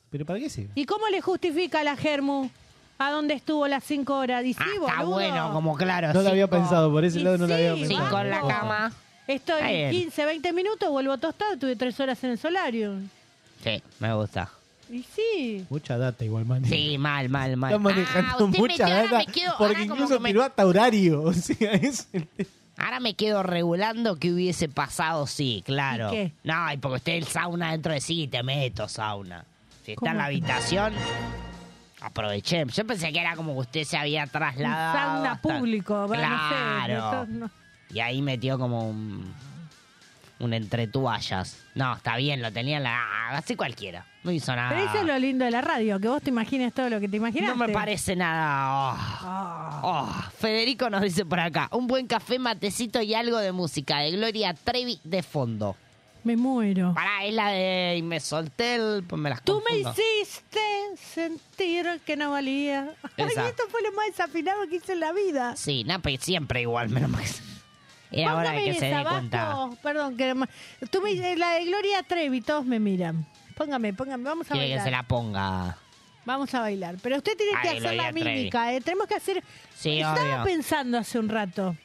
Speaker 5: ¿Pero para qué sirve?
Speaker 3: ¿Y cómo le justifica a la Germu a dónde estuvo las cinco horas? Dice,
Speaker 4: Ah, Está bueno, como claro.
Speaker 5: No lo había pensado, por ese
Speaker 3: Y
Speaker 5: lado no lo había
Speaker 3: sí,
Speaker 5: pensado.
Speaker 3: vamos. Estoy
Speaker 4: Está bien.
Speaker 3: 15, 20 minutos, vuelvo tostado, estuve tres horas en el solario.
Speaker 4: Sí, me gusta.
Speaker 3: Y sí.
Speaker 5: Mucha data igual, man.
Speaker 4: Sí, mal, mal, mal.
Speaker 5: Está manejando
Speaker 4: Ah, usted
Speaker 5: mucha
Speaker 4: metió, ahora
Speaker 5: data.
Speaker 4: me quedo-
Speaker 5: porque
Speaker 4: ahora como
Speaker 5: incluso
Speaker 4: que me-
Speaker 5: tiró hasta horario. O sea, es el
Speaker 4: Ahora me quedo regulando que hubiese pasado, sí, claro.
Speaker 5: ¿Y qué?
Speaker 4: No, y porque usted el sauna dentro de sí, te meto sauna. Si está
Speaker 3: ¿Cómo?
Speaker 4: en la habitación, aproveché. Yo pensé que era como que usted se había
Speaker 3: Un
Speaker 4: trasladado.
Speaker 3: sauna
Speaker 4: hasta-
Speaker 3: público, va,
Speaker 4: Claro.
Speaker 3: no sé. no-
Speaker 4: Y ahí metió como un, un entre toallas. No, está bien, lo tenía en la... Así cualquiera. No hizo nada.
Speaker 3: Pero eso es lo lindo de la radio, que vos te imagines todo lo que te imaginas.
Speaker 4: Ah. No me parece nada. Oh. Oh. Federico nos dice por acá, un buen café, matecito y algo de música de Gloria Trevi de fondo.
Speaker 3: Me muero.
Speaker 4: Pará, es la de y me solté el... pues me las
Speaker 3: Tú me
Speaker 4: confundo.
Speaker 3: hiciste sentir que no valía.
Speaker 4: Esa.
Speaker 3: Ay, esto fue lo más desafinado que hice en la vida.
Speaker 4: Sí, no, pues siempre igual, menos mal. Era hora de
Speaker 3: Póngame
Speaker 4: que se dé
Speaker 3: abajo.
Speaker 4: cuenta.
Speaker 3: Perdón, que ma- tú me dices la de Gloria Trevi, todos me miran. Póngame, póngame, vamos a
Speaker 4: Quiere que
Speaker 3: bailar.
Speaker 4: se la ponga.
Speaker 3: Vamos a bailar. Pero usted tiene que
Speaker 4: Ay,
Speaker 3: hacer la
Speaker 4: Gloria Trevi.
Speaker 3: mímica, ¿eh? Tenemos que hacer.
Speaker 4: Sí,
Speaker 3: Estaba
Speaker 4: obvio.
Speaker 3: pensando hace un rato.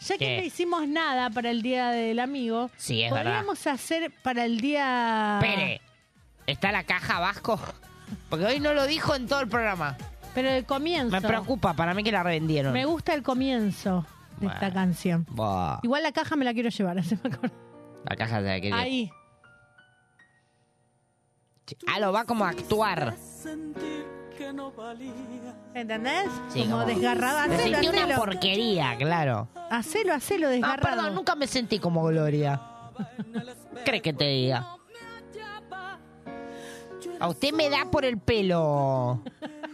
Speaker 3: Ya que
Speaker 4: ¿Qué?
Speaker 3: no hicimos nada para el día del amigo,
Speaker 4: Sí, es verdad.
Speaker 3: podríamos hacer para el día.
Speaker 4: Espere, ¿está la caja Vasco? Porque hoy no lo dijo en todo el programa.
Speaker 3: Pero el comienzo.
Speaker 4: Me preocupa, para mí que la revendieron.
Speaker 3: Me gusta el comienzo de esta canción.
Speaker 4: Buah,
Speaker 3: Igual la caja me la quiero llevar, se me acordó.
Speaker 4: la caja se la quería.
Speaker 3: Ahí.
Speaker 4: Ah, lo va como a actuar.
Speaker 3: ¿Entendés?
Speaker 4: Sí,
Speaker 3: como,
Speaker 4: como-
Speaker 3: desgarrada.
Speaker 4: Me
Speaker 3: Hacelo,
Speaker 4: sentí una
Speaker 3: hacelo.
Speaker 4: porquería, claro.
Speaker 3: Hacelo, hacelo,
Speaker 4: Ah,
Speaker 3: desgarrado.
Speaker 4: perdón, nunca me sentí como Gloria. ¿Crees que te diga? A usted me da por el pelo.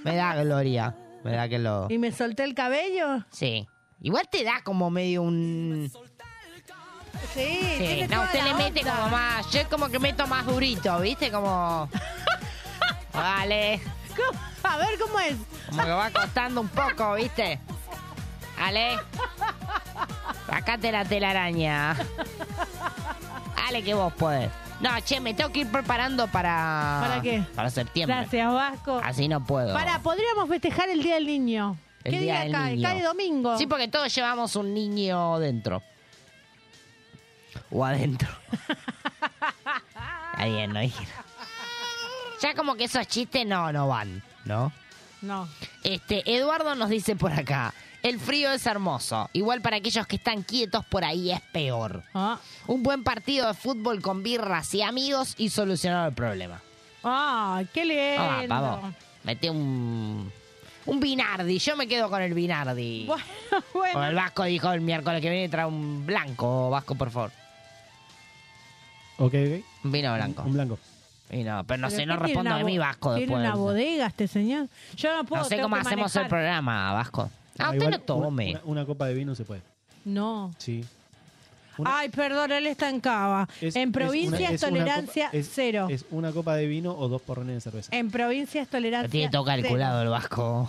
Speaker 4: Me da Gloria. Me da que lo.
Speaker 3: ¿Y me solté el cabello?
Speaker 4: Sí. Igual te da como medio un.
Speaker 3: Sí,
Speaker 4: Sí,
Speaker 3: tiene
Speaker 4: no,
Speaker 3: toda
Speaker 4: usted
Speaker 3: la
Speaker 4: le mete
Speaker 3: onda.
Speaker 4: como más. Yo es como que meto más durito, ¿viste? Como. Vale.
Speaker 3: ¿Cómo? A ver cómo es.
Speaker 4: Como que va costando un poco, ¿viste? Ale. Sacate la telaraña. Ale, que vos podés. No, che, me tengo que ir preparando para.
Speaker 3: ¿Para qué?
Speaker 4: Para septiembre.
Speaker 3: Gracias, Vasco.
Speaker 4: Así no puedo.
Speaker 3: Para, podríamos festejar el Día del Niño.
Speaker 4: El
Speaker 3: ¿Qué
Speaker 4: Día
Speaker 3: día,
Speaker 4: del
Speaker 3: cae?
Speaker 4: Niño.
Speaker 3: Cae domingo.
Speaker 4: Sí, porque todos llevamos un niño dentro. O adentro. Está bien, no dije nada. Ya como que esos chistes no, no van, ¿no?
Speaker 3: No.
Speaker 4: Este, Eduardo nos dice por acá, el frío es hermoso. Igual para aquellos que están quietos por ahí es peor.
Speaker 3: Ah.
Speaker 4: Un buen partido de fútbol con birras y amigos y solucionado el problema.
Speaker 3: ¡Ah, qué lindo!
Speaker 4: Ah, vamos. Mete un. Un Binardi. Yo me quedo con el Binardi.
Speaker 3: Bueno, bueno.
Speaker 4: O el Vasco dijo el miércoles que viene trae un blanco, Vasco, por favor.
Speaker 5: Ok, ok.
Speaker 4: Un vino blanco.
Speaker 5: Un blanco.
Speaker 4: Y no, pero no
Speaker 3: Pero
Speaker 4: sé, no
Speaker 3: ¿qué tiene
Speaker 4: respondo
Speaker 3: una
Speaker 4: de mí,
Speaker 3: bo-
Speaker 4: Vasco,
Speaker 3: Tiene
Speaker 4: después.
Speaker 3: una bodega este señor. Yo no puedo.
Speaker 4: no sé
Speaker 3: tengo
Speaker 4: cómo
Speaker 3: que
Speaker 4: hacemos el
Speaker 3: manejar.
Speaker 4: programa, Vasco.
Speaker 5: Ah,
Speaker 4: Ah, usted
Speaker 5: igual
Speaker 4: no tome.
Speaker 5: Una, una- una copa de vino se puede.
Speaker 3: No.
Speaker 5: Sí.
Speaker 3: Ay, perdón, él está en Cava.
Speaker 5: Es-
Speaker 3: en
Speaker 5: es
Speaker 3: provincia
Speaker 5: una-
Speaker 3: es,
Speaker 5: una
Speaker 3: tolerancia
Speaker 5: copa- es-
Speaker 3: cero.
Speaker 5: Es una copa de vino o dos porrones de cerveza.
Speaker 3: En provincia es
Speaker 4: Lo
Speaker 3: tolerancia
Speaker 4: tiene todo
Speaker 3: cero.
Speaker 4: calculado el Vasco.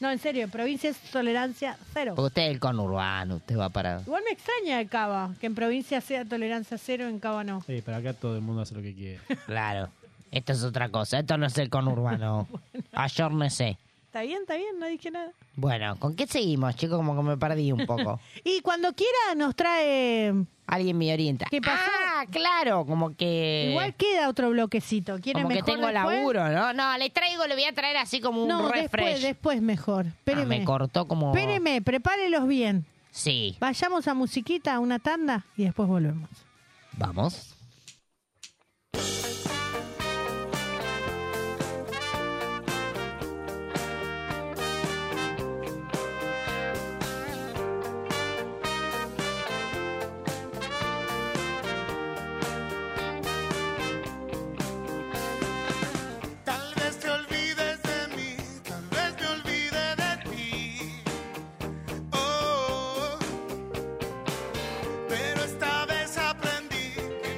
Speaker 3: No, en serio, en provincia es tolerancia cero.
Speaker 4: Porque usted es el conurbano, usted va para.
Speaker 3: Igual me extraña de Cava, que en provincia sea tolerancia cero, en Cava no.
Speaker 5: Sí, pero acá todo el mundo hace lo que quiere.
Speaker 4: Claro. Esto es otra cosa. Esto no es el conurbano. Ayornese.
Speaker 3: Está bien, está bien, no dije nada.
Speaker 4: Bueno, ¿con qué seguimos, chicos? Como que me perdí un poco.
Speaker 3: Y cuando quiera nos trae...
Speaker 4: Alguien me orienta.
Speaker 3: ¿Qué pasó?
Speaker 4: Ah, claro, como que...
Speaker 3: Igual queda otro bloquecito. ¿Quiere
Speaker 4: Como que
Speaker 3: mejor
Speaker 4: tengo
Speaker 3: después?
Speaker 4: laburo, ¿no? No, le traigo, le voy a traer así como un
Speaker 3: No,
Speaker 4: refresh.
Speaker 3: después, después mejor.
Speaker 4: Ah,
Speaker 3: Espéreme.
Speaker 4: me cortó como...
Speaker 3: Espéreme, prepárelos bien.
Speaker 4: Sí,
Speaker 3: Vayamos a musiquita, a una tanda y después volvemos.
Speaker 4: vamos.
Speaker 15: Tal vez te olvides de mí, tal vez me olvide de ti. Oh, pero esta vez aprendí que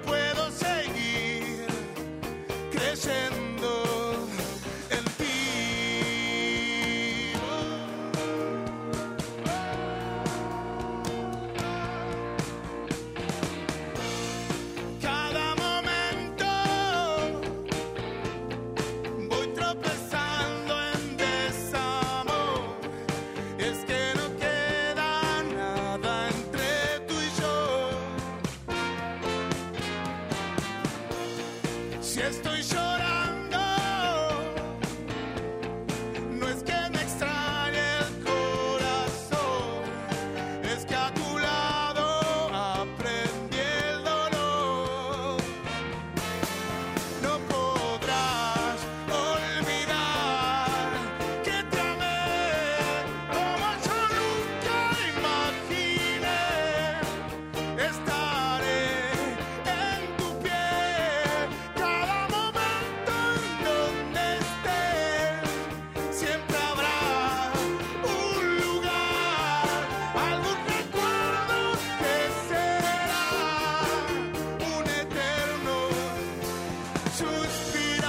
Speaker 15: Oh, Si estoy llorando, no es que me extrañe el corazón, es que a tu lado aprendí el dolor. No podrás olvidar que te amé como yo nunca imaginé. Estaré en tu piel cada momento en donde estés. Siempre habrá un lugar, algún recuerdo que será un eterno suspirar.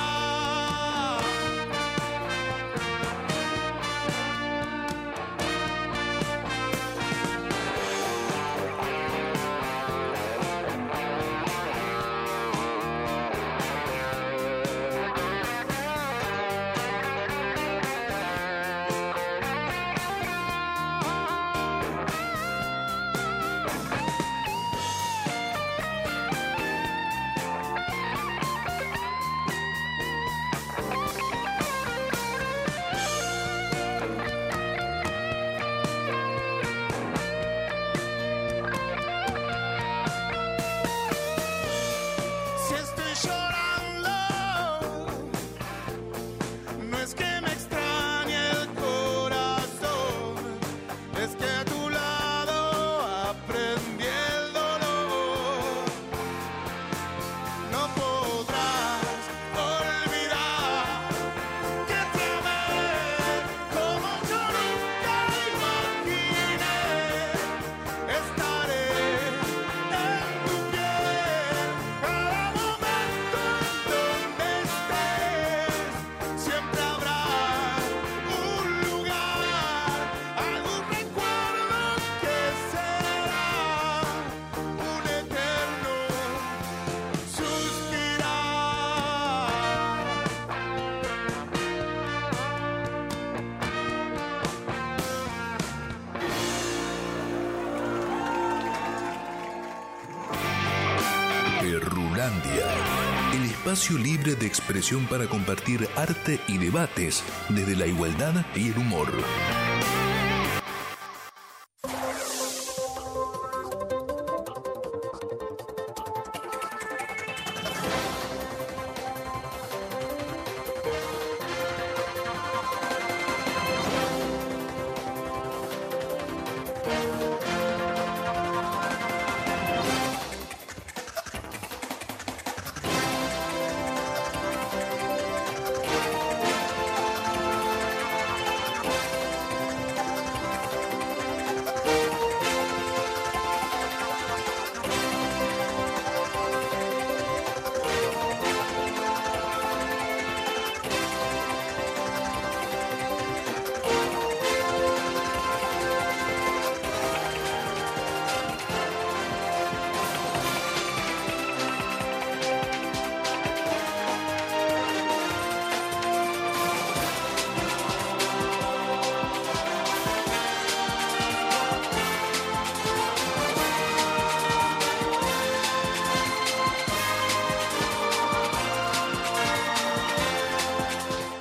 Speaker 15: Si estoy llorando, no es que me extrañe el corazón, es que a tu lado aprendí el dolor. No podrás olvidar que te amé como yo nunca imaginé. Estaré en tu piel. Cada momento en donde estés, siempre habrá un lugar, algún recuerdo que será un eterno suspirar.
Speaker 7: Perrulandia, el espacio libre de expresión para compartir arte y debates desde la igualdad y el humor.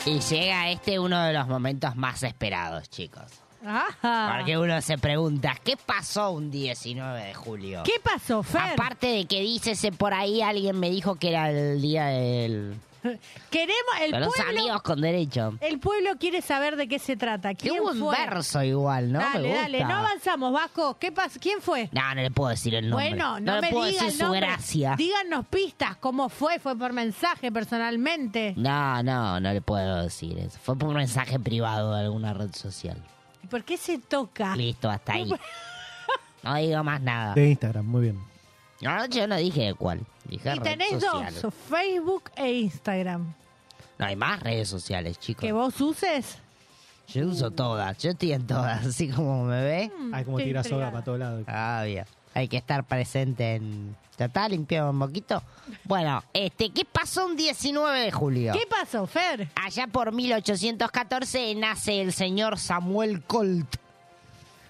Speaker 4: Y llega este uno de los momentos más esperados, chicos.
Speaker 3: Ajá.
Speaker 4: Porque uno se pregunta, ¿qué pasó un 19 de julio?
Speaker 3: ¿Qué pasó, Fer?
Speaker 4: Aparte de que dícese por ahí, alguien me dijo que era el día del...
Speaker 3: Queremos el
Speaker 4: de los
Speaker 3: pueblo.
Speaker 4: amigos con derecho.
Speaker 3: El pueblo quiere saber de qué se trata. ¿Quién
Speaker 4: Hubo un
Speaker 3: fue?
Speaker 4: verso igual, ¿no?
Speaker 3: dale,
Speaker 4: Me gusta.
Speaker 3: dale, no avanzamos, Vasco. ¿Qué pas- ¿Quién fue?
Speaker 4: No, no le puedo decir el nombre.
Speaker 3: Bueno,
Speaker 4: no,
Speaker 3: no,
Speaker 4: le
Speaker 3: me
Speaker 4: puedo
Speaker 3: diga
Speaker 4: decir
Speaker 3: el
Speaker 4: su
Speaker 3: nombre.
Speaker 4: gracia.
Speaker 3: Díganos pistas, cómo fue, fue por mensaje personalmente.
Speaker 4: No, no, no le puedo decir eso. Fue por un mensaje privado de alguna red social.
Speaker 3: ¿Y por qué se toca?
Speaker 4: Listo, hasta ahí. No digo más nada.
Speaker 5: De Instagram, muy bien.
Speaker 4: No, yo no dije de cuál. Dije
Speaker 3: Y
Speaker 4: red
Speaker 3: tenés
Speaker 4: social.
Speaker 3: dos, Facebook e Instagram.
Speaker 4: No hay más redes sociales, chicos.
Speaker 3: ¿Que vos uses?
Speaker 4: Yo uso todas, yo estoy en todas, así como me ve.
Speaker 5: Mm, Hay como estoy tirar soga intrigada. para
Speaker 4: todos lados. Ah, bien. Hay que estar presente en... ¿Ya está limpiado un poquito? Bueno, este, ¿qué pasó un 19 de julio?
Speaker 3: ¿Qué pasó, Fer?
Speaker 4: Allá por 1814 nace el señor Samuel Colt.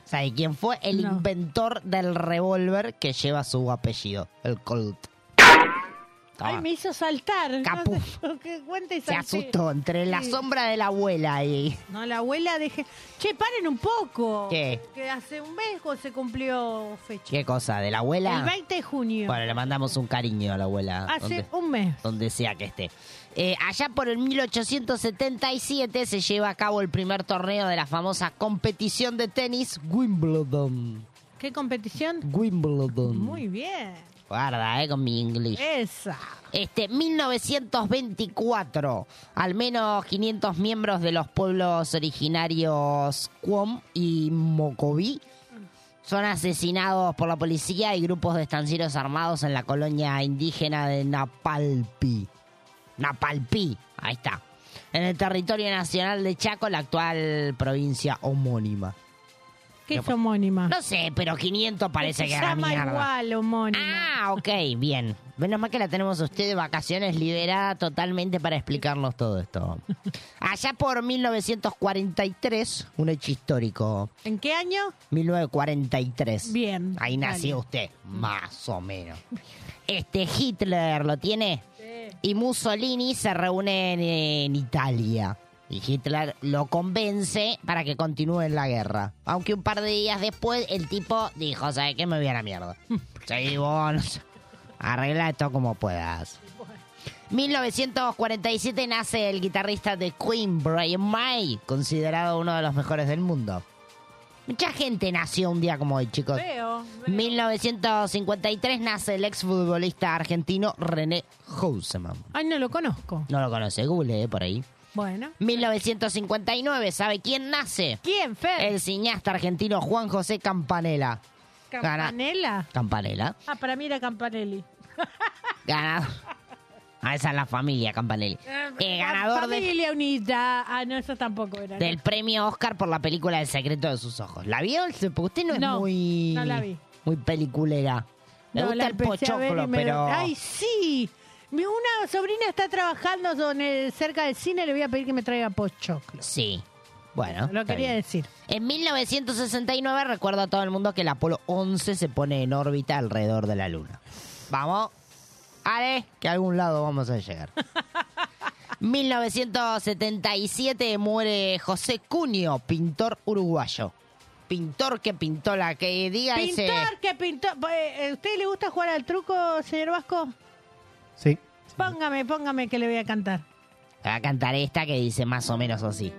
Speaker 4: ¿Sabe quién fue? El inventor del revólver que lleva su apellido, el Colt.
Speaker 3: Ay, me hizo saltar.
Speaker 4: Capu.
Speaker 3: No sé, qué cuenta y
Speaker 4: Ah. Se
Speaker 3: salté.
Speaker 4: asustó entre la
Speaker 3: Sí.
Speaker 4: sombra de la abuela y.
Speaker 3: No, la abuela deje. Che, paren un poco.
Speaker 4: ¿Qué?
Speaker 3: Que hace un mes que se cumplió fecha.
Speaker 4: ¿Qué cosa? ¿De la abuela?
Speaker 3: El 20 de junio.
Speaker 4: Bueno, le mandamos un cariño a la abuela.
Speaker 3: Hace
Speaker 4: donde-
Speaker 3: un mes.
Speaker 4: Donde sea que esté. Eh, allá por el 1877 se lleva a cabo el primer torneo de la famosa competición de tenis Wimbledon.
Speaker 3: ¿Qué competición?
Speaker 4: Wimbledon.
Speaker 3: Muy bien.
Speaker 4: Guarda, eh, con mi inglés.
Speaker 3: Esa.
Speaker 4: Este, 1924, al menos 500 miembros de los pueblos originarios Cuom y Mocoví son asesinados por la policía y grupos de estancieros armados en la colonia indígena de Napalpi. Napalpí, ahí está. En el territorio nacional de Chaco, la actual provincia homónima.
Speaker 3: ¿Qué es homónima?
Speaker 4: pues, No sé, pero 500 parece que
Speaker 3: se
Speaker 4: era
Speaker 3: llama
Speaker 4: mierda.
Speaker 3: igual, homónima.
Speaker 4: Ah, ok, bien. Menos mal que la tenemos a usted de vacaciones liberada totalmente para explicarnos todo esto. Allá por 1943, un hecho histórico.
Speaker 3: ¿En qué año?
Speaker 4: 1943.
Speaker 3: Bien. dale.
Speaker 4: Ahí
Speaker 3: Mm.
Speaker 4: nació usted, más o menos. Este Hitler lo tiene. Y Mussolini se reúnen en Italia. Y Hitler lo convence para que continúe la guerra. Aunque un par de días después el tipo dijo, ¿sabes qué? Me voy a la mierda. Sí, vos, no sé. arregla esto como puedas. 1947 nace el guitarrista de Queen, Brian May, considerado uno de los mejores del mundo. Mucha gente nació un día como hoy, chicos.
Speaker 3: Veo.
Speaker 4: 1953 nace el exfutbolista argentino René Houseman.
Speaker 3: Ay, no lo conozco.
Speaker 4: No lo conoce, Google, eh, por ahí.
Speaker 3: Bueno.
Speaker 4: 1959, ¿sabe quién nace?
Speaker 3: ¿Quién, Fer?
Speaker 4: El cineasta argentino Juan José Campanella. Gana-
Speaker 3: ¿Campanella?
Speaker 4: Campanella.
Speaker 3: Ah, para mí era Campanelli.
Speaker 4: Ganador. Ah, esa es la familia Campanelli.
Speaker 3: Eh,
Speaker 4: ganador de-
Speaker 3: Familia Unida. Ah, no, eso tampoco era.
Speaker 4: Del premio Oscar por la película El secreto de sus ojos. ¿La vio? Porque usted no es
Speaker 3: No,
Speaker 4: muy.
Speaker 3: no la vi.
Speaker 4: Muy peliculera. Le
Speaker 3: No,
Speaker 4: gusta
Speaker 3: la
Speaker 4: el
Speaker 3: empecé a ver y
Speaker 4: pochoclo,
Speaker 3: me-
Speaker 4: pero.
Speaker 3: ¡Ay, sí! Mi, una sobrina está trabajando con el- cerca del cine, le voy a pedir que me traiga pochoclo.
Speaker 4: Sí. Bueno.
Speaker 3: Lo
Speaker 4: está
Speaker 3: quería
Speaker 4: bien.
Speaker 3: decir.
Speaker 4: En 1969 recuerdo a todo el mundo que el Apolo 11 se pone en órbita alrededor de la Luna. Vamos. Ale, que a algún lado vamos a llegar. 1977 muere José Cunio, pintor uruguayo. Pintor que pintó la que diga ese-
Speaker 3: Pintor que pintó. eh, eh, ¿Usted le gusta jugar al truco, señor Vasco?
Speaker 5: Sí.
Speaker 3: Póngame, póngame que le voy a cantar.
Speaker 4: Voy a cantar esta que dice más o menos así.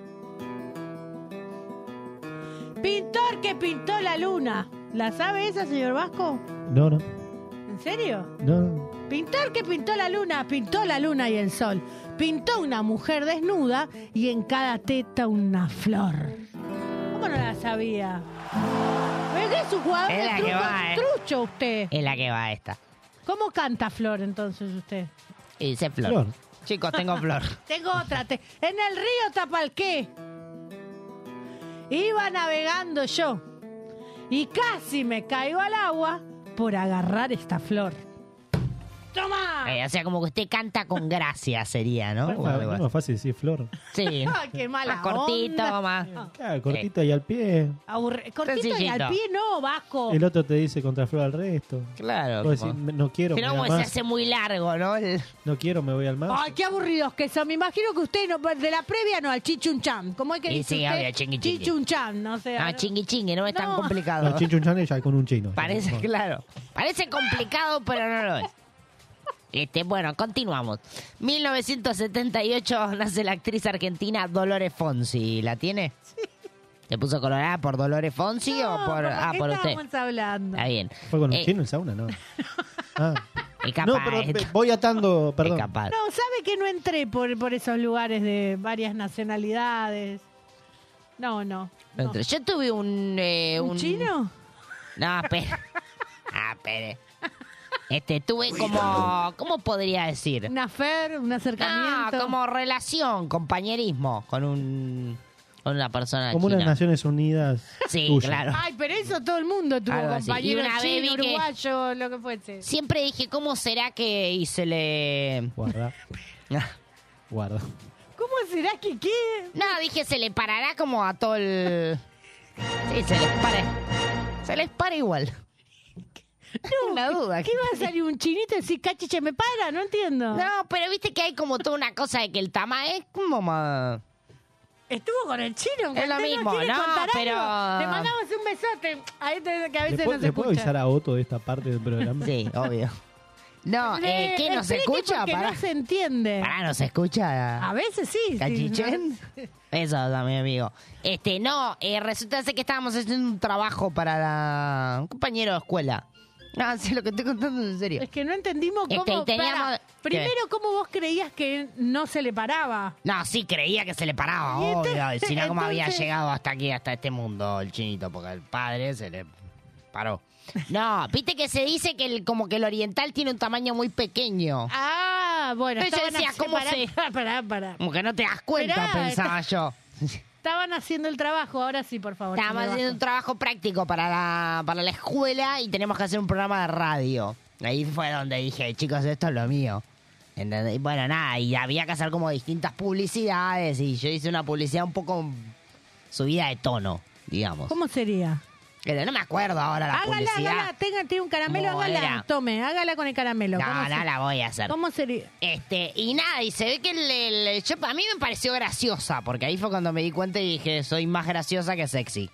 Speaker 3: Pintor que pintó la luna. ¿La sabe esa, señor Vasco?
Speaker 5: No, no,
Speaker 3: ¿En serio?
Speaker 5: no, no.
Speaker 3: Pintor que pintó la luna, pintó la luna y el sol. Pintó una mujer desnuda y en cada teta una flor. ¿Cómo no la sabía? ¿Pero qué es un jugador
Speaker 4: Es
Speaker 3: de
Speaker 4: la que
Speaker 3: truco
Speaker 4: va, eh.
Speaker 3: trucho usted?
Speaker 4: Es la que va esta.
Speaker 3: ¿Cómo canta Flor entonces usted?
Speaker 4: Y dice flor.
Speaker 5: Flor.
Speaker 4: Chicos, tengo flor.
Speaker 3: Tengo otra. te- en el río Tapalqué iba navegando yo y casi me caigo al agua por agarrar esta flor. ¡Toma!
Speaker 4: Eh, o sea, como que usted canta con gracia sería, ¿no? O algo
Speaker 5: Ah,
Speaker 4: así.
Speaker 5: más fácil decir flor.
Speaker 4: Sí.
Speaker 3: Ay, Ah, qué mala
Speaker 4: Más cortito,
Speaker 3: onda.
Speaker 4: más.
Speaker 5: Claro, cortita y al pie.
Speaker 3: Aburre- Cortito y
Speaker 4: Sencillito.
Speaker 3: al pie no,
Speaker 4: Oh.
Speaker 3: Vasco.
Speaker 5: El otro te dice contra flor al resto.
Speaker 4: Claro.
Speaker 5: Vos
Speaker 4: como-
Speaker 5: decís, no quiero,
Speaker 4: Si
Speaker 5: me
Speaker 4: no,
Speaker 5: da
Speaker 4: pues, se
Speaker 5: más.
Speaker 4: hace muy largo, ¿no? El-
Speaker 5: No quiero, me voy al mar.
Speaker 3: Ay, qué aburridos que son. Me imagino que usted no, pues, de la previa no, al chichuncham. ¿Cómo es que
Speaker 4: Y
Speaker 3: dice
Speaker 4: sí,
Speaker 3: usted?
Speaker 4: obvio, chingui, chingui.
Speaker 3: Chichuncham, no sé.
Speaker 4: Ah, chingui chingue, no es tan
Speaker 3: No.
Speaker 4: complicado.
Speaker 5: No, chinchunchán ya con un chino.
Speaker 4: Parece,
Speaker 5: Bueno.
Speaker 4: claro. Parece complicado, pero no lo es. Este, bueno, continuamos. 1978 nace la actriz argentina Dolores Fonsi. ¿La tiene? Sí. ¿Te puso colorada por Dolores Fonsi o por, ah,
Speaker 3: ¿Qué
Speaker 4: por usted?
Speaker 3: estábamos hablando?
Speaker 4: Está bien.
Speaker 5: ¿Fue con un
Speaker 4: Eh,
Speaker 5: chino el sauna? No. Ah.
Speaker 4: Es capaz,
Speaker 5: No, pero
Speaker 4: es
Speaker 5: eh, voy atando, perdón.
Speaker 4: capaz.
Speaker 3: No, sabe que no entré por, por esos lugares de varias nacionalidades. No, no.
Speaker 4: No entré. Yo tuve un, eh,
Speaker 3: ¿Un chino?
Speaker 4: No, espera. Ah, espere. Este, tuve como. ¿Cómo podría decir?
Speaker 3: ¿Una fer? ¿Un acercamiento?
Speaker 4: No, Ah, como relación, compañerismo con un. con una persona
Speaker 5: Como unas
Speaker 4: china.
Speaker 5: Naciones Unidas.
Speaker 4: Sí,
Speaker 5: tuya.
Speaker 4: claro.
Speaker 3: Ay, pero eso todo el mundo tuvo
Speaker 4: Algo así.
Speaker 3: compañero
Speaker 4: Y una
Speaker 3: chino,
Speaker 4: baby que-
Speaker 3: uruguayo, lo que fuese.
Speaker 4: Siempre dije, ¿cómo será que.? Y se le.
Speaker 5: Guarda, guarda.
Speaker 3: ¿Cómo será que qué?
Speaker 4: No, dije, se le parará como a todo el. Sí, se les para. Se les para igual.
Speaker 3: No,
Speaker 4: ninguna duda.
Speaker 3: ¿Qué iba a salir un chinito y decir, cachiche, me para? No entiendo.
Speaker 4: No, pero viste que hay como toda una cosa de que el tama es como más...
Speaker 3: Estuvo con el chino.
Speaker 4: Es lo
Speaker 3: ¿usted
Speaker 4: mismo,
Speaker 3: quiere
Speaker 4: no,
Speaker 3: contar
Speaker 4: pero-
Speaker 3: algo? Le mandamos un besote. Ahí te, que a
Speaker 5: ¿Le,
Speaker 3: veces
Speaker 5: puedo-
Speaker 3: no se
Speaker 5: le puedo
Speaker 3: escucha.
Speaker 5: avisar a Otto de esta parte del programa?
Speaker 4: sí, obvio. No, eh, ¿qué no se
Speaker 3: Explique
Speaker 4: escucha?
Speaker 3: porque
Speaker 4: Pará.
Speaker 3: no se entiende.
Speaker 4: Ah, no se escucha.
Speaker 3: A veces sí. sí,
Speaker 4: ¿Cachichén? Eso también, amigo. Este, no, eh, resulta ser que estábamos haciendo un trabajo para la- un compañero de escuela. No, sé lo que estoy contando es en serio.
Speaker 3: Es que no entendimos
Speaker 4: Este,
Speaker 3: cómo.
Speaker 4: y teníamos-
Speaker 3: pará.
Speaker 4: ¿Qué?
Speaker 3: primero, cómo vos creías que no se le paraba.
Speaker 4: No, sí creía que se le paraba,
Speaker 3: Y
Speaker 4: obvio.
Speaker 3: entonces-
Speaker 4: si no, ¿cómo había
Speaker 3: entonces-
Speaker 4: llegado hasta aquí, hasta este mundo el chinito? Porque el padre se le paró. No, viste que se dice que el, como que el oriental tiene un tamaño muy pequeño.
Speaker 3: Ah, bueno.
Speaker 4: Entonces
Speaker 3: estaban
Speaker 4: decía,
Speaker 3: haci-
Speaker 4: ¿cómo
Speaker 3: pará,
Speaker 4: se-
Speaker 3: pará, pará, pará.
Speaker 4: Como que no te das cuenta,
Speaker 3: Esperá,
Speaker 4: pensaba yo.
Speaker 3: Estaban haciendo el trabajo, ahora sí, por favor.
Speaker 4: Estábamos
Speaker 3: se me
Speaker 4: haciendo
Speaker 3: baja.
Speaker 4: un trabajo práctico para la, para la escuela y tenemos que hacer un programa de radio. Ahí fue donde dije, chicos, esto es lo mío. ¿Entendés? Y bueno, nada, y había que hacer como distintas publicidades y yo hice una publicidad un poco subida de tono, digamos.
Speaker 3: ¿Cómo sería?
Speaker 4: Pero no me acuerdo ahora la
Speaker 3: Hágala,
Speaker 4: publicidad.
Speaker 3: hágala, tenga, tiene un caramelo,
Speaker 4: ¿Cómo
Speaker 3: hágala,
Speaker 4: era?
Speaker 3: tome, hágala con el caramelo. ¿Cómo
Speaker 4: No,
Speaker 3: se-
Speaker 4: no la voy a hacer.
Speaker 3: ¿Cómo sería?
Speaker 4: Este, y nada, y se ve que el, el- el- yo- a mí me pareció graciosa, porque ahí fue cuando me di cuenta y dije, soy más graciosa que sexy.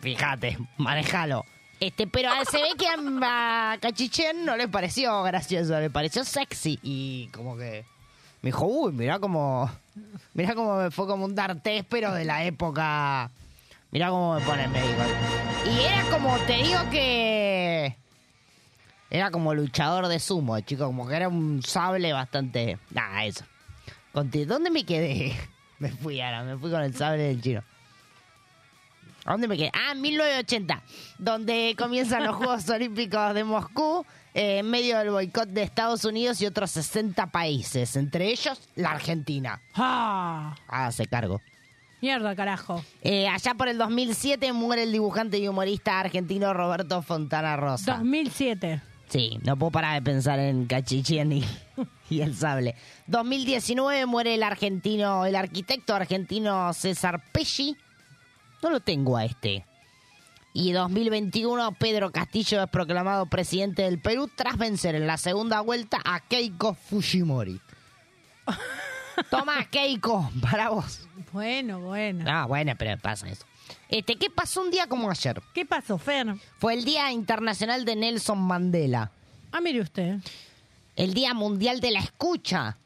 Speaker 4: Fíjate, manejalo. Este, pero a- se ve que a, a Cachichén no le pareció gracioso, le pareció sexy. Y como que me dijo, uy, mirá como, mirá como me fue como un dartés, pero de la época. Mirá cómo me ponen, me dijo. Y era como, te digo que... Era como luchador de sumo, chico, como que era un sable bastante. Nada, eso. Conti- ¿Dónde me quedé? Me fui ahora, me fui con el sable del chino. ¿A dónde me quedé? Ah, 1980, donde comienzan los Juegos Olímpicos de Moscú, eh, en medio del boicot de Estados Unidos y otros 60 países, entre ellos la Argentina.
Speaker 3: ¡Ah!
Speaker 4: se cargo.
Speaker 3: Mierda, carajo.
Speaker 4: Eh, allá por el 2007 muere el dibujante y humorista argentino Roberto Fontana Rosa.
Speaker 3: 2007.
Speaker 4: Sí, no puedo parar de pensar en Cachichén y, y el sable. 2019 muere el argentino, el arquitecto argentino César Pesci. No lo tengo a este. Y 2021 Pedro Castillo es proclamado presidente del Perú tras vencer en la segunda vuelta a Keiko Fujimori. Toma Keiko, para vos.
Speaker 3: Bueno, bueno.
Speaker 4: Ah, bueno, pero pasa eso. Este, ¿qué pasó un día como ayer?
Speaker 3: ¿Qué pasó, Fer?
Speaker 4: Fue el Día Internacional de Nelson Mandela.
Speaker 3: Ah, mire usted.
Speaker 4: El Día Mundial de la Escucha.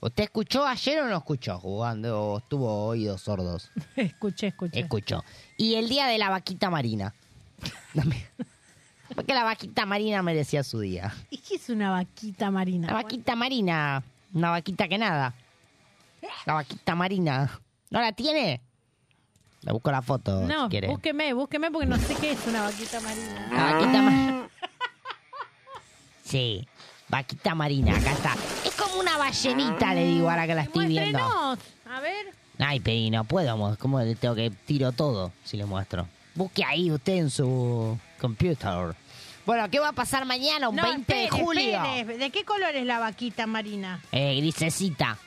Speaker 4: ¿Usted escuchó ayer o no escuchó jugando o estuvo oídos sordos?
Speaker 3: Escuché, escuché.
Speaker 4: Escuchó. Y el Día de la Vaquita Marina. También. Porque la vaquita marina merecía su día.
Speaker 3: ¿Y qué es una vaquita marina?
Speaker 4: La vaquita marina, una vaquita que nada. La vaquita marina. ¿No la tiene? Le busco la foto si
Speaker 3: No,
Speaker 4: quiere.
Speaker 3: búsqueme, búsqueme porque no sé qué es una vaquita marina.
Speaker 4: La vaquita marina. Sí, vaquita marina, acá está. Es como una ballenita, le digo ahora que la estoy viendo.
Speaker 3: Estrenos. A ver.
Speaker 4: Ay, pero no puedo, mo- ¿cómo le tengo que tiro todo si le muestro? Busque ahí usted en su computer. Bueno, ¿qué va a pasar mañana, un
Speaker 3: No,
Speaker 4: 20 de
Speaker 3: espere,
Speaker 4: julio?
Speaker 3: espere. ¿De qué color es la vaquita marina?
Speaker 4: Eh, grisecita.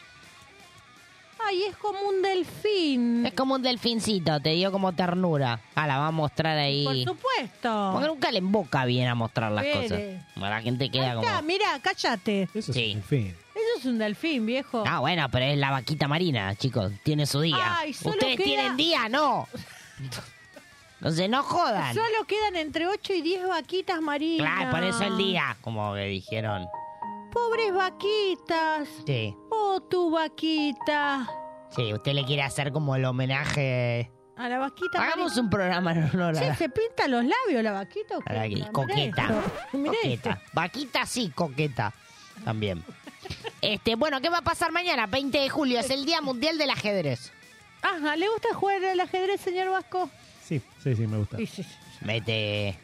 Speaker 3: Ay, es como un delfín.
Speaker 4: Es como un delfincito, te dio como ternura. Ah, la va a mostrar ahí.
Speaker 3: Por supuesto.
Speaker 4: Porque nunca le emboca bien a mostrar las
Speaker 3: Espere.
Speaker 4: cosas. A La gente queda como...
Speaker 3: Mirá, mirá, cállate.
Speaker 4: Eso sí.
Speaker 3: Eso es un delfín, viejo.
Speaker 4: Ah, bueno, pero es la vaquita marina, chicos. Tiene su día.
Speaker 3: Ay, solo
Speaker 4: Ustedes
Speaker 3: queda-
Speaker 4: tienen día, no. Entonces no jodan.
Speaker 3: Solo quedan entre 8 y 10 vaquitas marinas.
Speaker 4: Claro, por eso el día, como que dijeron.
Speaker 3: Pobres vaquitas.
Speaker 4: Sí.
Speaker 3: Oh, tu vaquita.
Speaker 4: Sí, usted le quiere hacer como el homenaje.
Speaker 3: A la vaquita
Speaker 4: Hagamos
Speaker 3: marina.
Speaker 4: un programa en honor a
Speaker 3: Che,
Speaker 4: la,
Speaker 3: se pinta los labios la vaquita. o qué?
Speaker 4: a la-
Speaker 3: Mirá
Speaker 4: coqueta.
Speaker 3: esto. Mirá
Speaker 4: Coqueta. Vaquita sí, coqueta. También. Este, bueno, ¿qué va a pasar mañana? 20 de julio es el Día Mundial del Ajedrez.
Speaker 3: esto. Ajá, ¿le gusta jugar al ajedrez, señor Vasco?
Speaker 5: Sí, sí, sí, me gusta.
Speaker 3: Sí, sí, sí.
Speaker 4: Mete.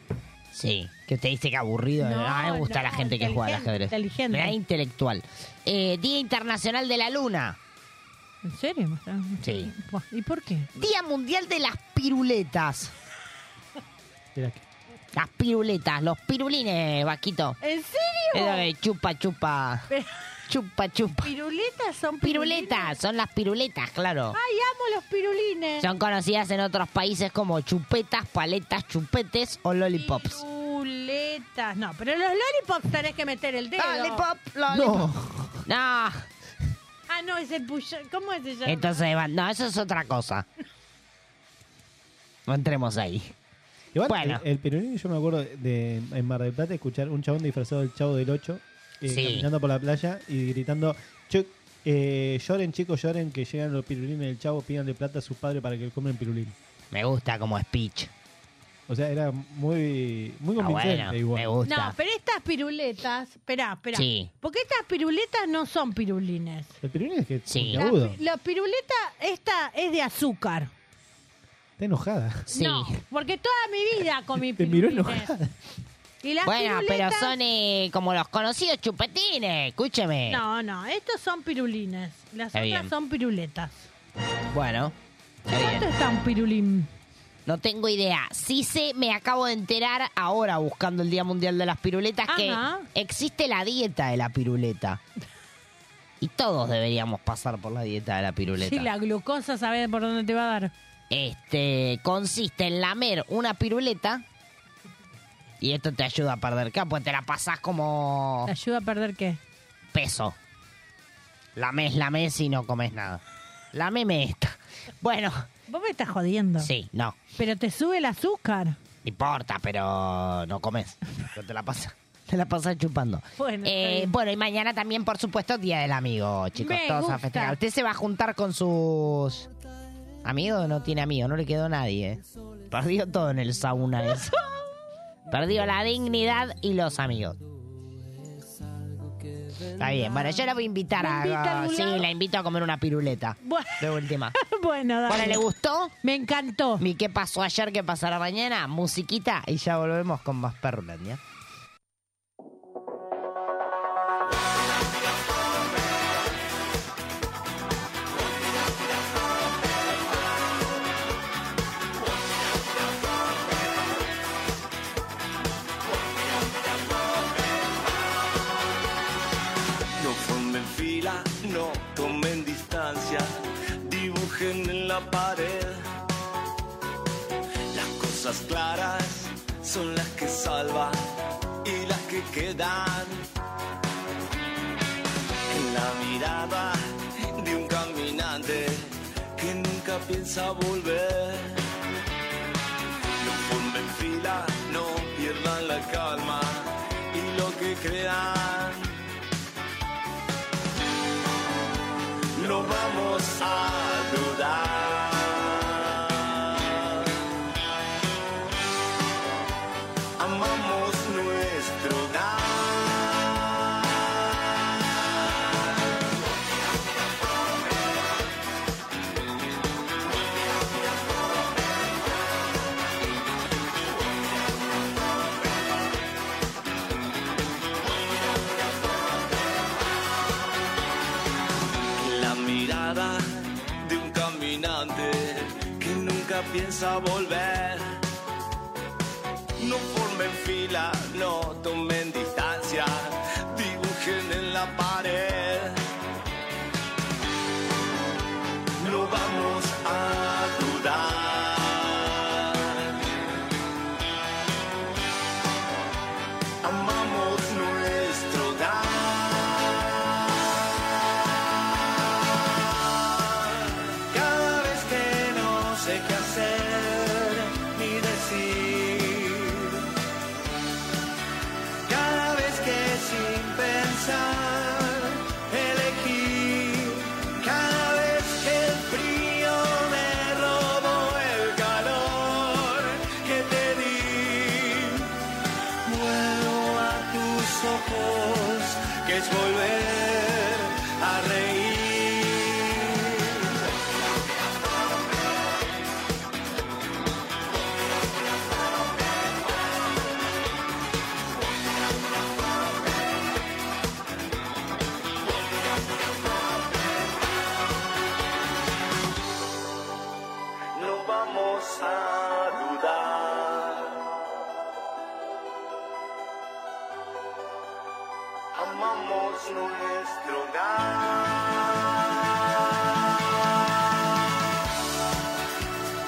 Speaker 4: Sí, que usted dice que aburrido.
Speaker 3: No,
Speaker 4: Ah, me gusta
Speaker 3: no,
Speaker 4: la gente que juega al
Speaker 3: inteligente,
Speaker 4: ajedrez.
Speaker 3: inteligente.
Speaker 4: Me da intelectual. Eh, Día Internacional de la Luna.
Speaker 3: ¿En serio?
Speaker 4: Sí.
Speaker 3: Buah, ¿Y por qué?
Speaker 4: Día Mundial de las Piruletas.
Speaker 5: Mirá que-
Speaker 4: Las piruletas, los pirulines, Vaquito.
Speaker 3: ¿En
Speaker 4: Es
Speaker 3: serio?
Speaker 4: lo que chupa, chupa. Chupa, chupa.
Speaker 3: ¿Piruletas son pirulines? Ah,
Speaker 4: Piruletas, son las piruletas, claro.
Speaker 3: Ay, amo los pirulines.
Speaker 4: Son conocidas en otros países como chupetas, paletas, chupetes o lollipops.
Speaker 3: Piruleta. paletas. No, pero los lollipops tenés que meter el dedo.
Speaker 4: Lollipop,
Speaker 5: No.
Speaker 4: No.
Speaker 3: Ah, no, es el push. ¿Cómo es ese?
Speaker 4: Entonces, Iván, no, eso es otra cosa. No entremos ahí.
Speaker 5: Igual,
Speaker 4: Bueno.
Speaker 5: el, el peronismo, yo me acuerdo de, en Mar del Plata escuchar un chabón disfrazado del Chavo del 8
Speaker 4: Sí.
Speaker 5: caminando por la playa y gritando, "Chu- eh, lloren chicos, lloren que llegan los pirulines del Chavo, pídanle plata a sus padres para que comen pirulín.
Speaker 4: Me gusta como speech.
Speaker 5: O sea, era muy, muy
Speaker 4: Ah,
Speaker 5: convincente
Speaker 4: bueno,
Speaker 5: igual.
Speaker 4: me gusta.
Speaker 3: No, pero estas piruletas, esperá, esperá.
Speaker 5: Sí.
Speaker 3: Porque estas piruletas no son pirulines.
Speaker 5: El pirulín es que es
Speaker 3: La,
Speaker 5: agudo.
Speaker 3: pi- la piruleta esta es de azúcar.
Speaker 5: Está enojada.
Speaker 3: No, porque toda mi vida comí
Speaker 5: Te miró
Speaker 3: pirulines. Y las
Speaker 4: Bueno, pero
Speaker 3: piruletas-
Speaker 4: son eh, como los conocidos chupetines, escúcheme.
Speaker 3: No, no, estos son pirulines. Las
Speaker 4: Está
Speaker 3: otras
Speaker 4: bien.
Speaker 3: son piruletas.
Speaker 4: Bueno,
Speaker 3: ¿Cuánto está un pirulín?
Speaker 4: no tengo idea. Sí sé, me acabo de enterar ahora buscando el Día Mundial de las Piruletas
Speaker 3: Ajá.
Speaker 4: que existe la dieta de la piruleta. Y todos deberíamos pasar por la dieta de la piruleta.
Speaker 3: Sí, la glucosa, ¿sabes por dónde te va a dar?
Speaker 4: Este consiste en lamer una piruleta y esto te ayuda a perder qué, pues te la pasás como
Speaker 3: ¿Te ayuda a perder qué?
Speaker 4: peso. Lames, lames y no comes nada. Lameme esta. Bueno,
Speaker 3: Vos me estás jodiendo.
Speaker 4: sí, no,
Speaker 3: Pero te sube el azúcar.
Speaker 4: no importa, pero no comes. Pero te la pasas, te la pasas chupando.
Speaker 3: Bueno, está
Speaker 4: Eh,
Speaker 3: bien.
Speaker 4: bueno, y mañana también, por supuesto, Día del Amigo, chicos,
Speaker 3: Me
Speaker 4: todos
Speaker 3: gusta.
Speaker 4: a festejar. Usted se va a juntar con sus amigos o no tiene amigos, no le quedó nadie. eh. Perdió todo en el sauna ese. Perdió la dignidad y los amigos. Está bien, bueno, yo la voy a invitar
Speaker 3: ¿Me
Speaker 4: a...
Speaker 3: invita a algún
Speaker 4: sí,
Speaker 3: lado?
Speaker 4: la invito a comer una piruleta.
Speaker 3: Bueno.
Speaker 4: De última.
Speaker 3: bueno, dale.
Speaker 4: Bueno, ¿le gustó?
Speaker 3: Me encantó.
Speaker 4: ¿Y qué pasó ayer? ¿Qué pasará mañana? Musiquita y ya volvemos con más ¿eh? Perrulandia.
Speaker 16: No formen fila, no tomen distancia, dibujen en la pared. Las cosas claras son las que salvan y las que quedan. En la mirada de un caminante que nunca piensa volver. No formen fila, no pierdan la calma y lo que crean. no vamos a dudar. Amamos nuestro hogar. la mirada de un caminante que nunca piensa volver. No formen fila, no tomen distancia, dibujen en la pared. No vamos a dudar. Amamos nuestro hogar. Cada vez que no sé qué hacer ni decir. Cada vez que sin pensar elegir. Cada vez que el frío me robó el calor que te di. Vuelvo a tus ojos, que es volver a reír. No vamos a dudar. amamos nuestro hogar.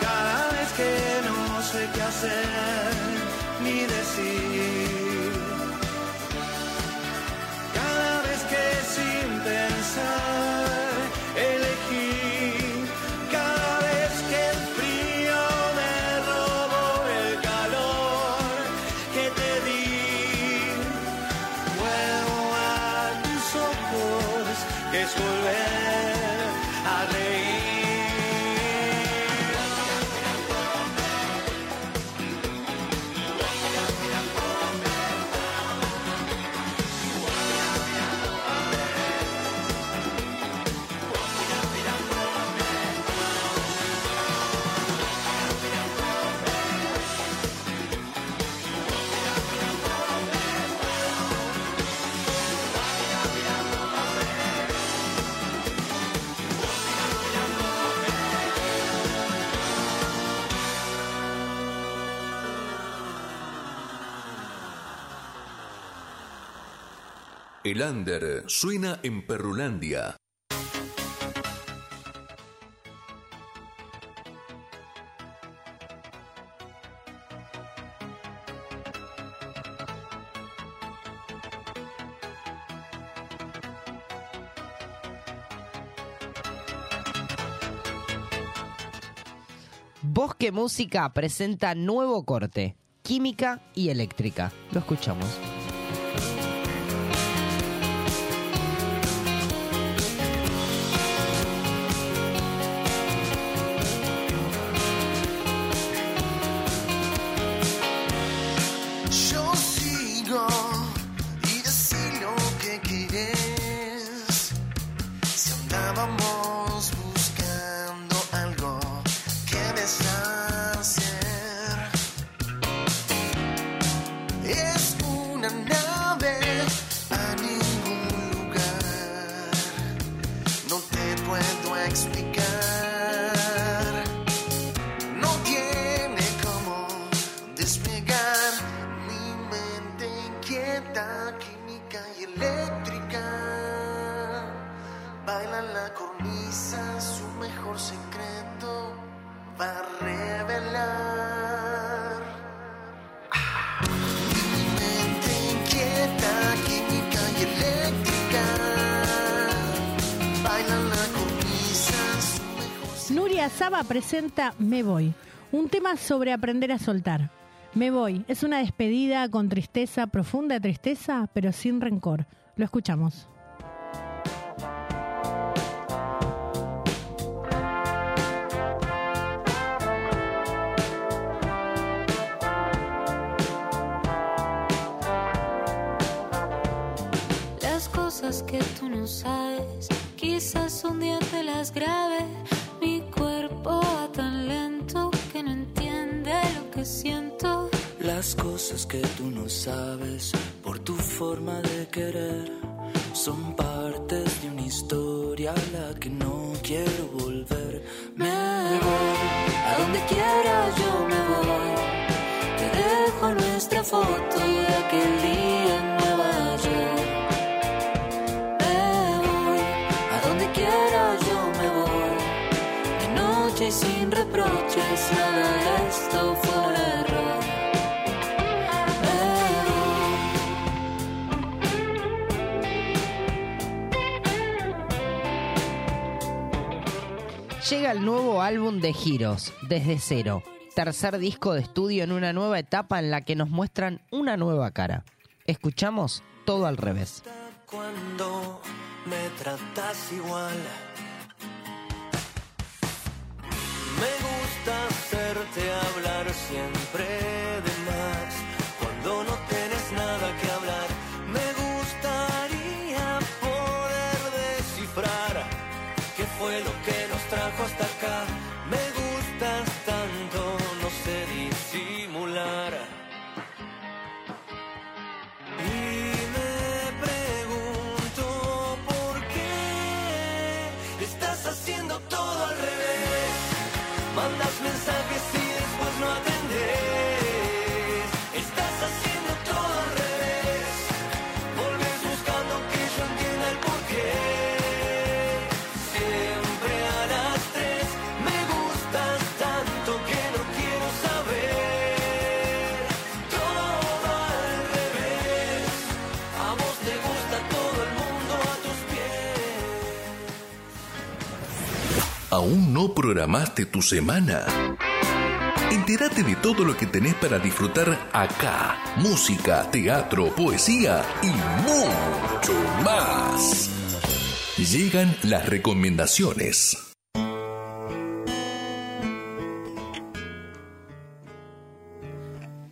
Speaker 16: Cada vez que no sé qué hacer ni decir,
Speaker 7: El under suena en Perrulandia.
Speaker 4: Bosque Música presenta nuevo corte, química y eléctrica. Lo escuchamos.
Speaker 15: Yo sigo y decir lo que quieres. Si andábamos buscando algo que deshacer, es una nave a ningún lugar. No te puedo explicar. No tiene cómo despegar mi mente inquieta, química y eléctrica. Baila en la cornisa, su mejor secreto va a revelar. Mi mente inquieta, química y eléctrica. Baila en la cornisa, su
Speaker 3: Nuria Saba presenta Me Voy, un tema sobre aprender a soltar. Me Voy es una despedida con tristeza, profunda tristeza, pero sin rencor. Lo escuchamos.
Speaker 17: Las cosas que tú no sabes, quizás un día te las grabe. Mi cuerpo va tan lento que no entiende lo que siento.
Speaker 18: Las cosas que tú no sabes por tu forma de querer son partes de una historia a la que no quiero volver.
Speaker 17: Me voy, a donde quiera yo me voy. Te dejo nuestra foto y aquel día en Nueva York. Me voy, a donde quiera yo me voy. De noche y sin reproches, nada de esto fue un error. Eh. Me voy.
Speaker 4: Llega el nuevo álbum de Giros, Desde Cero, tercer disco de estudio en una nueva etapa en la que nos muestran una nueva cara. Escuchamos todo al revés.
Speaker 15: cuando me tratas igual.
Speaker 2: Me gusta hacerte hablar siempre de más cuando no tienes nada que hablar. Me gustaría poder descifrar qué fue lo que nos trajo hasta acá. Me gustas tanto, no sé disimular. Y me pregunto por qué estás haciendo todo al revés. Mandas mensajes y después no atendes. Estás haciendo todo al revés. Volves buscando que yo entienda el porqué. Siempre a las tres me gustas tanto que no quiero saber. Todo al revés. A vos te gusta todo el mundo a tus pies.
Speaker 7: ¿Aún no programaste tu semana? Entérate de todo lo que tenés para disfrutar acá. Música, teatro, poesía y mucho más. Llegan las recomendaciones.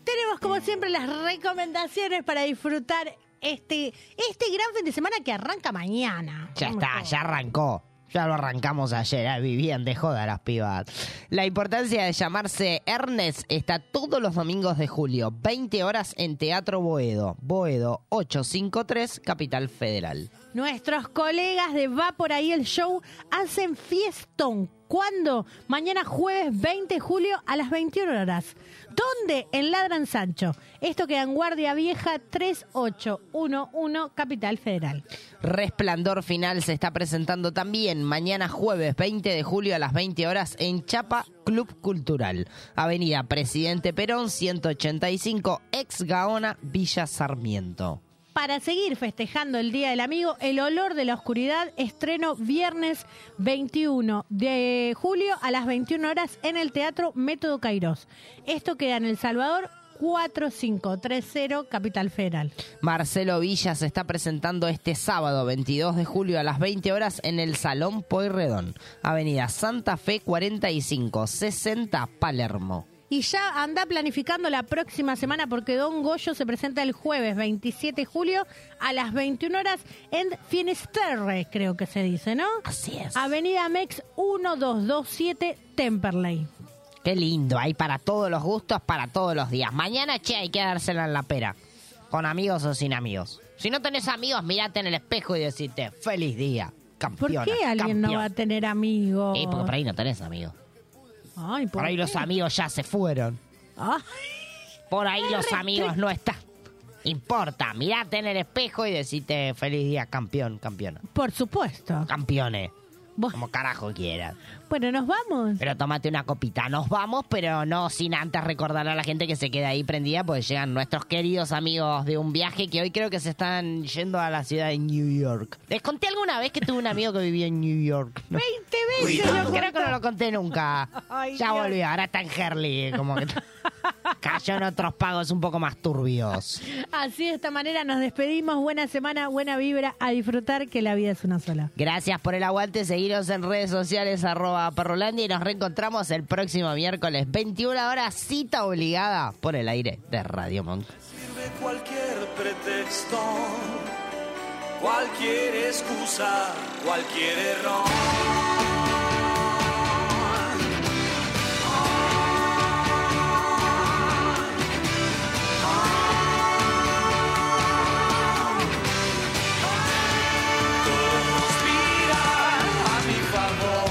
Speaker 3: Tenemos como siempre las recomendaciones para disfrutar este, este gran fin de semana que arranca mañana.
Speaker 4: Ya está, ya arrancó. Ya lo arrancamos ayer, ah, vivían de joda las pibas. La importancia de llamarse Ernest está todos los domingos de julio, 20 horas en Teatro Boedo, Boedo 853, Capital Federal.
Speaker 3: Nuestros colegas de Va por ahí el show hacen fiestón. ¿Cuándo? Mañana jueves 20 de julio a las 21 horas. ¿Dónde? En Ladran Sancho. Esto queda en Guardia Vieja 3811, Capital Federal.
Speaker 4: Resplandor Final se está presentando también mañana jueves 20 de julio a las 20 horas en Chapa Club Cultural, Avenida Presidente Perón 185, ex Gaona, Villa Sarmiento.
Speaker 3: Para seguir festejando el Día del Amigo, El Olor de la Oscuridad, estreno viernes 21 de julio a las 21 horas en el Teatro Método Cairós. Esto queda en El Salvador 4530, Capital Federal.
Speaker 4: Marcelo Villa se está presentando este sábado 22 de julio a las 20 horas en el Salón Pueyrredón, Avenida Santa Fe 45, 60 Palermo.
Speaker 3: Y ya anda planificando la próxima semana porque Don Goyo se presenta el jueves 27 de julio a las 21 horas en Finisterre, creo que se dice, ¿no?
Speaker 4: Así es.
Speaker 3: Avenida Mex 1227 Temperley.
Speaker 4: Qué lindo, hay para todos los gustos, para todos los días. Mañana, che, hay que dársela en la pera. Con amigos o sin amigos. Si no tenés amigos, mirate en el espejo y decirte, feliz día,
Speaker 3: ¿Por
Speaker 4: campeona.
Speaker 3: qué alguien no
Speaker 4: campeón".
Speaker 3: va a tener amigos?
Speaker 4: Sí, porque por ahí no tenés amigos.
Speaker 3: Ay,
Speaker 4: Por ahí
Speaker 3: qué? Ah.
Speaker 4: los amigos ya se fueron. Por ahí los amigos no están. Importa, mirate en el espejo y decite feliz día, campeón, campeona.
Speaker 3: Por supuesto.
Speaker 4: Campeones. Como carajo quieras.
Speaker 3: Bueno, nos vamos.
Speaker 4: Pero tómate una copita. Nos vamos, pero no sin antes recordar a la gente que se queda ahí prendida, porque llegan nuestros queridos amigos de un viaje que hoy creo que se están yendo a la ciudad de New York. Les conté alguna vez que tuve un amigo que vivía en New York. ¿no?
Speaker 3: veces
Speaker 4: Cuidado.
Speaker 3: lo
Speaker 4: Creo que no lo conté nunca.
Speaker 3: Ay,
Speaker 4: ya
Speaker 3: Dios.
Speaker 4: volvió, ahora está en Herley. eh, Como que cayó en otros pagos un poco más turbios.
Speaker 3: Así de esta manera nos despedimos. Buena semana, buena vibra. A disfrutar que la vida es una sola.
Speaker 4: Gracias por el aguante. Seguiros en redes sociales, arroba Perrolandia, y nos reencontramos el próximo miércoles, 21 horas, cita obligada por el aire de Radio Monk.
Speaker 16: sirve cualquier pretexto, cualquier excusa, cualquier error. Todo conspira a mi favor.